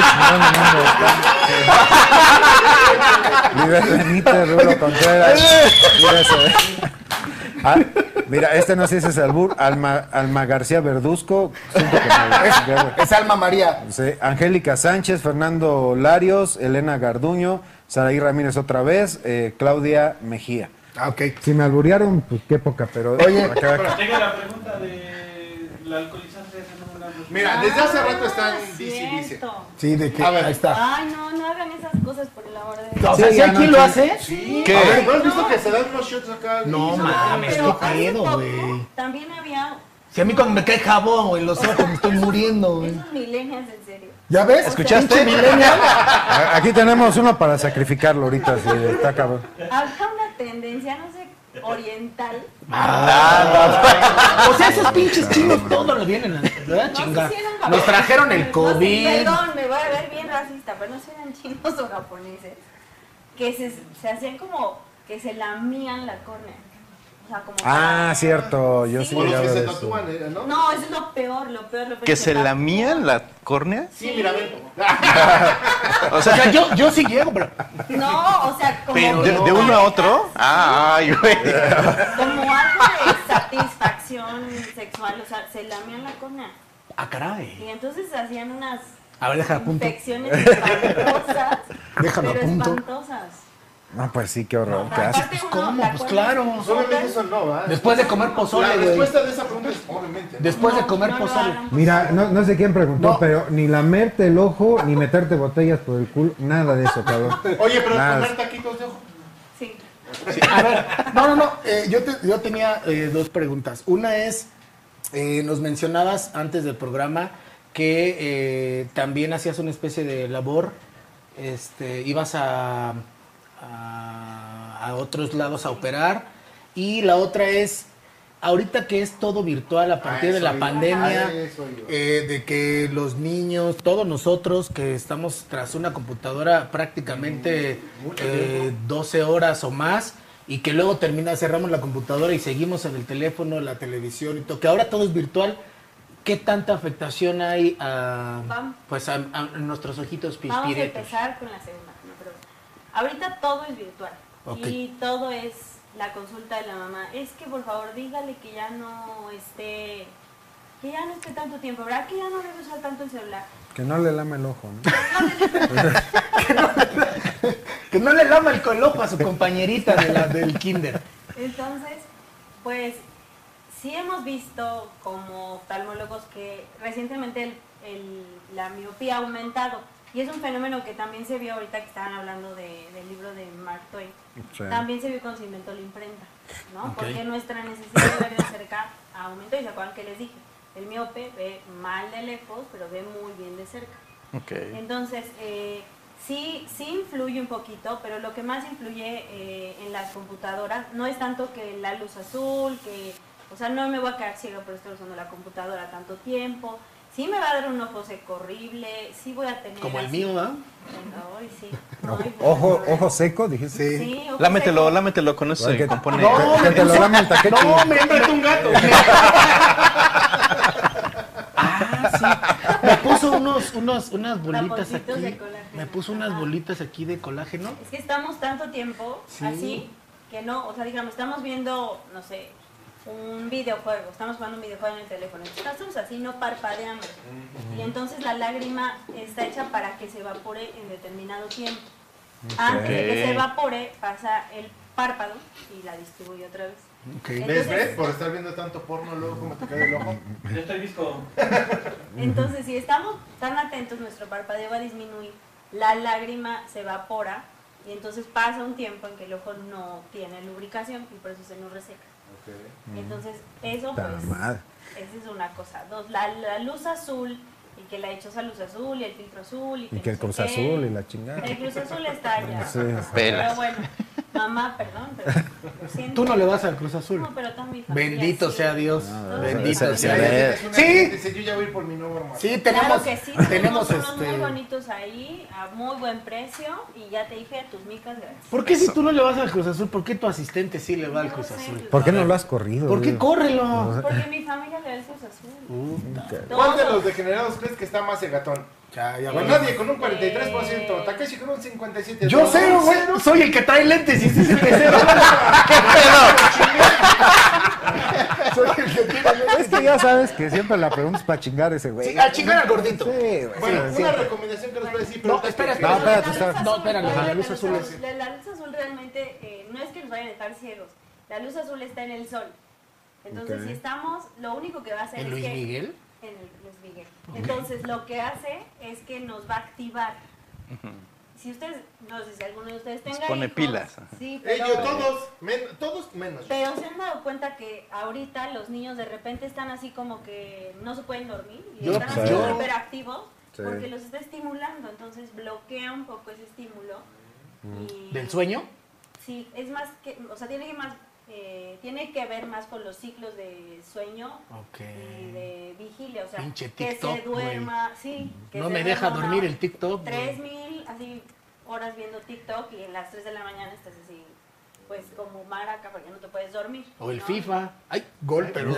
Speaker 4: chingón nombre está. Liber Benítez, Rulo Contreras, mira ese. Ah, mira, este no sé si es albur, Alma, Alma García Verduzco, siento que me-
Speaker 9: Es Alma María.
Speaker 4: Sí, Angélica Sánchez, Fernando Larios, Elena Garduño, Saraí Ramírez otra vez, eh, Claudia Mejía.
Speaker 9: Ah, ok.
Speaker 4: Si me alburearon, pues qué poca, pero...
Speaker 9: Oye.
Speaker 4: Acá- acá.
Speaker 6: Llega la pregunta de la alcoholizante. esa no me la han
Speaker 5: Mira, desde
Speaker 8: Ah,
Speaker 5: hace rato está en dice y dice.
Speaker 8: Cierto.
Speaker 9: Sí, de que
Speaker 5: A ver.
Speaker 9: ahí está.
Speaker 8: Ay, no, no hagan esas cosas por el amor de Dios.
Speaker 9: No,
Speaker 2: O sea,
Speaker 9: Sí,
Speaker 2: ¿sí
Speaker 9: ya
Speaker 2: aquí
Speaker 9: no,
Speaker 2: lo
Speaker 9: sí.
Speaker 2: hace?
Speaker 8: Sí.
Speaker 5: A ver, ¿no has visto que se dan unos shots acá? "Ah,
Speaker 2: No mames,
Speaker 8: Pero
Speaker 2: qué
Speaker 8: hace
Speaker 2: pedo,
Speaker 8: poco
Speaker 2: güey.
Speaker 8: También había
Speaker 2: Si a mí cuando me cae jabón, güey, los ojos me estoy muriendo, güey.
Speaker 8: esos millennials en serio.
Speaker 9: ¿Ya ves?
Speaker 4: ¿Escuchaste? A- (laughs) Aquí tenemos uno para sacrificarlo ahorita, si está cabrón.
Speaker 8: Había una tendencia, no sé, oriental.
Speaker 2: Ah, O sea, esos pinches chinos todos nos vienen a ¿verdad?
Speaker 8: No pues
Speaker 2: chingar.
Speaker 8: sé si eran japoneses.
Speaker 2: Nos trajeron el
Speaker 8: No sé,
Speaker 2: COVID.
Speaker 8: perdón, me voy a ver bien racista, pero no sé si eran chinos o japoneses. Que se, se hacían como que se lamían la córnea. O sea, como.
Speaker 4: Ah, cierto, yo sí
Speaker 5: O los
Speaker 4: ya
Speaker 5: que
Speaker 4: veo
Speaker 5: se
Speaker 4: de eso.
Speaker 5: tatúan, eh, ¿no?
Speaker 8: No, eso es lo peor, lo peor, lo peor.
Speaker 10: ¿Que se
Speaker 8: tatúan.
Speaker 10: lamían la córnea?
Speaker 5: Sí, mira, a ver. Ah,
Speaker 10: O
Speaker 2: O
Speaker 10: sea,
Speaker 2: sea, yo, yo sí llego, pero.
Speaker 8: No, o sea, como.
Speaker 10: de, de uno a otro. Ah, ay,
Speaker 8: (laughs)
Speaker 10: güey.
Speaker 8: Como algo de satisfacción sexual, o sea, se lamían la córnea.
Speaker 2: Ah, caray.
Speaker 8: Y entonces hacían unas
Speaker 2: A ver, déjala punto.
Speaker 8: infecciones espantosas.
Speaker 9: Déjalo
Speaker 8: pero
Speaker 9: apunto.
Speaker 8: espantosas.
Speaker 4: No, pues sí, qué horror, qué asco.
Speaker 8: Aparte uno,
Speaker 2: ¿Cómo?
Speaker 8: la
Speaker 2: Pues
Speaker 8: córnea
Speaker 2: claro.
Speaker 8: es
Speaker 5: Solamente
Speaker 8: súper-
Speaker 5: eso no, ¿verdad?
Speaker 2: Después de comer
Speaker 5: La
Speaker 2: pozole, güey.
Speaker 5: respuesta de esa pregunta es obviamente. ¿no?
Speaker 2: Después de
Speaker 8: No,
Speaker 2: comer
Speaker 8: no lo
Speaker 2: pozole.
Speaker 8: hagan.
Speaker 4: Mira, no, no sé quién preguntó,
Speaker 2: No.
Speaker 4: pero ni lamerte el ojo, ni meterte botellas por el culo, nada de eso, cabrón.
Speaker 5: Oye, pero
Speaker 4: Nada.
Speaker 5: comer taquitos de ojo.
Speaker 8: Sí.
Speaker 2: A ver,
Speaker 9: No, no, no. eh, yo, te- yo tenía eh, dos preguntas. Una es, eh, nos mencionabas antes del programa que eh, también hacías una especie de labor, este, ibas a, a, a otros lados a operar. Y la otra es, ahorita que es todo virtual a partir
Speaker 2: Ah,
Speaker 9: de
Speaker 5: eso
Speaker 9: la
Speaker 5: iba.
Speaker 9: pandemia,
Speaker 5: A eso iba.
Speaker 9: eh, de que los niños, todos nosotros que estamos tras una computadora prácticamente eh, 12 horas o más y que luego termina, cerramos la computadora y seguimos en el teléfono, la televisión y todo, que ahora todo es virtual, ¿qué tanta afectación hay a,
Speaker 8: Vam-
Speaker 9: pues a, a nuestros ojitos
Speaker 8: Vamos a
Speaker 9: pispiretos?
Speaker 8: empezar con la segunda. no, pero ahorita todo es virtual
Speaker 9: Ok.
Speaker 8: y todo es la consulta de la mamá. Es que por favor dígale que ya no esté, que ya no esté tanto tiempo, ¿verdad? Que ya no debe usar tanto el celular.
Speaker 4: Que no le lame el ojo, ¿no?
Speaker 2: que no le lama el colojo a su compañerita de la- del kinder.
Speaker 8: Entonces, pues sí hemos visto como oftalmólogos que recientemente el- el- la miopía ha aumentado y es un fenómeno que también se vio ahorita que estaban hablando de- del libro de Mark Twain.
Speaker 4: Sí.
Speaker 8: También se vio cuando se inventó la imprenta, ¿no?
Speaker 2: Ok.
Speaker 8: Porque nuestra necesidad de ver de cerca aumentó y se acuerdan que les dije, el miope ve mal de lejos, pero ve muy bien de cerca. Entonces, eh, sí, sí influye un poquito, pero lo que más influye eh, en las computadoras no es tanto que la luz azul, que, o sea, no me voy a quedar ciega por estar usando la computadora tanto tiempo. Sí me va a dar un ojo seco horrible, sí voy a tener...
Speaker 2: Como el
Speaker 8: así-
Speaker 2: mío, ¿ah?
Speaker 8: Ay, sí. Ay,
Speaker 4: Ojo,
Speaker 8: pues,
Speaker 4: ojo seco, dijiste.
Speaker 8: Sí, ojo
Speaker 10: Lámetelo,
Speaker 8: seco.
Speaker 10: lámetelo con eso.
Speaker 4: Igual
Speaker 10: se
Speaker 4: que-
Speaker 10: compone.
Speaker 2: No,
Speaker 4: que, que te lo lame el taquete.
Speaker 2: No, me
Speaker 5: Cómprate un
Speaker 4: (laughs)
Speaker 5: gato.
Speaker 2: Ah, sí. Me puso unos, unos, unas bolitas aquí.
Speaker 8: Taponcitos de colágeno.
Speaker 2: Me puso unas
Speaker 8: Ajá.
Speaker 2: bolitas aquí de colágeno.
Speaker 8: Es que estamos tanto tiempo
Speaker 2: Sí.
Speaker 8: así que no, o sea, digamos, estamos viendo, no sé, un videojuego, estamos jugando un videojuego en el teléfono, entonces, estamos así, no parpadeamos. Y entonces la lágrima está hecha para que se evapore en determinado tiempo. Antes de que se evapore, pasa el párpado y la distribuye otra vez.
Speaker 5: ¿Ves, ves? Por estar viendo tanto porno, luego como te cae el ojo.
Speaker 6: Yo estoy visco.
Speaker 8: Entonces, si estamos tan atentos, nuestro parpadeo va a disminuir, la lágrima se evapora y entonces pasa un tiempo en que el ojo no tiene lubricación y por eso se nos reseca. Entonces, eso
Speaker 4: Ta
Speaker 8: pues,
Speaker 4: Mm. madre.
Speaker 8: esa es una cosa. Dos, la, la luz azul y que la dichosa luz azul y el filtro azul y,
Speaker 4: Y que el
Speaker 8: no
Speaker 4: Cruz
Speaker 8: sé qué.
Speaker 4: Azul y la chingada.
Speaker 8: El Cruz Azul está allá.
Speaker 4: Sí, sí.
Speaker 8: Pero
Speaker 4: Pelas.
Speaker 8: bueno, mamá, perdón,
Speaker 4: (laughs)
Speaker 8: pero lo siento.
Speaker 2: Tú no le vas al Cruz Azul.
Speaker 8: No, pero toda mi familia
Speaker 2: Bendito
Speaker 8: sí.
Speaker 2: sea Dios.
Speaker 4: Ah,
Speaker 2: Bendito
Speaker 4: esa-
Speaker 2: sea
Speaker 4: esa-
Speaker 2: Dios.
Speaker 5: Una que
Speaker 2: Sí,
Speaker 5: Dice, yo ya voy por mi nuevo armario.
Speaker 2: sí, tenemos,
Speaker 8: claro que
Speaker 2: (laughs)
Speaker 8: sí,
Speaker 2: tenemos
Speaker 8: unos muy
Speaker 2: este.
Speaker 8: bonitos ahí, a muy buen precio, y ya te dije, tus micas gracias.
Speaker 2: ¿Por qué si tú no le vas al Cruz Azul? ¿Por qué tu asistente sí le va al Cruz Azul?
Speaker 4: ¿Por qué no lo has corrido?
Speaker 2: ¿Por qué
Speaker 4: güey?
Speaker 2: córrelo?
Speaker 8: Porque mi familia le da el Cruz Azul.
Speaker 2: Uh.
Speaker 5: ¿Cuál de los degenerados crees que está más gatón? Pues nadie con un 43%, Takeshi con un 57%.
Speaker 2: Yo cero,
Speaker 5: Don
Speaker 2: güey. Soy el que trae lentes y sí es el que
Speaker 4: (laughs)
Speaker 2: cero.
Speaker 5: Soy el que tiene lentes.
Speaker 4: (laughs) Es que ya sabes que siempre la pregunta es para chingar a ese güey.
Speaker 2: Sí, a chingar al gordito.
Speaker 4: Sí, güey.
Speaker 5: Bueno,
Speaker 4: sí,
Speaker 5: una
Speaker 4: sí.
Speaker 5: recomendación que les voy a decir, pero
Speaker 2: No, espera, espera.
Speaker 4: No, espérate,
Speaker 8: La luz
Speaker 4: espérate.
Speaker 8: azul,
Speaker 2: No, espérale,
Speaker 8: la,
Speaker 2: la luz
Speaker 8: luz
Speaker 2: azul
Speaker 8: azul- la- la luz azul realmente eh, no es que nos vayan a dejar ciegos. La luz azul está en el sol. Entonces,
Speaker 4: Ok.
Speaker 8: si estamos, lo único que va a hacer
Speaker 2: ¿En
Speaker 8: es
Speaker 2: Luis
Speaker 8: que.
Speaker 2: Miguel?
Speaker 8: En el Luis Miguel. Entonces, lo que hace es que nos va a activar. Si ustedes, no sé si alguno de ustedes tenga.
Speaker 10: pone
Speaker 8: hijos,
Speaker 10: pilas.
Speaker 8: Sí,
Speaker 2: Eh,
Speaker 8: pero.
Speaker 5: ellos todos, men- todos menos. yo.
Speaker 8: Pero se han dado cuenta que ahorita los niños de repente están así como que no se pueden dormir y
Speaker 2: Yo,
Speaker 8: están
Speaker 2: pues,
Speaker 8: así
Speaker 2: yo-
Speaker 8: hiperactivos
Speaker 4: Sí.
Speaker 8: porque los está estimulando, entonces bloquea un poco ese estímulo. y-
Speaker 2: ¿Del sueño?
Speaker 8: Sí, es más que, o sea, tiene que más, eh, tiene que ver más con los ciclos de sueño
Speaker 2: Ok.
Speaker 8: y de vigilia, o sea,
Speaker 2: Pinche
Speaker 8: que se
Speaker 2: TikTok, güey.
Speaker 8: duerma, sí, que
Speaker 2: No
Speaker 8: se
Speaker 2: me deja
Speaker 8: duerma una
Speaker 2: dormir
Speaker 8: hora.
Speaker 2: el TikTok.
Speaker 8: Tres mil, así, horas viendo TikTok y en las 3 de la mañana estás así, pues como maraca porque no te puedes dormir.
Speaker 2: O el
Speaker 8: ¿no?
Speaker 2: FIFA. Ay, gol, pero,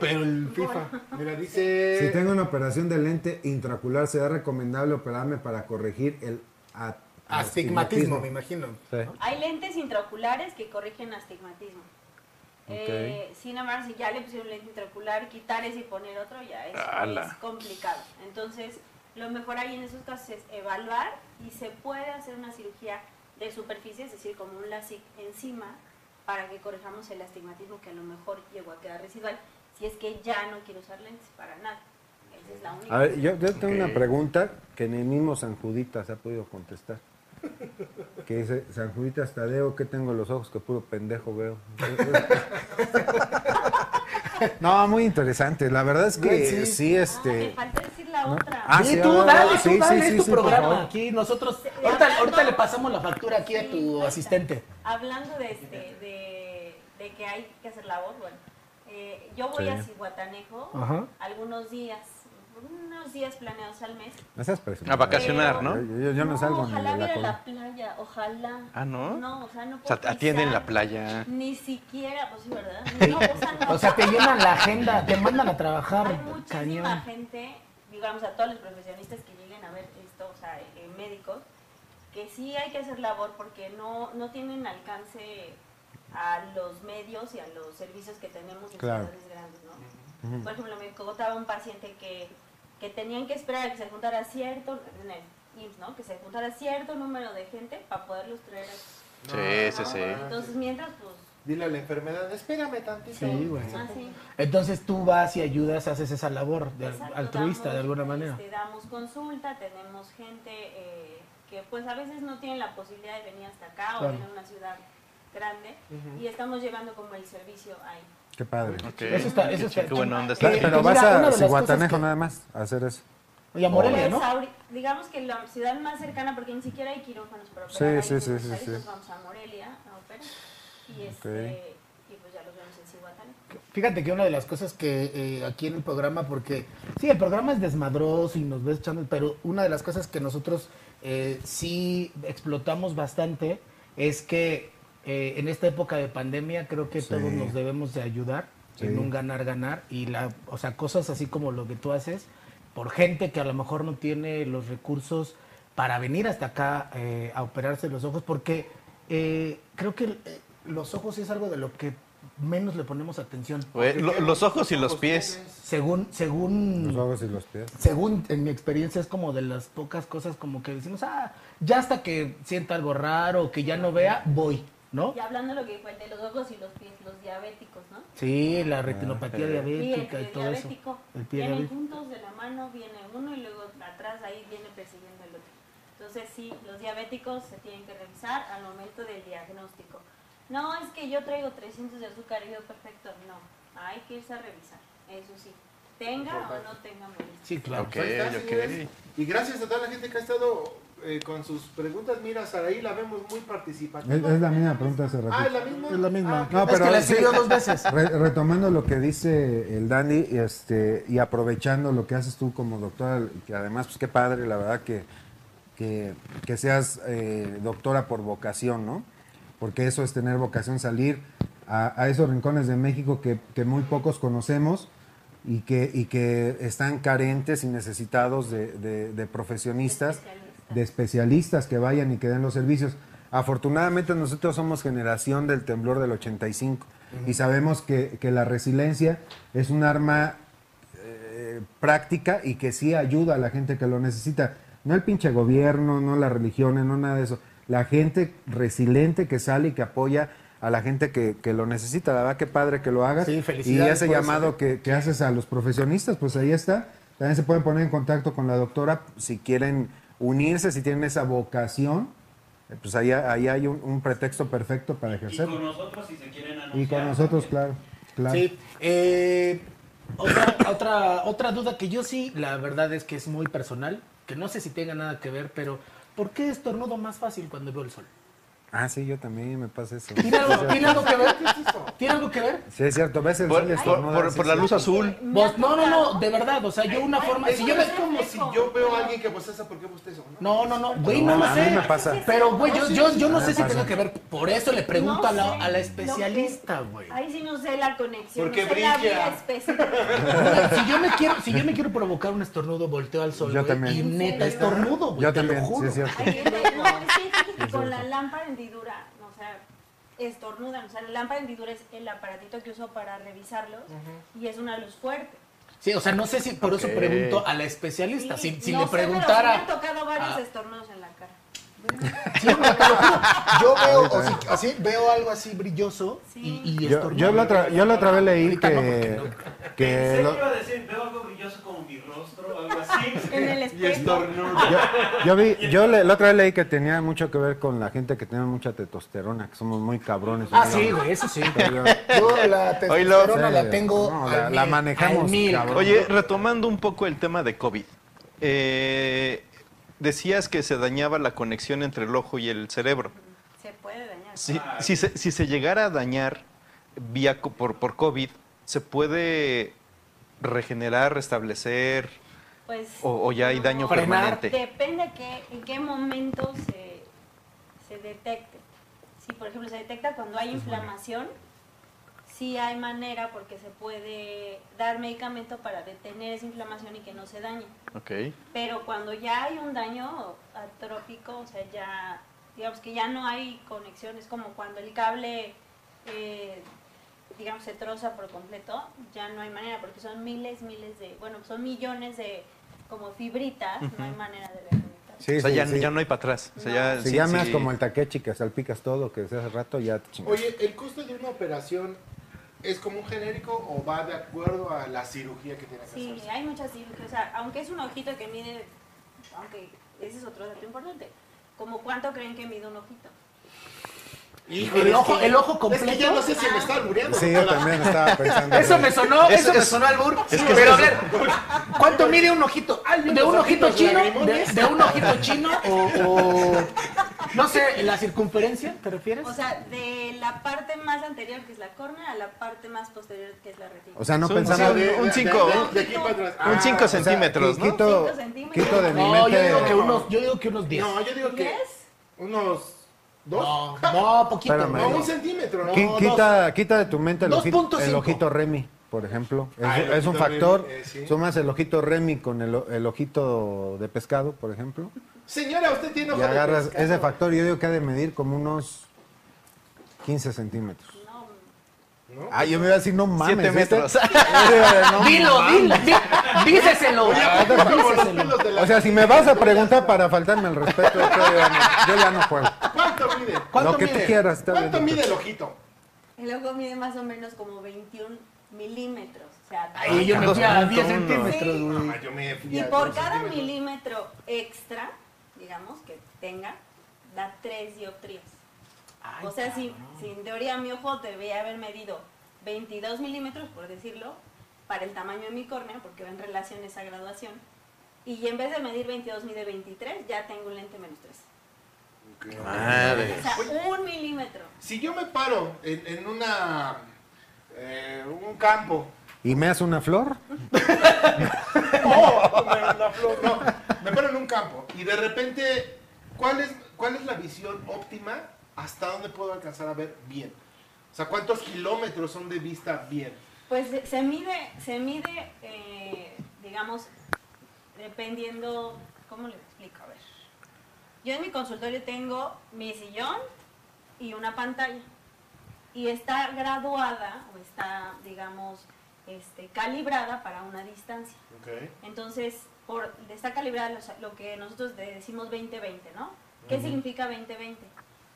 Speaker 2: pero el FIFA.
Speaker 5: Mira, dice.
Speaker 4: Si tengo una operación de lente intraocular, ¿será recomendable operarme para corregir el a-
Speaker 9: Astigmatismo, me imagino.
Speaker 4: Sí.
Speaker 8: Hay lentes intraoculares que corrigen astigmatismo. Eh, sin embargo, si ya le pusieron lente intraocular, quitar ese y poner otro ya es,
Speaker 10: ¡Hala!
Speaker 8: es complicado. Entonces, lo mejor ahí en esos casos es evaluar y se puede hacer una cirugía de superficie, es decir, como un LASIK encima, para que corrijamos el astigmatismo que a lo mejor llegó a quedar residual, si es que ya no quiero usar lentes para nada. Esa es la única.
Speaker 4: A ver, yo, yo tengo
Speaker 10: Ok.
Speaker 4: una pregunta que ni el mismo San Juditas ha podido contestar. Que dice, San Juditas Tadeo, ¿qué tengo en los ojos que puro pendejo veo? (laughs) No, muy interesante. La verdad es que sí,
Speaker 8: Ah, me
Speaker 4: este...
Speaker 8: falta decir la otra.
Speaker 4: Ah,
Speaker 2: sí,
Speaker 4: sí,
Speaker 2: tú
Speaker 4: ah,
Speaker 2: dale,
Speaker 4: sí,
Speaker 2: tú
Speaker 4: sí,
Speaker 2: dale,
Speaker 4: sí,
Speaker 2: es tu
Speaker 4: sí, por
Speaker 2: programa
Speaker 4: favor.
Speaker 2: aquí. Nosotros,
Speaker 8: Sí,
Speaker 2: ahorita,
Speaker 8: hablando-
Speaker 2: ahorita le pasamos la factura aquí a
Speaker 8: Sí,
Speaker 2: tu
Speaker 8: ahorita.
Speaker 2: asistente.
Speaker 8: Hablando de, este, de, de que hay que hacer la voz, bueno, eh, yo voy
Speaker 4: Sí.
Speaker 8: a Cihuatanejo
Speaker 2: Ajá.
Speaker 8: algunos días, unos días planeados al mes.
Speaker 4: No seas presumido.
Speaker 10: A vacacionar,
Speaker 8: Pero-
Speaker 10: Pues ¿no?
Speaker 4: Yo, yo- yo no salgo ni de la
Speaker 8: Ojalá ir a
Speaker 4: colonia.
Speaker 8: la playa, ojalá.
Speaker 10: Ah, ¿no?
Speaker 8: No, o sea, no
Speaker 10: O sea,
Speaker 8: puedo
Speaker 10: atienden
Speaker 8: pisar,
Speaker 10: la playa.
Speaker 8: Ni siquiera, pues sí, ¿verdad?
Speaker 10: (laughs)
Speaker 8: No, o sea, no.
Speaker 2: O sea, te llenan la agenda, te mandan a
Speaker 8: Hay
Speaker 2: trabajar.
Speaker 8: muchísima
Speaker 2: Cañón.
Speaker 8: gente, digamos a todos los profesionistas que lleguen a ver esto, o sea, eh, médicos, que sí hay que hacer labor porque no, no tienen alcance a los medios y a los servicios que tenemos en
Speaker 4: Claro.
Speaker 8: ciudades grandes, ¿no? Por ejemplo, me contaba un paciente que, que tenían que esperar a que se juntara cierto, en el IMSS, ¿no? Que se juntara cierto número de gente para poderlos traer
Speaker 10: Sí,
Speaker 8: aquí,
Speaker 10: sí,
Speaker 8: ¿no?
Speaker 10: sí.
Speaker 8: Entonces, mientras, pues,
Speaker 5: Dile a la enfermedad, espérame tantito. Pues,
Speaker 2: Sí, güey.
Speaker 8: así.
Speaker 2: Entonces tú vas y ayudas, haces esa labor de
Speaker 8: Exacto,
Speaker 2: altruista de
Speaker 8: damos,
Speaker 2: alguna manera.
Speaker 8: este, damos consulta, tenemos gente eh, que pues a veces no tiene la posibilidad de venir hasta acá o
Speaker 2: Claro.
Speaker 8: venir a una ciudad grande y estamos llevando como el servicio ahí.
Speaker 4: Qué padre.
Speaker 10: Ok.
Speaker 2: Eso está- eso
Speaker 10: Qué-
Speaker 2: está-
Speaker 10: Qué buena onda está.
Speaker 4: Claro,
Speaker 2: Eh,
Speaker 4: pero
Speaker 2: mira,
Speaker 4: vas
Speaker 2: una de
Speaker 4: a
Speaker 2: las cosas
Speaker 4: Cihuatanejo
Speaker 2: que-
Speaker 4: nada más a hacer eso.
Speaker 2: Oye, a Morelia,
Speaker 8: Pues,
Speaker 2: ¿no?
Speaker 8: ahori- digamos que la ciudad más cercana, porque ni siquiera hay quirófanos para
Speaker 4: Sí,
Speaker 8: operar. ahí,
Speaker 4: sí, sí,
Speaker 8: pues,
Speaker 4: sí,
Speaker 8: ahorita
Speaker 4: sí.
Speaker 8: Vamos a Morelia a operar y, este, y pues ya los vemos en Cihuatán.
Speaker 2: Fíjate que una de las cosas que eh, aquí en el programa, porque sí, el programa es desmadroso y nos ves echando, pero una de las cosas que nosotros eh, sí explotamos bastante es que eh, en esta época de pandemia creo que
Speaker 4: Sí.
Speaker 2: todos nos debemos de ayudar
Speaker 4: Sí.
Speaker 2: en un ganar ganar y la, o sea, cosas así como lo que tú haces por gente que a lo mejor no tiene los recursos para venir hasta acá eh, a operarse los ojos, porque eh, creo que eh, los ojos es algo de lo que menos le ponemos atención.
Speaker 10: Güey, lo- los ojos y los pies.
Speaker 2: Según, según,
Speaker 4: Los ojos y los pies.
Speaker 2: según en mi experiencia es como de las pocas cosas como que decimos, ah, ya hasta que sienta algo raro, que ya no vea, voy, ¿no?
Speaker 8: Y hablando de lo que fue el de los ojos y los pies, los diabéticos, ¿no?
Speaker 2: Sí, la retinopatía
Speaker 8: Sí, el
Speaker 2: diabética
Speaker 8: pie
Speaker 2: y todo eso.
Speaker 8: diabético.
Speaker 2: El pie
Speaker 8: vienen
Speaker 2: diabético.
Speaker 8: juntos de la mano, viene uno y luego atrás ahí viene persiguiendo el otro. Entonces sí, los diabéticos se tienen que revisar al momento del diagnóstico. No, es que yo traigo 300 de azúcar y yo perfecto. No, hay que irse a revisar, eso sí. Tenga o no tenga molestia.
Speaker 2: Sí, claro.
Speaker 3: Ok,
Speaker 5: pues, Ahí está, señores.
Speaker 3: ok.
Speaker 5: Y gracias a toda la gente que ha estado eh, con sus preguntas. Mira, Saraí la vemos muy participativa.
Speaker 4: Es, es la misma pregunta hace ratito.
Speaker 5: Mm. Ah, ¿es la misma?
Speaker 2: Es la misma.
Speaker 5: Ah,
Speaker 4: No,
Speaker 5: es
Speaker 4: pero
Speaker 5: que la
Speaker 4: sí,
Speaker 5: escribió dos veces.
Speaker 4: re- retomando lo que dice el Dandy este, y aprovechando lo que haces tú como doctora, que además, pues qué padre, la verdad que, que, que seas eh, doctora por vocación, ¿no? Porque eso es tener vocación, salir a, a esos rincones de México que, que muy pocos conocemos y que, y que están carentes y necesitados de, de- de profesionistas, de especialistas que vayan y que den los servicios. Afortunadamente nosotros somos generación del temblor del 85 y sabemos que, que la resiliencia es un arma eh, práctica y que sí ayuda a la gente que lo necesita. No el pinche gobierno, no las religiones, no nada de eso. La gente resiliente que sale y que apoya a la gente que, que lo necesita. La verdad que padre que lo hagas.
Speaker 2: Sí,
Speaker 4: y
Speaker 2: felicidades
Speaker 4: ese
Speaker 2: por eso.
Speaker 4: llamado que, que haces a los profesionistas, pues ahí está. También se pueden poner en contacto con la doctora si quieren unirse, si tienen esa vocación. eh, Pues ahí, ahí hay un, un pretexto perfecto para
Speaker 6: Y
Speaker 4: ejercer.
Speaker 6: con nosotros, si se quieren anunciar.
Speaker 4: Y con nosotros, claro. claro.
Speaker 2: Sí. eh, otra, otra, otra duda que yo sí, la verdad es que es muy personal, que no sé si tenga nada que ver, pero ¿por qué estornudo más fácil cuando veo el sol?
Speaker 4: Ah, sí, yo también me pasa eso.
Speaker 2: ¿Tiene
Speaker 4: (laughs)
Speaker 2: algo, tiene algo que ver?
Speaker 5: ¿Qué es eso?
Speaker 2: ¿Tiene algo que ver?
Speaker 4: Sí, es cierto, ves el
Speaker 3: Por,
Speaker 4: sol y
Speaker 3: por-
Speaker 4: estornudas,
Speaker 3: por-
Speaker 4: sí,
Speaker 3: por
Speaker 4: es
Speaker 3: la
Speaker 4: cierto.
Speaker 3: luz azul.
Speaker 2: Vos- no, no, no, de verdad, o sea, yo una forma, si yo me...
Speaker 5: Es como si yo veo a alguien que bosteza, ¿por qué bostezo? No.
Speaker 2: No, no, no, güey, no
Speaker 4: No,
Speaker 2: lo
Speaker 4: a
Speaker 2: sé.
Speaker 4: mí me pasa.
Speaker 2: Pero, güey, yo, yo, yo no
Speaker 4: me
Speaker 2: sé si
Speaker 4: pasa.
Speaker 2: tenga que ver. Por eso le pregunto
Speaker 8: No
Speaker 2: a, la,
Speaker 8: sé.
Speaker 2: a la
Speaker 8: Lo que-
Speaker 2: especialista, güey.
Speaker 8: Ahí sí no sé la conexión.
Speaker 5: Porque
Speaker 8: no sé la
Speaker 5: brilla.
Speaker 8: vía específica.
Speaker 2: Si yo me quiero, si yo me quiero provocar un estornudo, volteo al sol,
Speaker 4: Yo
Speaker 2: güey,
Speaker 4: también.
Speaker 2: Y
Speaker 4: ¿En
Speaker 2: neta,
Speaker 8: serio?
Speaker 2: estornudo, güey.
Speaker 4: Yo
Speaker 2: te lo
Speaker 4: también, sí,
Speaker 2: juro.
Speaker 4: es cierto.
Speaker 8: Ay, gente, no, es que fíjate que con la lámpara hendidura, no, o sea, estornudan. O sea, la lámpara hendidura es el aparatito que uso para revisarlos y es una luz fuerte.
Speaker 2: Sí, o sea, no sé si por eso
Speaker 3: Ok.
Speaker 2: pregunto a la especialista.
Speaker 8: Sí,
Speaker 2: si si
Speaker 8: no
Speaker 2: le
Speaker 8: sé, pero sí
Speaker 2: preguntara.
Speaker 8: me han tocado varios
Speaker 2: Ah.
Speaker 8: estornudos en la cara.
Speaker 2: (laughs) Sí, no, te lo juro. Yo veo, o sí, así, veo algo así brilloso
Speaker 8: Sí.
Speaker 2: y, y
Speaker 4: Yo,
Speaker 2: estornudo.
Speaker 4: yo la otra, yo la otra vez leí
Speaker 2: Ahorita no,
Speaker 4: que,
Speaker 2: porque
Speaker 4: que
Speaker 6: Pensé
Speaker 4: lo-
Speaker 6: que iba a decir, veo algo brilloso como mi rostro o algo así. (laughs)
Speaker 8: En el
Speaker 5: Y
Speaker 8: espejo.
Speaker 5: estornudo.
Speaker 4: yo, yo vi, yo le- la otra vez leí que tenía mucho que ver con la gente que tiene mucha testosterona, que somos muy cabrones.
Speaker 2: Ah, sí, güey, eso sí.
Speaker 9: Yo la testosterona la tengo.
Speaker 4: No,
Speaker 9: al
Speaker 4: la,
Speaker 9: mil.
Speaker 4: la manejamos,
Speaker 2: al mil.
Speaker 4: cabrón.
Speaker 10: Oye, retomando un poco el tema de COVID, eh, decías que se dañaba la conexión entre el ojo y el cerebro.
Speaker 8: Se puede dañar.
Speaker 10: Si, si se, si se llegara a dañar vía co- por, por COVID, ¿se puede regenerar, restablecer
Speaker 8: Pues,
Speaker 10: o, o ya hay daño
Speaker 8: no.
Speaker 2: Frenar.
Speaker 10: permanente?
Speaker 8: Depende que, en qué momento se, se detecte. Si, por ejemplo, se detecta cuando hay inflamación, sí hay manera porque se puede dar medicamento para detener esa inflamación y que no se dañe.
Speaker 10: Ok.
Speaker 8: Pero cuando ya hay un daño atrópico, o sea, ya, digamos que ya no hay conexión, es como cuando el cable, eh, digamos, se troza por completo, ya no hay manera, porque son miles, miles de, bueno, son millones de como fibritas, no hay manera de reconectar.
Speaker 4: Sí,
Speaker 10: o sea,
Speaker 4: sí,
Speaker 10: ya,
Speaker 4: sí.
Speaker 10: ya no hay para atrás. O sea, ya,
Speaker 4: Si
Speaker 10: sí,
Speaker 4: ya me das
Speaker 10: sí.
Speaker 4: como el taquechi que salpicas todo, que desde hace rato ya te chingas.
Speaker 5: Oye, ¿el costo de una operación es como un genérico o va de acuerdo a la cirugía que tiene que
Speaker 8: Sí,
Speaker 5: hacerse?
Speaker 8: hay muchas cirugías, o sea, aunque es un ojito que mide, aunque ese es otro dato importante, como cuánto creen que mide un ojito.
Speaker 5: Híjole,
Speaker 2: El
Speaker 5: es
Speaker 2: ojo-
Speaker 5: que-
Speaker 2: el ojo
Speaker 5: Es que
Speaker 2: completo.
Speaker 5: ya no sé
Speaker 8: Ah.
Speaker 5: si me está muriendo.
Speaker 4: Sí, yo también estaba pensando.
Speaker 2: Eso me sonó,
Speaker 10: Es-
Speaker 2: eso me
Speaker 10: es-
Speaker 2: sonó albur.
Speaker 10: que
Speaker 2: pero a
Speaker 10: es-
Speaker 2: ver, ¿cuánto mide un ojito? ¿De un
Speaker 5: pues, los
Speaker 2: ojito
Speaker 5: ojitos
Speaker 2: chino? ¿De,
Speaker 5: lagrimones.
Speaker 2: de un ojito chino? O, o- no sé, la circunferencia, ¿te refieres?
Speaker 8: O sea, de la parte más anterior, que es la córnea, a la parte más posterior, que es la retina.
Speaker 4: O sea, no
Speaker 10: Son-
Speaker 5: O sea,
Speaker 4: pensamos.
Speaker 5: de- de-
Speaker 10: Un
Speaker 5: de-
Speaker 10: cinco,
Speaker 5: de-
Speaker 10: un-
Speaker 5: de aquí para atrás.
Speaker 10: un
Speaker 5: Ah,
Speaker 10: cinco
Speaker 5: o sea,
Speaker 10: centímetros,
Speaker 4: qui-
Speaker 10: ¿no?
Speaker 4: Quito,
Speaker 8: Cinco centímetros.
Speaker 4: quito de mi
Speaker 2: no, yo
Speaker 4: mente.
Speaker 2: digo que unos, yo digo que unos 10.
Speaker 5: No, yo digo que
Speaker 8: ¿Diez?
Speaker 5: unos dos.
Speaker 2: No, no, poquito.
Speaker 4: Espérame.
Speaker 5: No,
Speaker 2: no.
Speaker 5: un centímetro, ¿no?
Speaker 4: Qui-
Speaker 2: dos.
Speaker 4: quita, quita de tu mente el ojito,
Speaker 2: 2.5.
Speaker 4: el ojito Remy, por ejemplo. Es,
Speaker 5: Ah, el
Speaker 4: es un
Speaker 5: ojito
Speaker 4: factor.
Speaker 5: Remy, eh, sí.
Speaker 4: Sumas el ojito Remy con el, o- el ojito de pescado, por ejemplo.
Speaker 5: Señora, usted tiene
Speaker 4: Y
Speaker 5: ojo de
Speaker 4: agarras
Speaker 5: pescado.
Speaker 4: ese factor. Yo digo que ha de medir como unos 15 centímetros.
Speaker 8: No,
Speaker 4: Ah, yo me iba a decir, no mames.
Speaker 10: Siete
Speaker 4: ¿viste?
Speaker 10: metros.
Speaker 4: Yo digo, (laughs) no
Speaker 2: Dilo,
Speaker 4: mames.
Speaker 2: dilo, di- díceselo.
Speaker 8: pues,
Speaker 5: Como los
Speaker 2: díceselo.
Speaker 5: pelos de la-
Speaker 4: O sea, si me vas a preguntar para faltarme el respeto, yo ya no, yo ya no juego.
Speaker 5: ¿Cuánto mide?
Speaker 2: ¿Cuánto
Speaker 4: Lo que tú
Speaker 2: mide?
Speaker 4: quieras. está
Speaker 5: ¿Cuánto
Speaker 4: bien.
Speaker 5: mide el ojito?
Speaker 8: el ojo mide más o menos como 21 milímetros. O sea,
Speaker 2: Ahí yo me fui a 10 centímetros,
Speaker 8: Sí.
Speaker 4: Mm.
Speaker 2: güey.
Speaker 5: Ah, yo me fui
Speaker 8: y
Speaker 5: a
Speaker 8: por
Speaker 5: dos
Speaker 8: cada
Speaker 5: centímetros.
Speaker 8: milímetro extra, digamos, que tenga, da 3 dioptrías. o sea, si, si en teoría mi ojo debía haber medido 22 milímetros, por decirlo, para el tamaño de mi córnea, porque va en relación a esa graduación. Y en vez de medir 22, mide 23, ya tengo un lente menos 3.
Speaker 3: Madre.
Speaker 8: O sea, un milímetro.
Speaker 5: Si yo me paro en, en una eh, un campo,
Speaker 4: ¿Y me hace una flor?
Speaker 5: oh, me, la flor, no, me paro en un campo y de repente, ¿cuál es, ¿cuál es la visión óptima? ¿Hasta dónde puedo alcanzar a ver bien? O sea, ¿cuántos kilómetros son de vista bien?
Speaker 8: Pues se- se mide, se mide eh, digamos, dependiendo, ¿cómo le explico? A ver. Yo en mi consultorio tengo mi sillón y una pantalla. Y está graduada o está, digamos, este, calibrada para una distancia. Entonces, por, está calibrada los- lo que nosotros de- decimos 2020, ¿no? ¿Qué
Speaker 5: Ujú.
Speaker 8: significa 2020?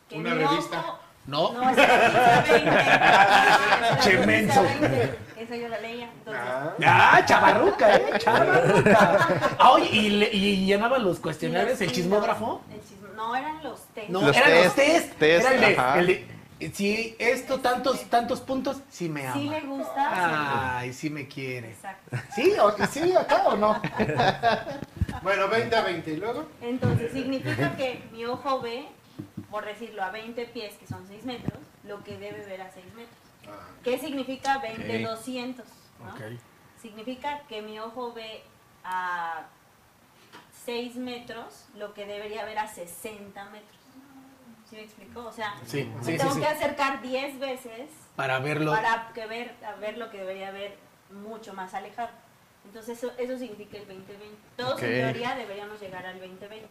Speaker 8: Que
Speaker 5: Una
Speaker 8: mi
Speaker 5: revista.
Speaker 8: ojo-
Speaker 2: ¿No?
Speaker 8: No, es la revista 20. Es la
Speaker 2: (laughs) Che,
Speaker 8: revista
Speaker 2: menso.
Speaker 8: 20. Esa yo la leía. Entonces,
Speaker 2: Ah, chavarruca, eh,
Speaker 8: (laughs)
Speaker 2: chavarruca. Ah, oye, ¿y, le- y llenaba los cuestionarios el chismógrafo?
Speaker 8: el chismo- no, eran los test.
Speaker 2: No,
Speaker 10: Los
Speaker 2: eran los
Speaker 10: test,
Speaker 2: test.
Speaker 10: test,
Speaker 2: era el de-
Speaker 10: ajá.
Speaker 2: el de, si esto tantos, tantos puntos, sí me ama.
Speaker 8: Sí le gusta.
Speaker 2: Ay, sí me quiere.
Speaker 8: Exacto.
Speaker 2: ¿Sí? O, ¿Sí acá o no?
Speaker 5: (laughs) Bueno, 20 a 20 y luego.
Speaker 8: Entonces significa que mi ojo ve, por decirlo, a 20 pies, que son 6 metros, lo que debe ver a 6 metros.
Speaker 2: Ah.
Speaker 8: ¿Qué significa 20,
Speaker 10: Ok.
Speaker 8: 200? ¿no? Significa que mi ojo ve a 6 metros lo que debería ver a 60 metros. ¿Sí me explico? O sea,
Speaker 2: Sí,
Speaker 8: me
Speaker 2: sí, sí,
Speaker 8: tengo
Speaker 2: sí.
Speaker 8: que acercar 10 veces
Speaker 2: Para verlo.
Speaker 8: para que ver, a ver lo que debería ver mucho más alejado. Entonces eso, eso significa el 2020. Todos
Speaker 2: Ok.
Speaker 8: en teoría deberíamos llegar al 2020.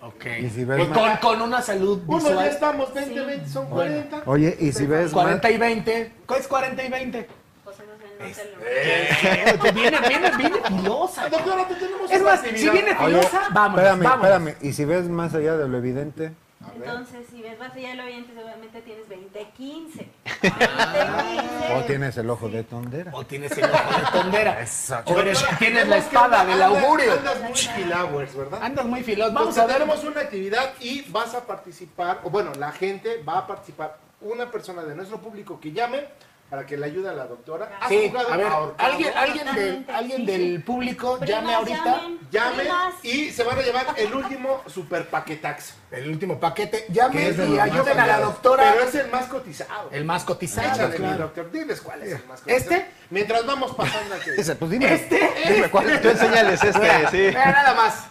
Speaker 2: Ok.
Speaker 4: Y si ves
Speaker 2: Pues
Speaker 4: más-
Speaker 2: con, con una salud
Speaker 5: Uno ya
Speaker 2: visual.
Speaker 5: estamos, 20 20, son
Speaker 2: Bueno.
Speaker 5: 40.
Speaker 4: Oye, y si ves más...
Speaker 2: 40 y 20. ¿Cuál es 40 y 20?
Speaker 8: José no se- no
Speaker 2: Este.
Speaker 8: se lo-
Speaker 2: Eh, viene, viene, viene filosa.
Speaker 5: Doctora, te tenemos
Speaker 2: Es
Speaker 5: una
Speaker 2: más,
Speaker 5: actividad.
Speaker 2: si viene
Speaker 4: Oye,
Speaker 2: filosa, vamos.
Speaker 4: espérame,
Speaker 2: vamos.
Speaker 4: espérame. Y si ves más allá de lo evidente,
Speaker 8: Entonces, si ves más allá del oyente, seguramente tienes 20, 15.
Speaker 2: Ah.
Speaker 4: o Oh, tienes el ojo de tondera.
Speaker 2: O tienes el ojo de tondera.
Speaker 4: Exacto.
Speaker 2: O eres, tienes la
Speaker 5: Vemos que
Speaker 2: espada
Speaker 5: andas-
Speaker 2: del augurio.
Speaker 5: Andas muy kilowatts, ¿verdad?
Speaker 2: Andas muy filosa. Vamos
Speaker 5: Entonces,
Speaker 2: a ver.
Speaker 5: tenemos una actividad y vas a participar, o bueno, la gente va a participar, una persona de nuestro público que llame para que le ayude a la doctora. ¿Has
Speaker 2: Sí,
Speaker 5: jugado
Speaker 2: a ver,
Speaker 5: ahorcado?
Speaker 2: alguien, alguien, del,
Speaker 8: Totalmente,
Speaker 2: alguien
Speaker 8: sí,
Speaker 2: del público
Speaker 8: Primas,
Speaker 2: llame ahorita.
Speaker 8: llamen,
Speaker 5: Llame
Speaker 8: primas.
Speaker 5: y se van a llevar el último super paquetax.
Speaker 9: El último paquete. Llame
Speaker 4: Que es de
Speaker 9: y
Speaker 4: los más
Speaker 9: ayuden a la
Speaker 4: cambiados.
Speaker 9: doctora.
Speaker 5: Pero es el más cotizado.
Speaker 2: El más cotizado.
Speaker 5: Échale, mi
Speaker 2: claro.
Speaker 5: doctor. Diles cuál es el más cotizado.
Speaker 2: ¿Este?
Speaker 5: Mientras vamos
Speaker 9: (laughs)
Speaker 5: pasando aquí.
Speaker 4: Ese, pues dime.
Speaker 2: ¿Este?
Speaker 4: Dime cuál es.
Speaker 10: Tú enseñales este, sí.
Speaker 2: Mira, nada más.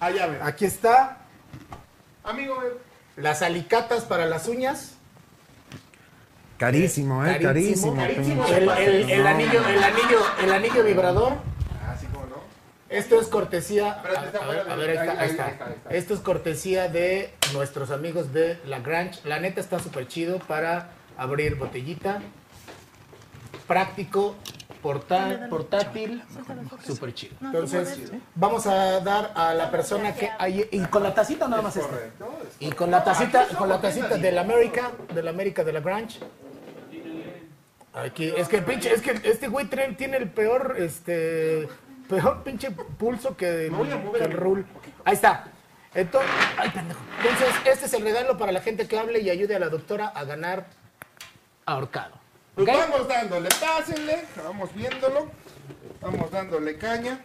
Speaker 5: Allá ver.
Speaker 9: Aquí está.
Speaker 5: Amigo, eh,
Speaker 9: Las alicatas para las uñas.
Speaker 4: Carísimo, ¿eh? Carísimo.
Speaker 9: Carísimo,
Speaker 5: carísimo.
Speaker 4: pinche.
Speaker 9: El, el- el
Speaker 4: No,
Speaker 9: anillo, el anillo, el anillo vibrador.
Speaker 5: así como no.
Speaker 9: Esto es cortesía. A,
Speaker 5: Espérate, está
Speaker 9: a
Speaker 5: fuera
Speaker 9: ver,
Speaker 5: de-
Speaker 9: a ver, ahí está, ahí
Speaker 5: ahí, ahí,
Speaker 9: está.
Speaker 5: ahí está, ahí está.
Speaker 9: Esto es cortesía de nuestros amigos de La Grange. La neta está súper chido para abrir botellita. Práctico, portal, portátil.
Speaker 2: Súper chido.
Speaker 9: Entonces, vamos a dar a la persona que. ahí- y con la tacita nada más esta.
Speaker 5: Correcto. Ah, es
Speaker 9: Y con la tacita, con la tacita del América, del América de la Grange. Aquí, es que el pinche, es que este güey trae- tiene el peor, este, peor pinche pulso que,
Speaker 5: Me voy a mover
Speaker 9: que el
Speaker 5: un
Speaker 9: rule. Ahí está. Entonces, ay, pendejo. Entonces, este es el regalo para la gente que hable y ayude a la doctora a ganar.
Speaker 2: Ahorcado.
Speaker 5: Pues vamos dándole, pásenle, vamos viéndolo, vamos dándole caña.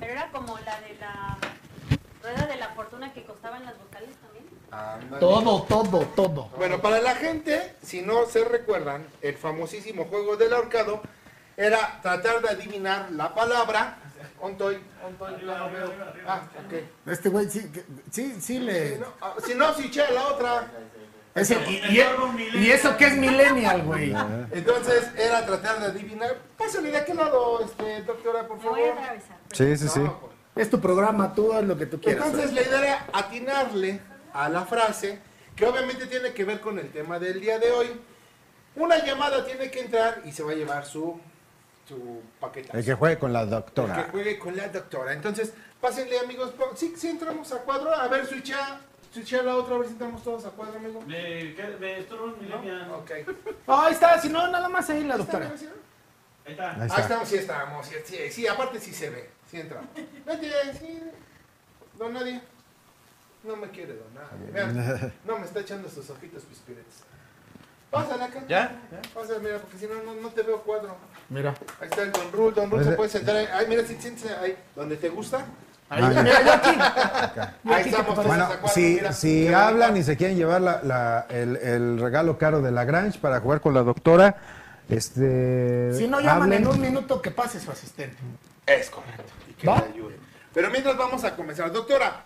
Speaker 8: Pero era como la de la rueda de la fortuna que costaban las vocales también.
Speaker 5: Ándale.
Speaker 9: Todo, todo, todo.
Speaker 5: Bueno, para la gente, si no se recuerdan, el famosísimo juego del ahorcado era tratar de adivinar la palabra. Ontoy, ontoy, ya no veo. Ah, ok.
Speaker 9: Este güey sí, que- sí, sí le.
Speaker 5: No, ah, Si no, si che, la otra.
Speaker 9: Es el- y, e, y- y eso que es millennial, güey.
Speaker 5: Entonces era tratar de adivinar. Pásale de aquel lado, este, doctora, por
Speaker 8: Me voy a
Speaker 5: favor.
Speaker 8: atravesar.
Speaker 4: Sí, sí, sí.
Speaker 5: No, pues.
Speaker 9: Es tu programa, tú haz lo que tú quieras.
Speaker 5: Entonces la idea era atinarle a la frase que obviamente tiene que ver con el tema del día de hoy. Una llamada tiene que entrar y se va a llevar su, su paquetazo.
Speaker 4: El que juegue con la
Speaker 5: El que
Speaker 4: doctora.
Speaker 5: juegue con la doctora. Entonces, pásenle amigos. po- Sí, sí entramos a cuadro. A ver, switcha, switcha la otra, a ver si entramos todos a cuadro, amigo.
Speaker 6: Me, que- me estorba un millennial.
Speaker 5: ¿No? Ok.
Speaker 2: Ah, ahí está, si no, nada más ahí la doctora.
Speaker 5: ¿Está bien, sí?
Speaker 6: Ahí está.
Speaker 4: Ahí
Speaker 5: Ahí
Speaker 4: está.
Speaker 5: Ah, estamos, sí estamos. Sí, sí, sí, aparte sí se ve. Sí entramos. Vete, sí. Don Nadie. No me quiere don Nadie. Vean, no me está echando sus ojitos pispiretes. Pásale acá.
Speaker 3: ¿Ya?
Speaker 5: Pásale, mira, porque si no, no, no te veo cuadro.
Speaker 14: Mira.
Speaker 5: Ahí está el Don Rul. Don Rul se puede sentar ahí. Ay, mira, si siéntese ahí. Donde te gusta. Ahí,
Speaker 4: Ah, ya.
Speaker 5: mira, yo aquí.
Speaker 4: Bueno,
Speaker 5: Ahí estamos todos hasta cuadro,
Speaker 4: si,
Speaker 5: mira.
Speaker 4: si
Speaker 5: Qué bonito.
Speaker 4: hablan y se quieren llevar la- la- el, el regalo caro de la Grange para jugar con la doctora, este.
Speaker 2: Si no llaman
Speaker 4: hablen.
Speaker 2: en un minuto, que pase su asistente.
Speaker 5: Es correcto. Y que
Speaker 2: ¿Va?
Speaker 5: le ayude. Pero mientras vamos a comenzar. Doctora,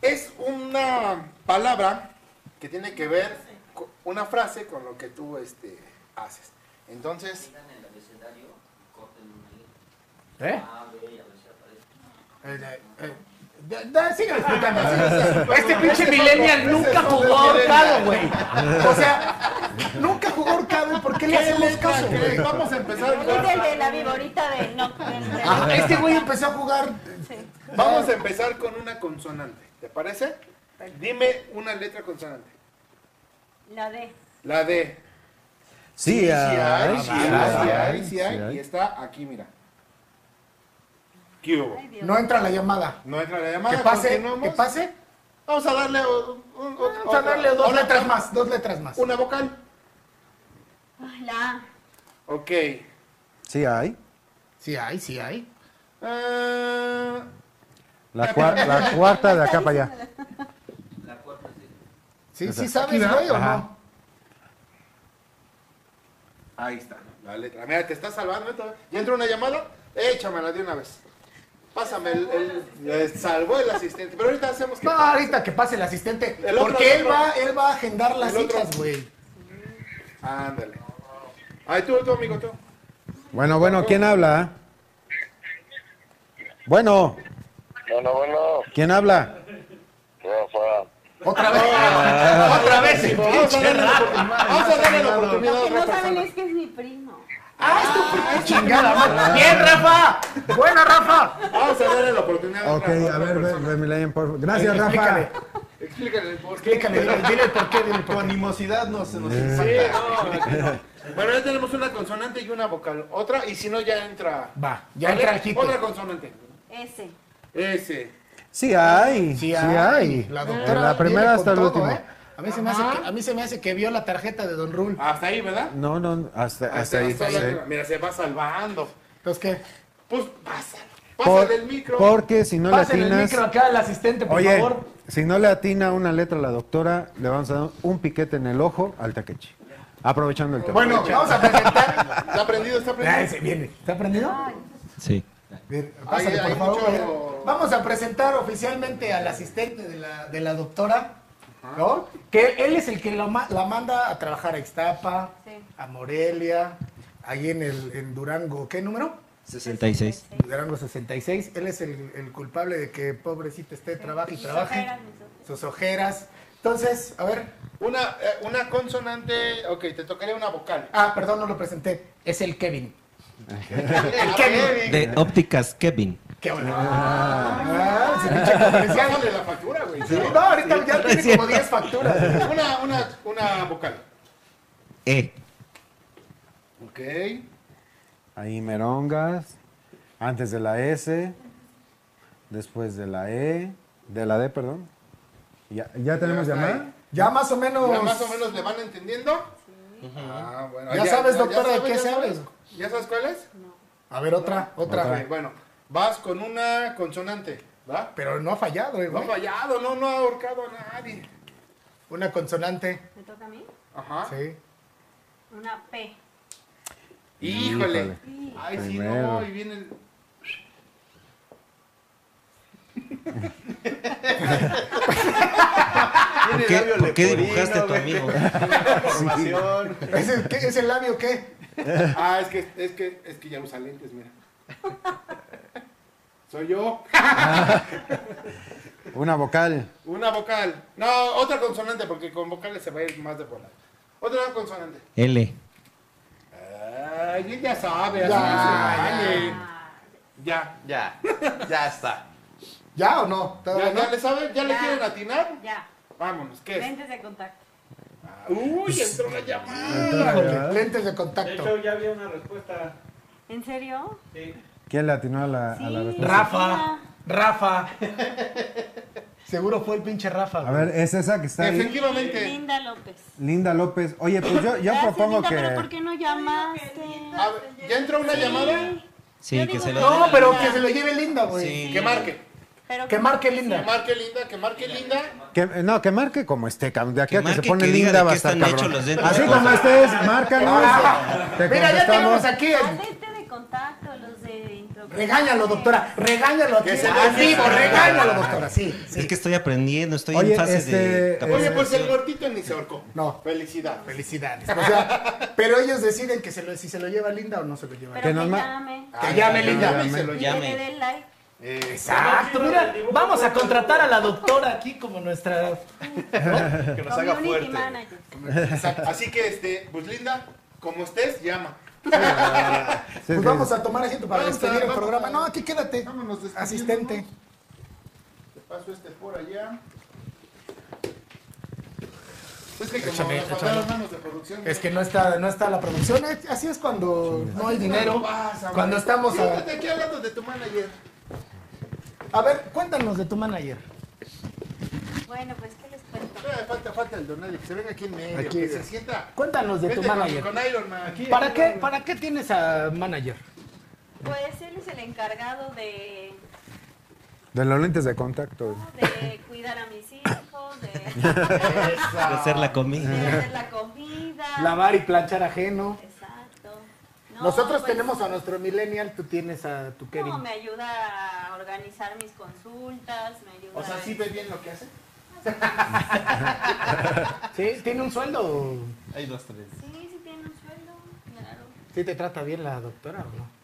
Speaker 5: es una palabra que tiene que ver, co- una frase con lo que tú este, haces. Entonces,
Speaker 14: ¿Eh?
Speaker 2: Eh, eh, eh, da- da- sigan explicando.
Speaker 5: (laughs)
Speaker 14: Este pinche millennial nunca jugó ahorcado, güey.
Speaker 2: O sea, nunca jugó ahorcado, ¿por qué le hacemos caso? güey?
Speaker 5: Vamos a empezar.
Speaker 8: Es el de la viborita de no. del- del-
Speaker 2: Ah, Este güey empezó a jugar.
Speaker 5: Vamos a empezar con una consonante. ¿Te parece? Dime una letra consonante.
Speaker 8: La de.
Speaker 5: La D.
Speaker 4: Sí,
Speaker 5: sí
Speaker 4: hay,
Speaker 5: hay, sí hay, sí hay, sí hay, Y está aquí, mira. ¿Qué hubo?
Speaker 2: No entra la llamada.
Speaker 5: No entra la
Speaker 2: Que
Speaker 5: llamada.
Speaker 2: pase,
Speaker 5: continuamos.
Speaker 2: que pase.
Speaker 5: Vamos a darle o- un- otro-
Speaker 2: Vamos a darle dos
Speaker 5: otra-
Speaker 2: letras más, dos letras más.
Speaker 5: Una vocal.
Speaker 8: Ay, La A.
Speaker 5: Ok.
Speaker 4: Sí, hay.
Speaker 2: Sí hay, sí hay.
Speaker 5: Ah,
Speaker 4: La, cua- la cuarta de acá para allá.
Speaker 2: Sí, sí
Speaker 4: Aquí,
Speaker 2: sabes,
Speaker 4: ¿verdad?
Speaker 2: güey, o
Speaker 4: Ajá.
Speaker 2: no.
Speaker 5: ahí está, la letra. Mira, te está salvando. ¿eh? ¿Ya entró una llamada? Échamela de una vez. Pásame el... el- le salvó el asistente. Pero ahorita hacemos que...
Speaker 2: No, ahorita que pase el asistente.
Speaker 5: El otro,
Speaker 2: porque
Speaker 5: el
Speaker 2: él
Speaker 5: otro.
Speaker 2: va, él va a agendar las
Speaker 5: El otro.
Speaker 2: citas, güey.
Speaker 5: Ándale. Ahí tú, tú, amigo, tú.
Speaker 4: Bueno, bueno, ¿quién habla? Bueno,
Speaker 15: Bueno, bueno,
Speaker 4: ¿quién habla?
Speaker 15: Rafa.
Speaker 2: Otra vez. Otra vez. el
Speaker 5: Vamos a
Speaker 2: pinche
Speaker 5: darle la
Speaker 2: raro.
Speaker 5: oportunidad, vamos a darle la oportunidad a
Speaker 8: Lo que no
Speaker 5: otra
Speaker 8: saben
Speaker 5: persona.
Speaker 8: es que es mi primo.
Speaker 2: Ah, es tu primo, chingada madre. Bien, Rafa. Buena, Rafa.
Speaker 5: Vamos a darle la oportunidad a
Speaker 4: Ok,
Speaker 5: otra,
Speaker 4: a
Speaker 5: otra
Speaker 4: ver, ve-
Speaker 5: persona.
Speaker 4: ve, Milen, por favor. Gracias,
Speaker 2: Explícale.
Speaker 4: Rafa.
Speaker 5: Explícale por qué.
Speaker 2: Explícale, dile, dile por qué, dile
Speaker 3: Tu
Speaker 2: por qué.
Speaker 3: animosidad nos, nos
Speaker 5: Sí,
Speaker 3: exalta.
Speaker 5: no, aquí no. Bueno, ya tenemos una consonante y una vocal. Otra, y si no, ya entra.
Speaker 2: Va, ya
Speaker 5: ¿Vale?
Speaker 2: entra el quite.
Speaker 5: Otra consonante.
Speaker 8: Ese.
Speaker 5: S.
Speaker 4: Sí, hay.
Speaker 2: Sí
Speaker 4: Sí,
Speaker 2: hay.
Speaker 4: hay.
Speaker 2: La
Speaker 4: De
Speaker 2: doctora
Speaker 4: la primera
Speaker 2: viene
Speaker 4: hasta el
Speaker 2: con todo,
Speaker 4: último.
Speaker 2: ¿eh? A mí, se me hace que, a mí se me hace que vio la tarjeta de Don Rul.
Speaker 5: Hasta ahí, ¿verdad?
Speaker 4: No, no, hasta, hasta ahí.
Speaker 5: hasta ahí.
Speaker 4: sí.
Speaker 5: Mira, se va salvando.
Speaker 2: Entonces, ¿qué?
Speaker 5: Pues pásalo.
Speaker 4: Por-
Speaker 5: Pásale el micro.
Speaker 4: porque si no le
Speaker 2: Pásenle el
Speaker 4: atinas.
Speaker 2: micro acá al asistente, por
Speaker 4: Oye,
Speaker 2: favor.
Speaker 4: si no le atina una letra a la doctora, le vamos a dar un piquete en el ojo al Takechi. Aprovechando el tema.
Speaker 2: Bueno, vamos a presentar.
Speaker 5: Está prendido, está
Speaker 2: Ah,
Speaker 5: prendido.
Speaker 2: ese viene. ¿Está prendido?
Speaker 16: Sí.
Speaker 2: Bien, pásale,
Speaker 5: Ahí hay
Speaker 2: por favor,
Speaker 5: mucho-
Speaker 2: eh. Vamos a presentar oficialmente al asistente de la, de la doctora, ¿no? Que él es el que la, ma- la manda a trabajar a Ixtapa,
Speaker 8: Sí.
Speaker 2: a Morelia, ahí en, el, en Durango. ¿Qué número?
Speaker 16: 66.
Speaker 2: Durango 66. Él es el, el culpable de que pobrecita esté, trabaje y
Speaker 8: Mis
Speaker 2: trabaje.
Speaker 8: ojeras, mis ojeras.
Speaker 2: Sus ojeras. Entonces, a ver.
Speaker 5: Una, eh, una consonante. Ok, te tocaría una vocal.
Speaker 2: Ah, perdón, no lo presenté. Es el Kevin.
Speaker 5: El
Speaker 16: De ópticas Kevin.
Speaker 2: Qué bueno. Ah, ese pinche comercial.
Speaker 5: la factura, güey.
Speaker 2: Sí, no, ahorita ya tiene como 10 facturas.
Speaker 5: Una, una, una vocal.
Speaker 16: E.
Speaker 5: Ok.
Speaker 4: Ahí merongas. Antes de la S. Después de la E. De la D, perdón. ¿Ya, ya tenemos
Speaker 5: Ya está
Speaker 4: llamada?
Speaker 5: ahí.
Speaker 2: Ya más o menos.
Speaker 5: ¿Ya más o menos le van entendiendo? Ah, bueno.
Speaker 2: Ya sabes, doctora, ¿de qué
Speaker 5: ya
Speaker 2: se habla?
Speaker 5: sabes. ¿Ya sabes cuál es?
Speaker 2: A ver, otra, otra.
Speaker 5: Ok, bueno, vas con una consonante, ¿va?
Speaker 2: Pero no ha fallado, eh,
Speaker 5: No ha
Speaker 2: güey.
Speaker 5: fallado, no, no ha ahorcado a nadie.
Speaker 2: Una consonante.
Speaker 8: ¿Me toca a mí?
Speaker 5: Ajá.
Speaker 2: Sí.
Speaker 8: Una P.
Speaker 5: Híjole.
Speaker 8: Sí.
Speaker 5: Ay, sí,
Speaker 4: Primero.
Speaker 5: no, y viene el...
Speaker 3: Tiene
Speaker 16: ¿Por qué,
Speaker 3: labio
Speaker 16: por qué
Speaker 3: leporino,
Speaker 16: dibujaste a tu
Speaker 3: güey.
Speaker 16: amigo?
Speaker 3: Información.
Speaker 2: ¿Es el, qué- es el labio qué?
Speaker 5: (laughs) Ah, es que, es que, es que ya usa lentes, mira. (laughs) Soy yo.
Speaker 4: Una vocal.
Speaker 5: Una vocal. No, otra consonante, porque con vocales se va a ir más de volar. Otra consonante.
Speaker 16: L.
Speaker 5: Ay, ya sabe, ya,
Speaker 8: Ah,
Speaker 5: ya.
Speaker 3: Ya, ya está.
Speaker 2: ¿Ya o no? ¿Todavía
Speaker 5: ¿Ya,
Speaker 2: no?
Speaker 5: ya le saben? ¿Ya le
Speaker 8: Ya.
Speaker 5: quieren atinar?
Speaker 8: Ya.
Speaker 5: Vámonos, ¿qué es?
Speaker 8: Lentes de contacto.
Speaker 5: Uy, entró la llamada.
Speaker 2: Híjole, Lentes de
Speaker 6: De
Speaker 2: contacto.
Speaker 6: hecho, ya había una respuesta.
Speaker 8: ¿En serio?
Speaker 6: Sí.
Speaker 4: ¿Quién le atinó a la, a la
Speaker 8: Sí.
Speaker 4: respuesta?
Speaker 5: (laughs)
Speaker 2: Rafa.
Speaker 8: Hola.
Speaker 2: Rafa. Seguro fue el pinche Rafa.
Speaker 4: A ver, es esa que está ahí.
Speaker 5: Efectivamente.
Speaker 8: Linda López.
Speaker 4: Linda López. Oye, pues yo, yo
Speaker 8: Gracias,
Speaker 4: propongo
Speaker 8: Linda,
Speaker 4: que.
Speaker 8: ¿Pero por qué no llamaste?
Speaker 5: A ver, ¿ya entró una llamada?
Speaker 17: Sí, que se lo
Speaker 5: No,
Speaker 17: den.
Speaker 5: pero que se lo lleve Linda, güey.
Speaker 17: Sí.
Speaker 5: Que marque.
Speaker 8: Pero
Speaker 2: Que marque Linda.
Speaker 5: Que marque Linda, que marque Linda.
Speaker 4: Que, no, que marque como esté, cabrón. De aquí a que se
Speaker 17: marque
Speaker 4: pone
Speaker 17: que diga
Speaker 4: linda
Speaker 17: de
Speaker 4: va a
Speaker 17: qué
Speaker 4: estar
Speaker 17: están
Speaker 4: cabrón.
Speaker 17: hechos los dedos.
Speaker 4: Así
Speaker 17: Ah.
Speaker 4: como estés, márcanos. Te
Speaker 2: Ah, Mira, ya
Speaker 4: contestamos.
Speaker 2: tenemos aquí. el-
Speaker 8: Hazte este de contacto, los de introducción.
Speaker 2: Regáñalo, doctora. Regáñalo.
Speaker 5: Que
Speaker 2: aquí,
Speaker 5: se
Speaker 2: al
Speaker 5: deje
Speaker 2: vivo,
Speaker 5: saber.
Speaker 2: regáñalo, doctora. Sí, sí.
Speaker 17: Es que estoy aprendiendo, estoy
Speaker 4: Oye,
Speaker 17: en fase
Speaker 4: este,
Speaker 17: de
Speaker 4: eh,
Speaker 5: Oye,
Speaker 17: capacitación.
Speaker 5: pues el gordito ni se ahorcó.
Speaker 2: No.
Speaker 5: Felicidad.
Speaker 2: Felicidades. O sea, pero ellos deciden que se lo, si se lo lleva Linda o no se lo lleva.
Speaker 8: Pero
Speaker 4: Que
Speaker 8: que
Speaker 4: nos ma-
Speaker 8: llame.
Speaker 5: Ah,
Speaker 2: que llame Linda.
Speaker 5: Y se lo
Speaker 8: Y
Speaker 5: lleve.
Speaker 8: que
Speaker 17: llame.
Speaker 8: le dé like.
Speaker 5: Eh,
Speaker 2: Exacto. Mira, vamos a contratar a la doctora aquí como nuestra.
Speaker 5: Que nos haga
Speaker 8: Community
Speaker 5: fuerte.
Speaker 8: manager.
Speaker 5: Exacto. Así que, este, pues Linda, como estés, llama.
Speaker 4: Sí,
Speaker 2: Pues
Speaker 4: sí,
Speaker 2: vamos
Speaker 4: sí.
Speaker 2: a tomar asiento para
Speaker 5: Vamos a-
Speaker 2: despedir el
Speaker 5: vamos
Speaker 2: programa.
Speaker 5: a-
Speaker 2: No, aquí quédate.
Speaker 5: Vámonos despidiéndonos.
Speaker 2: Asistente.
Speaker 5: Te paso este por allá. Es que como
Speaker 2: Échame,
Speaker 5: nos
Speaker 2: échame.
Speaker 5: faltaron manos de producción.
Speaker 2: Es que no está, no está la producción. Eh, Así es cuando no hay dinero. Cuando estamos a.
Speaker 5: Siéntate aquí al lado de tu manager.
Speaker 2: A ver, cuéntanos de tu manager.
Speaker 8: Bueno, pues, ¿qué les cuento?
Speaker 5: Eh, Falta, falta el don Eric, que se venga aquí en medio,
Speaker 2: Aquí.
Speaker 5: que se sienta.
Speaker 2: Cuéntanos de tu
Speaker 5: Vente con-
Speaker 2: manager.
Speaker 5: Con Iron Man.
Speaker 2: ¿Para qué, ¿Para qué tienes a manager?
Speaker 8: Pues él es el encargado de,
Speaker 4: De los lentes de contacto.
Speaker 8: de cuidar a mis hijos, de, de
Speaker 17: De hacer la comida.
Speaker 8: hacer la comida.
Speaker 2: Lavar y planchar ajeno.
Speaker 8: Exacto. No,
Speaker 2: Nosotros
Speaker 8: pues,
Speaker 2: tenemos a nuestro millennial, tú tienes a tu
Speaker 8: No,
Speaker 2: Kevin.
Speaker 8: me ayuda a organizar mis consultas, me ayuda
Speaker 5: O sea,
Speaker 8: a-
Speaker 5: ¿sí ve bien lo que hace?
Speaker 2: Sí, tiene un sueldo.
Speaker 3: Hay dos, tres.
Speaker 8: Sí, sí tiene un sueldo, claro.
Speaker 2: Sí te trata bien la doctora, ¿o no?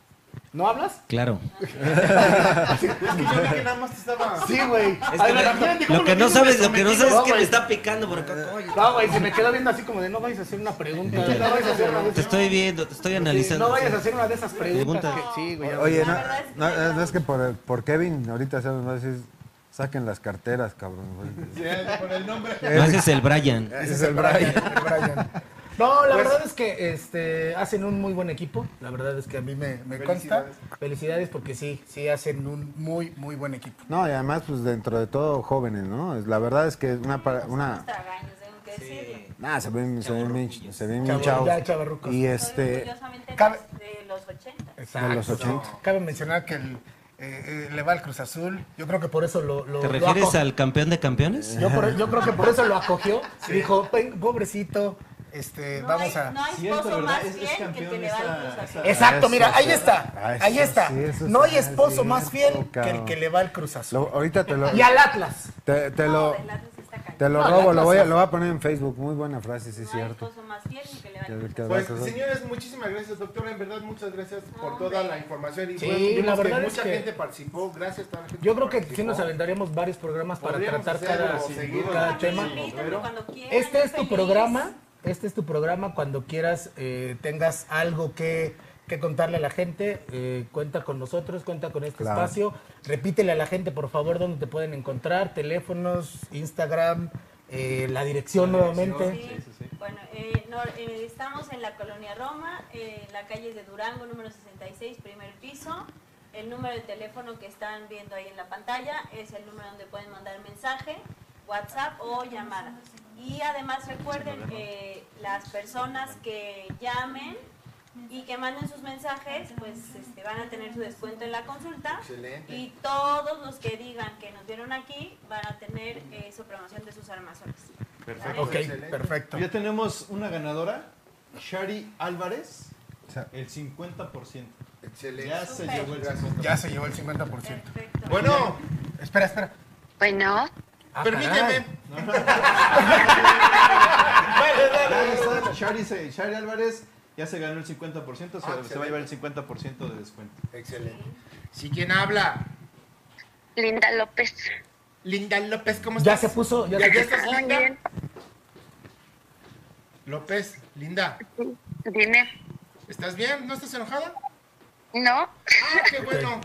Speaker 2: ¿No hablas?
Speaker 17: Claro.
Speaker 5: Es que yo vi que nada más te estaba...
Speaker 2: Sí, güey.
Speaker 17: Es
Speaker 2: Ay,
Speaker 17: que
Speaker 2: la-
Speaker 17: me-
Speaker 2: fíjate cómo
Speaker 17: lo que no
Speaker 2: tiene
Speaker 17: sabes, lo que no
Speaker 2: sometido,
Speaker 17: sabes es que
Speaker 2: güey.
Speaker 17: me está picando por acá. Oye,
Speaker 2: No, güey, se me queda viendo así como de no vayas a hacer una pregunta. No vayas a hacer una de
Speaker 17: Te
Speaker 2: esas.
Speaker 17: estoy viendo, te estoy
Speaker 2: Sí,
Speaker 17: analizando.
Speaker 2: No vayas a hacer una de esas preguntas.
Speaker 17: Pregunta.
Speaker 2: que- Sí, güey. ya-
Speaker 4: Oye,
Speaker 8: La
Speaker 4: no,
Speaker 8: verdad es que
Speaker 4: no, eh,
Speaker 8: no.
Speaker 4: no, es que por, por Kevin ahorita se nos va a decir, saquen las carteras, cabrón. güey.
Speaker 5: Por el nombre.
Speaker 17: No haces el Brian.
Speaker 4: Ese es el Brian.
Speaker 2: eh. el Brian. No,
Speaker 17: Pues-
Speaker 2: la verdad es que este, hacen un muy buen equipo. La verdad es que a mí me, me consta. Felicidades porque sí, sí hacen un muy, muy buen equipo.
Speaker 4: No, y además, pues dentro de todo, jóvenes, ¿no? Es- La verdad es que una... pa- una
Speaker 8: Somos tragaños, tengo que decirlo.
Speaker 4: nah, se ven, se ven bien, se ven bien
Speaker 2: Chavarrucos.
Speaker 4: chavos.
Speaker 2: Ya, chavarrucos.
Speaker 4: Y
Speaker 8: Soy
Speaker 4: este...
Speaker 8: orgullosamente
Speaker 2: cabe-
Speaker 8: de los 80.
Speaker 2: Exacto.
Speaker 4: los 80.
Speaker 2: Cabe mencionar que el, eh, eh, le va al Cruz Azul. Yo creo que por eso lo. lo-
Speaker 17: ¿Te
Speaker 2: lo
Speaker 17: refieres
Speaker 2: acogió.
Speaker 17: al campeón de campeones?
Speaker 2: Yo, por- yo creo que por eso lo acogió. Y Dijo, "Ven, pobrecito,
Speaker 4: Eh,
Speaker 2: este,
Speaker 8: No
Speaker 2: vamos
Speaker 8: hay,
Speaker 2: a.
Speaker 8: no hay
Speaker 3: Cierto,
Speaker 8: esposo
Speaker 3: ¿verdad?
Speaker 8: más
Speaker 3: Es- es
Speaker 8: fiel que el que
Speaker 3: campeón
Speaker 8: le va al
Speaker 3: esa-
Speaker 8: Cruz Azul.
Speaker 2: Exacto,
Speaker 4: Eso
Speaker 2: mira, ahí
Speaker 4: sí.
Speaker 2: está.
Speaker 4: Eso
Speaker 2: Ahí está.
Speaker 4: sí, eso
Speaker 2: No hay
Speaker 4: sí,
Speaker 2: esposo
Speaker 4: sí,
Speaker 2: más
Speaker 4: eso,
Speaker 2: fiel que el
Speaker 4: cabrón.
Speaker 2: que le va al Cruz Azul.
Speaker 4: Lo- ahorita te
Speaker 8: (laughs)
Speaker 4: lo...
Speaker 2: Y al Atlas.
Speaker 4: Te, te
Speaker 8: No,
Speaker 4: lo...
Speaker 8: del Atlas está cañón.
Speaker 4: Te lo
Speaker 2: No, la
Speaker 4: robo, lo voy, a,
Speaker 2: clase.
Speaker 4: lo voy a poner en Facebook. Muy buena frase, sí, es
Speaker 8: No hay
Speaker 4: cierto.
Speaker 8: esposo más fiel que el que le va al Cruz
Speaker 4: Que-
Speaker 8: Azul.
Speaker 4: que-
Speaker 5: Pues,
Speaker 4: que-
Speaker 5: señores, muchísimas gracias, doctora. En verdad, muchas gracias por
Speaker 8: Hombre.
Speaker 5: toda la información. Y
Speaker 2: Sí,
Speaker 5: bueno, vimos
Speaker 2: la verdad
Speaker 5: que
Speaker 2: es
Speaker 5: mucha
Speaker 2: que-
Speaker 5: gente participó. Gracias a toda la gente
Speaker 2: Yo creo que sí
Speaker 5: participó.
Speaker 2: nos aventaríamos varios programas para
Speaker 5: Podríamos
Speaker 2: tratar
Speaker 5: hacerlo,
Speaker 2: cada,
Speaker 5: seguir
Speaker 2: cada
Speaker 8: También
Speaker 2: tema.
Speaker 8: invítenme
Speaker 5: pero-
Speaker 8: cuando quieran,
Speaker 2: Este
Speaker 8: yo
Speaker 2: es tu
Speaker 8: feliz.
Speaker 2: programa, este es tu programa. Cuando quieras, eh, tengas algo que, que contarle a la gente, eh, cuenta con nosotros, cuenta con este
Speaker 4: Claro.
Speaker 2: espacio. Repítele a la gente, por favor, dónde te pueden encontrar, teléfonos, Instagram, eh, la dirección nuevamente.
Speaker 8: Sí. Bueno, eh, no- eh, estamos en la colonia Roma, eh, la calle de Durango, número 66, primer piso. El número de teléfono que están viendo ahí en la pantalla es el número donde pueden mandar mensaje, WhatsApp o llamada. Y además recuerden que las personas que llamen y que manden sus mensajes, pues este, van a tener su descuento en la consulta.
Speaker 5: Excelente.
Speaker 8: Y todos los que digan que nos vieron aquí van a tener eh, su promoción de sus armazones.
Speaker 5: Perfecto.
Speaker 2: Ok,
Speaker 5: Excelente.
Speaker 2: perfecto.
Speaker 3: Ya tenemos una ganadora, Shari Álvarez,
Speaker 4: O sea,
Speaker 3: el 50%.
Speaker 5: Excelente.
Speaker 3: Ya se
Speaker 8: Súper.
Speaker 3: llevó el 50%.
Speaker 2: Ya se llevó el 50%.
Speaker 8: Perfecto.
Speaker 5: Bueno,
Speaker 2: Espera, espera.
Speaker 11: Bueno,
Speaker 2: Ah,
Speaker 5: permíteme.
Speaker 2: caray.
Speaker 3: Ya está, Shari, se- Shari Álvarez ya se ganó el 50%, se,
Speaker 5: Ah,
Speaker 3: se va a llevar el 50% de descuento.
Speaker 5: Excelente. Sí, ¿quién habla?
Speaker 11: Linda López.
Speaker 5: Linda López, ¿cómo
Speaker 2: Ya
Speaker 5: estás?
Speaker 2: se puso, ya
Speaker 5: ¿Ya,
Speaker 2: se
Speaker 5: ya
Speaker 2: puso.
Speaker 5: estás
Speaker 11: Muy
Speaker 5: linda?
Speaker 11: bien.
Speaker 5: López, linda,
Speaker 11: Dime.
Speaker 5: ¿estás bien? ¿No estás enojada?
Speaker 11: No,
Speaker 5: Ah, qué bueno.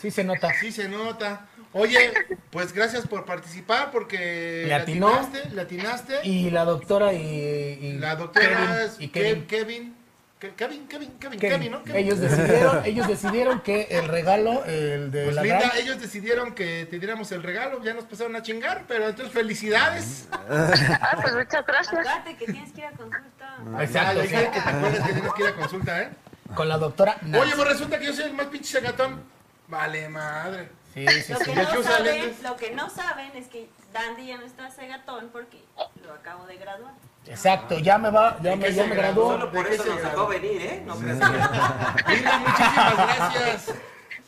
Speaker 2: Sí se nota.
Speaker 5: Sí se nota. Oye, pues gracias por participar porque
Speaker 2: Le atinó.
Speaker 5: latinaste, latinaste.
Speaker 2: Y la doctora y, y
Speaker 5: la doctora
Speaker 2: Kevin,
Speaker 5: es
Speaker 2: y Kevin.
Speaker 5: Ke- Kevin. Kevin, Ke- Kevin, Kevin, Kevin,
Speaker 2: Que
Speaker 5: Kevin, ¿no? Kevin.
Speaker 2: ellos, decidieron, ellos decidieron que el regalo, el de
Speaker 5: Pues
Speaker 2: la
Speaker 5: linda,
Speaker 2: gran-
Speaker 5: ellos decidieron que te diéramos el regalo, ya nos pasaron a chingar, pero entonces felicidades.
Speaker 11: Ah, pues muchas gracias.
Speaker 8: Acuérdate que tienes que ir a consulta.
Speaker 2: Exacto,
Speaker 5: Ya, ya
Speaker 2: sí.
Speaker 5: Ah, que te acuerdas que tienes que ir a consulta, ¿eh?
Speaker 2: con la doctora Nancy.
Speaker 5: Oye, pues resulta que yo soy el más pinche sagatón. Vale, madre.
Speaker 2: Sí, sí,
Speaker 8: Lo
Speaker 2: sí.
Speaker 8: que,
Speaker 5: ¿De qué
Speaker 8: no
Speaker 5: usa
Speaker 8: saben,
Speaker 5: lentes?
Speaker 8: lo que no saben es que Dandy ya no está cegatón porque lo acabo de graduar.
Speaker 2: Exacto, ya me va, ya me, ya me graduó.
Speaker 6: Solo por eso nos dejó venir, ¿eh? No creas que-
Speaker 5: Linda, muchísimas gracias.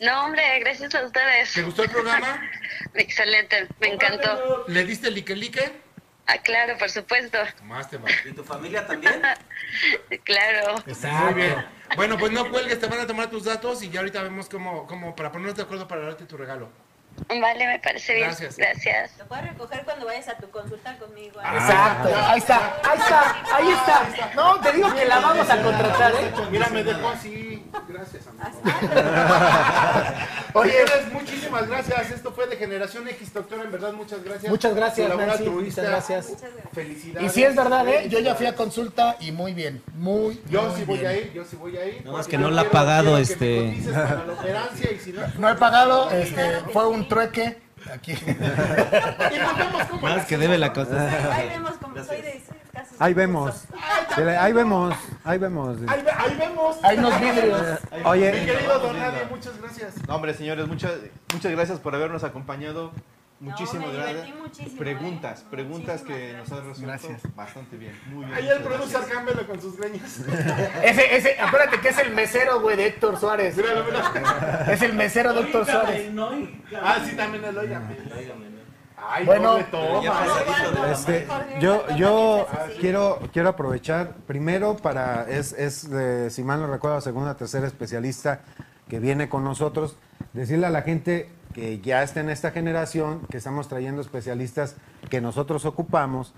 Speaker 11: No, hombre, gracias a ustedes.
Speaker 5: ¿Te gustó el programa?
Speaker 11: Excelente, me encantó.
Speaker 5: ¿Le diste el lique-lique?
Speaker 11: Ah, claro, por supuesto.
Speaker 5: Más te
Speaker 6: ¿Y tu familia también?
Speaker 11: Claro.
Speaker 5: Muy bien. Bueno, pues no cuelgues, te van a tomar tus datos y ya ahorita vemos cómo, cómo para ponernos de acuerdo para darte tu regalo.
Speaker 11: Vale, me parece bien.
Speaker 5: Gracias.
Speaker 11: Gracias.
Speaker 8: Lo puedes recoger cuando vayas a tu consulta conmigo.
Speaker 2: Ah, Exacto,
Speaker 5: Ah.
Speaker 2: ahí está, ahí está, ahí está. No, te digo que la vamos a contratar, ¿eh?
Speaker 5: Mira, me dejó así. Gracias, amigo. Oye,
Speaker 2: Oye,
Speaker 5: Eres, muchísimas gracias. Esto fue de Generación X, doctora. En verdad, muchas gracias.
Speaker 2: Muchas gracias,
Speaker 5: Labor
Speaker 2: Nancy,
Speaker 5: altruista.
Speaker 2: muchas gracias.
Speaker 5: Felicidades.
Speaker 2: y si es verdad, ¿eh? Yo ya fui a consulta y muy bien, muy,
Speaker 5: Yo
Speaker 2: muy
Speaker 5: sí voy
Speaker 2: bien.
Speaker 5: a ir, yo sí voy a ir.
Speaker 18: No, más
Speaker 5: porque
Speaker 18: que
Speaker 5: yo
Speaker 18: no la ha
Speaker 5: quiero-
Speaker 18: pagado
Speaker 5: quiero que me
Speaker 18: este.
Speaker 5: cotices para la operancia y si no-
Speaker 2: No he pagado, este, fue un trueque aquí.
Speaker 18: Más que debe la cosa.
Speaker 8: Ahí vemos cómo soy de casos.
Speaker 4: Ahí vemos.
Speaker 8: pues,
Speaker 4: Dile, Ahí vemos, ahí vemos.
Speaker 5: Ahí, ve- ahí vemos.
Speaker 2: Ahí nos vidrios.
Speaker 4: Oye.
Speaker 5: Mi querido Don Nadie, muchas gracias.
Speaker 3: No, hombre, señores, muchas, muchas gracias por habernos acompañado. Muchísimas
Speaker 8: me
Speaker 3: gracias.
Speaker 8: divertí muchísimo,
Speaker 3: preguntas,
Speaker 8: ¿eh?
Speaker 3: preguntas que
Speaker 8: Muchísimas
Speaker 3: nos han resuelto
Speaker 2: Gracias.
Speaker 3: bastante bien. Muy bien.
Speaker 5: Ahí el
Speaker 3: muchas
Speaker 5: producer
Speaker 3: gracias.
Speaker 5: cámbialo con sus greñas.
Speaker 2: Ese, ese, acuérdate que es el mesero, güey, de Héctor Suárez.
Speaker 5: Míralo, míralo.
Speaker 2: Es el mesero de Héctor Suárez.
Speaker 5: Ah, sí, también el óigame. Ay,
Speaker 2: Bueno.
Speaker 5: bueno, toma.
Speaker 4: Este, yo yo quiero, quiero aprovechar primero para, es, es de, si mal no recuerdo, segunda tercera especialista que viene con nosotros, decirle a la gente que ya está en esta generación, que estamos trayendo especialistas que nosotros ocupamos,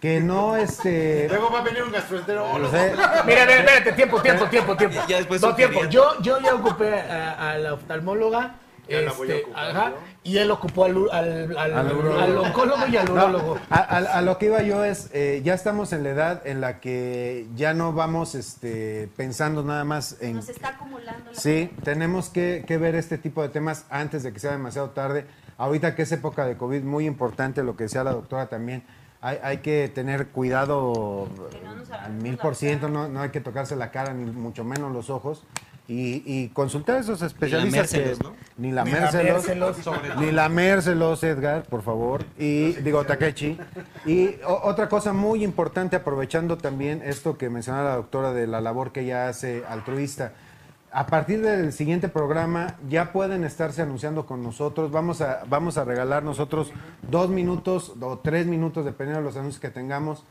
Speaker 4: que no este...
Speaker 5: Luego va a venir un gastroenterólogo.
Speaker 4: Lo sé.
Speaker 2: Mira, mira, espérate, tiempo, tiempo, tiempo, tiempo.
Speaker 18: Ya después
Speaker 2: no,
Speaker 18: un
Speaker 2: tiempo.
Speaker 18: pediatra.
Speaker 2: Yo, yo ya ocupé a, a la oftalmóloga.
Speaker 5: Ya la voy a
Speaker 2: este,
Speaker 5: ocupar,
Speaker 2: ajá,
Speaker 5: ¿no?
Speaker 2: y él ocupó al, u- al, al-
Speaker 4: Al urólogo.
Speaker 2: al oncólogo y al
Speaker 4: No,
Speaker 2: urólogo.
Speaker 4: a, a- a lo que iba yo es, eh, ya estamos en la edad en la que ya no vamos este, pensando nada más en
Speaker 8: Nos está acumulando. la-
Speaker 4: Sí, tenemos que, que ver este tipo de temas antes de que sea demasiado tarde. Ahorita que es época de COVID, muy importante lo que decía la doctora también. Hay, hay que tener cuidado
Speaker 8: Que no nos
Speaker 4: al
Speaker 8: agarremos
Speaker 4: mil
Speaker 8: la
Speaker 4: por ciento, no, no hay que tocarse la cara, ni mucho menos los ojos. Y, y consultar a esos especialistas que-
Speaker 18: lamérselos, ¿no?
Speaker 4: ni
Speaker 2: Ni
Speaker 4: lamérselos,
Speaker 2: lamérselos, sobre todo.
Speaker 4: ni lamérselos, Edgar, por favor. Y digo, Takechi. Y o- otra cosa muy importante, aprovechando también esto que menciona la doctora de la labor que ella hace altruista. A partir del siguiente programa ya pueden estarse anunciando con nosotros. Vamos a, vamos a regalar nosotros dos minutos o tres minutos, dependiendo de los anuncios que tengamos.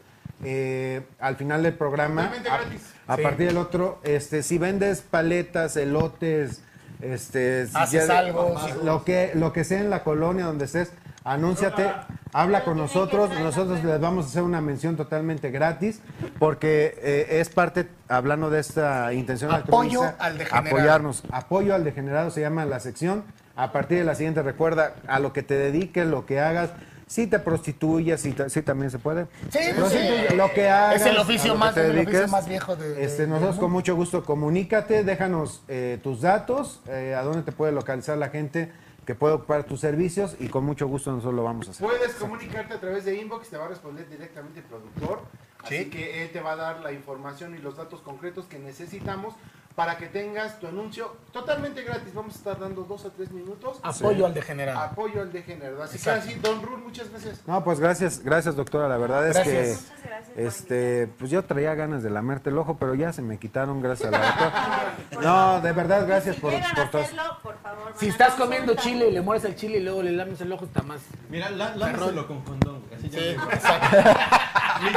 Speaker 4: eh, al final del programa,
Speaker 5: Totalmente
Speaker 4: a-
Speaker 5: gratis.
Speaker 4: a,
Speaker 2: Sí.
Speaker 4: partir del otro, este, si vendes paletas, elotes, este, si
Speaker 2: Haces
Speaker 4: ya-
Speaker 2: algo, si-
Speaker 4: lo que, lo que sea en la colonia donde estés, anúnciate, habla con nosotros, nosotros les vamos a hacer una mención totalmente gratis, porque eh, es parte, hablando de esta intención
Speaker 2: Apoyo
Speaker 4: altruista,
Speaker 2: al degenerado.
Speaker 4: apoyarnos, apoyo al degenerado se llama la sección. A partir de la siguiente recuerda a lo que te dediques, lo que hagas, si te prostituyas, si, ta- si también se puede.
Speaker 2: Sí, pues sí.
Speaker 4: Prostituye, lo que hagas,
Speaker 2: Es el
Speaker 4: a lo
Speaker 2: oficio
Speaker 4: que
Speaker 2: más-
Speaker 4: te
Speaker 2: el oficio
Speaker 4: dediques,
Speaker 2: más viejo de- de-
Speaker 4: este,
Speaker 2: del
Speaker 4: nosotros
Speaker 2: mundo.
Speaker 4: con mucho gusto, comunícate, déjanos eh, tus datos, eh, a dónde te puede localizar la gente que puede ocupar tus servicios y con mucho gusto nosotros lo vamos a hacer.
Speaker 5: Puedes comunicarte a través de inbox, te va a responder directamente el productor. Así que él te va a dar la información y los datos concretos que necesitamos para que tengas tu anuncio totalmente gratis. Vamos a estar dando dos a tres minutos.
Speaker 2: Apoyo al degenerado.
Speaker 5: Apoyo al degenerado. Así
Speaker 2: Ah, Exacto.
Speaker 5: que así, Don Rul, muchas gracias.
Speaker 4: No, pues gracias, gracias doctora, la verdad es
Speaker 2: Gracias.
Speaker 4: que este, pues yo traía ganas de lamerte el ojo, pero ya se me quitaron gracias a la doctora. No, de verdad, gracias
Speaker 8: si
Speaker 4: por,
Speaker 8: llegan a
Speaker 4: por todo.
Speaker 8: hacerlo, por favor. van
Speaker 2: Si
Speaker 8: a
Speaker 2: estás
Speaker 8: consulta.
Speaker 2: comiendo chile y le mueres el chile y luego le lames el ojo, está más.
Speaker 3: Mira, lá- lámeselo con condón. güey, Así ya me-
Speaker 5: (laughs)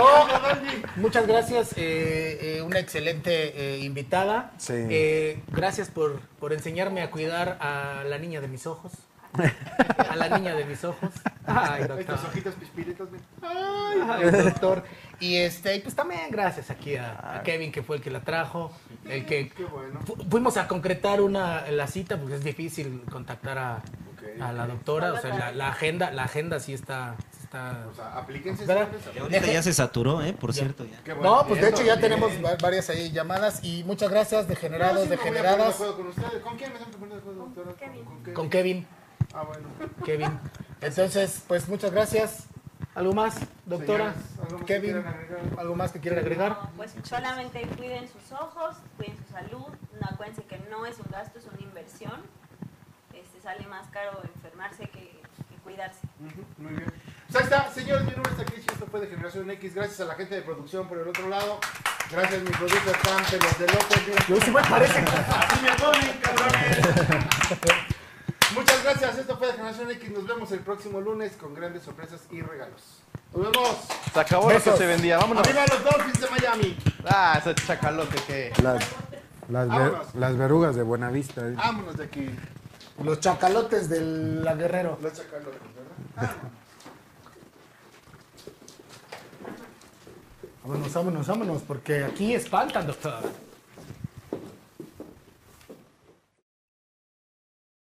Speaker 2: Muchas gracias, eh, eh, una excelente eh, invitada.
Speaker 4: Sí.
Speaker 2: Eh, gracias por, por enseñarme a cuidar a la niña de mis
Speaker 4: (laughs)
Speaker 2: ojos. A la niña de mis ojos. Ay, doctor.
Speaker 5: Estas hojitas pispiritas, ven.
Speaker 2: Ay, doctor. Y este, y pues también gracias aquí a, a Kevin, que fue el que la trajo. El que
Speaker 5: Qué bueno.
Speaker 2: fu- fuimos a concretar una la cita, porque es difícil pues, contactar a, a la doctora, o sea, la, la agenda, la agenda sí está, está
Speaker 5: O sea, aplíquense.
Speaker 2: ¿Verdad?
Speaker 5: señores,
Speaker 17: Que ahorita ya se saturó, ¿eh? Por cierto. ya.
Speaker 5: Qué bueno.
Speaker 9: No, pues de
Speaker 5: Bien,
Speaker 9: hecho ya
Speaker 5: bien.
Speaker 9: tenemos va- varias ahí llamadas y muchas gracias,
Speaker 5: Yo
Speaker 9: degenerados,
Speaker 5: sí me voy a poner de
Speaker 9: degeneradas.
Speaker 5: acuerdo con ustedes. ¿Con quién me están poniendo de acuerdo, doctora? Kevin.
Speaker 9: Con Kevin,
Speaker 5: Ah, bueno.
Speaker 9: Kevin. Entonces, pues muchas gracias.
Speaker 2: ¿Algo más, doctora?
Speaker 5: Señoras, ¿algo más que
Speaker 9: Kevin,
Speaker 5: quieran agregar?
Speaker 9: ¿algo más que quieran agregar?
Speaker 8: No, pues solamente cuiden sus ojos, cuiden su salud, no, acuérdense que no es un gasto, es una inversión. Este, sale más caro enfermarse que, que cuidarse.
Speaker 5: Ujú, Muy bien. Pues ahí está, señores, mi nombre es Takeshi, esto fue de Generación X. Gracias a la gente de producción por el otro lado. Gracias mi productor Sam, los de López. mira.
Speaker 9: Yo sí me parece.
Speaker 5: Así me ponen, cabrones. Muchas gracias, esto fue de Generación X. Nos vemos el próximo lunes con grandes sorpresas y regalos. Nos vemos.
Speaker 3: Se acabó lo
Speaker 9: Besos.
Speaker 3: que se vendía. Vámonos.
Speaker 5: Arriba los Dolphins de Miami.
Speaker 3: Ah, ese chacalote que.
Speaker 4: Las, las, ver-
Speaker 5: Vámonos.
Speaker 4: las verrugas de Buenavista. ¿eh?
Speaker 5: Vámonos de aquí.
Speaker 9: Los chacalotes de la Guerrero.
Speaker 5: Los chacalotes, ¿verdad?
Speaker 9: Vámonos, vámonos, vámonos, porque aquí espantan, doctor.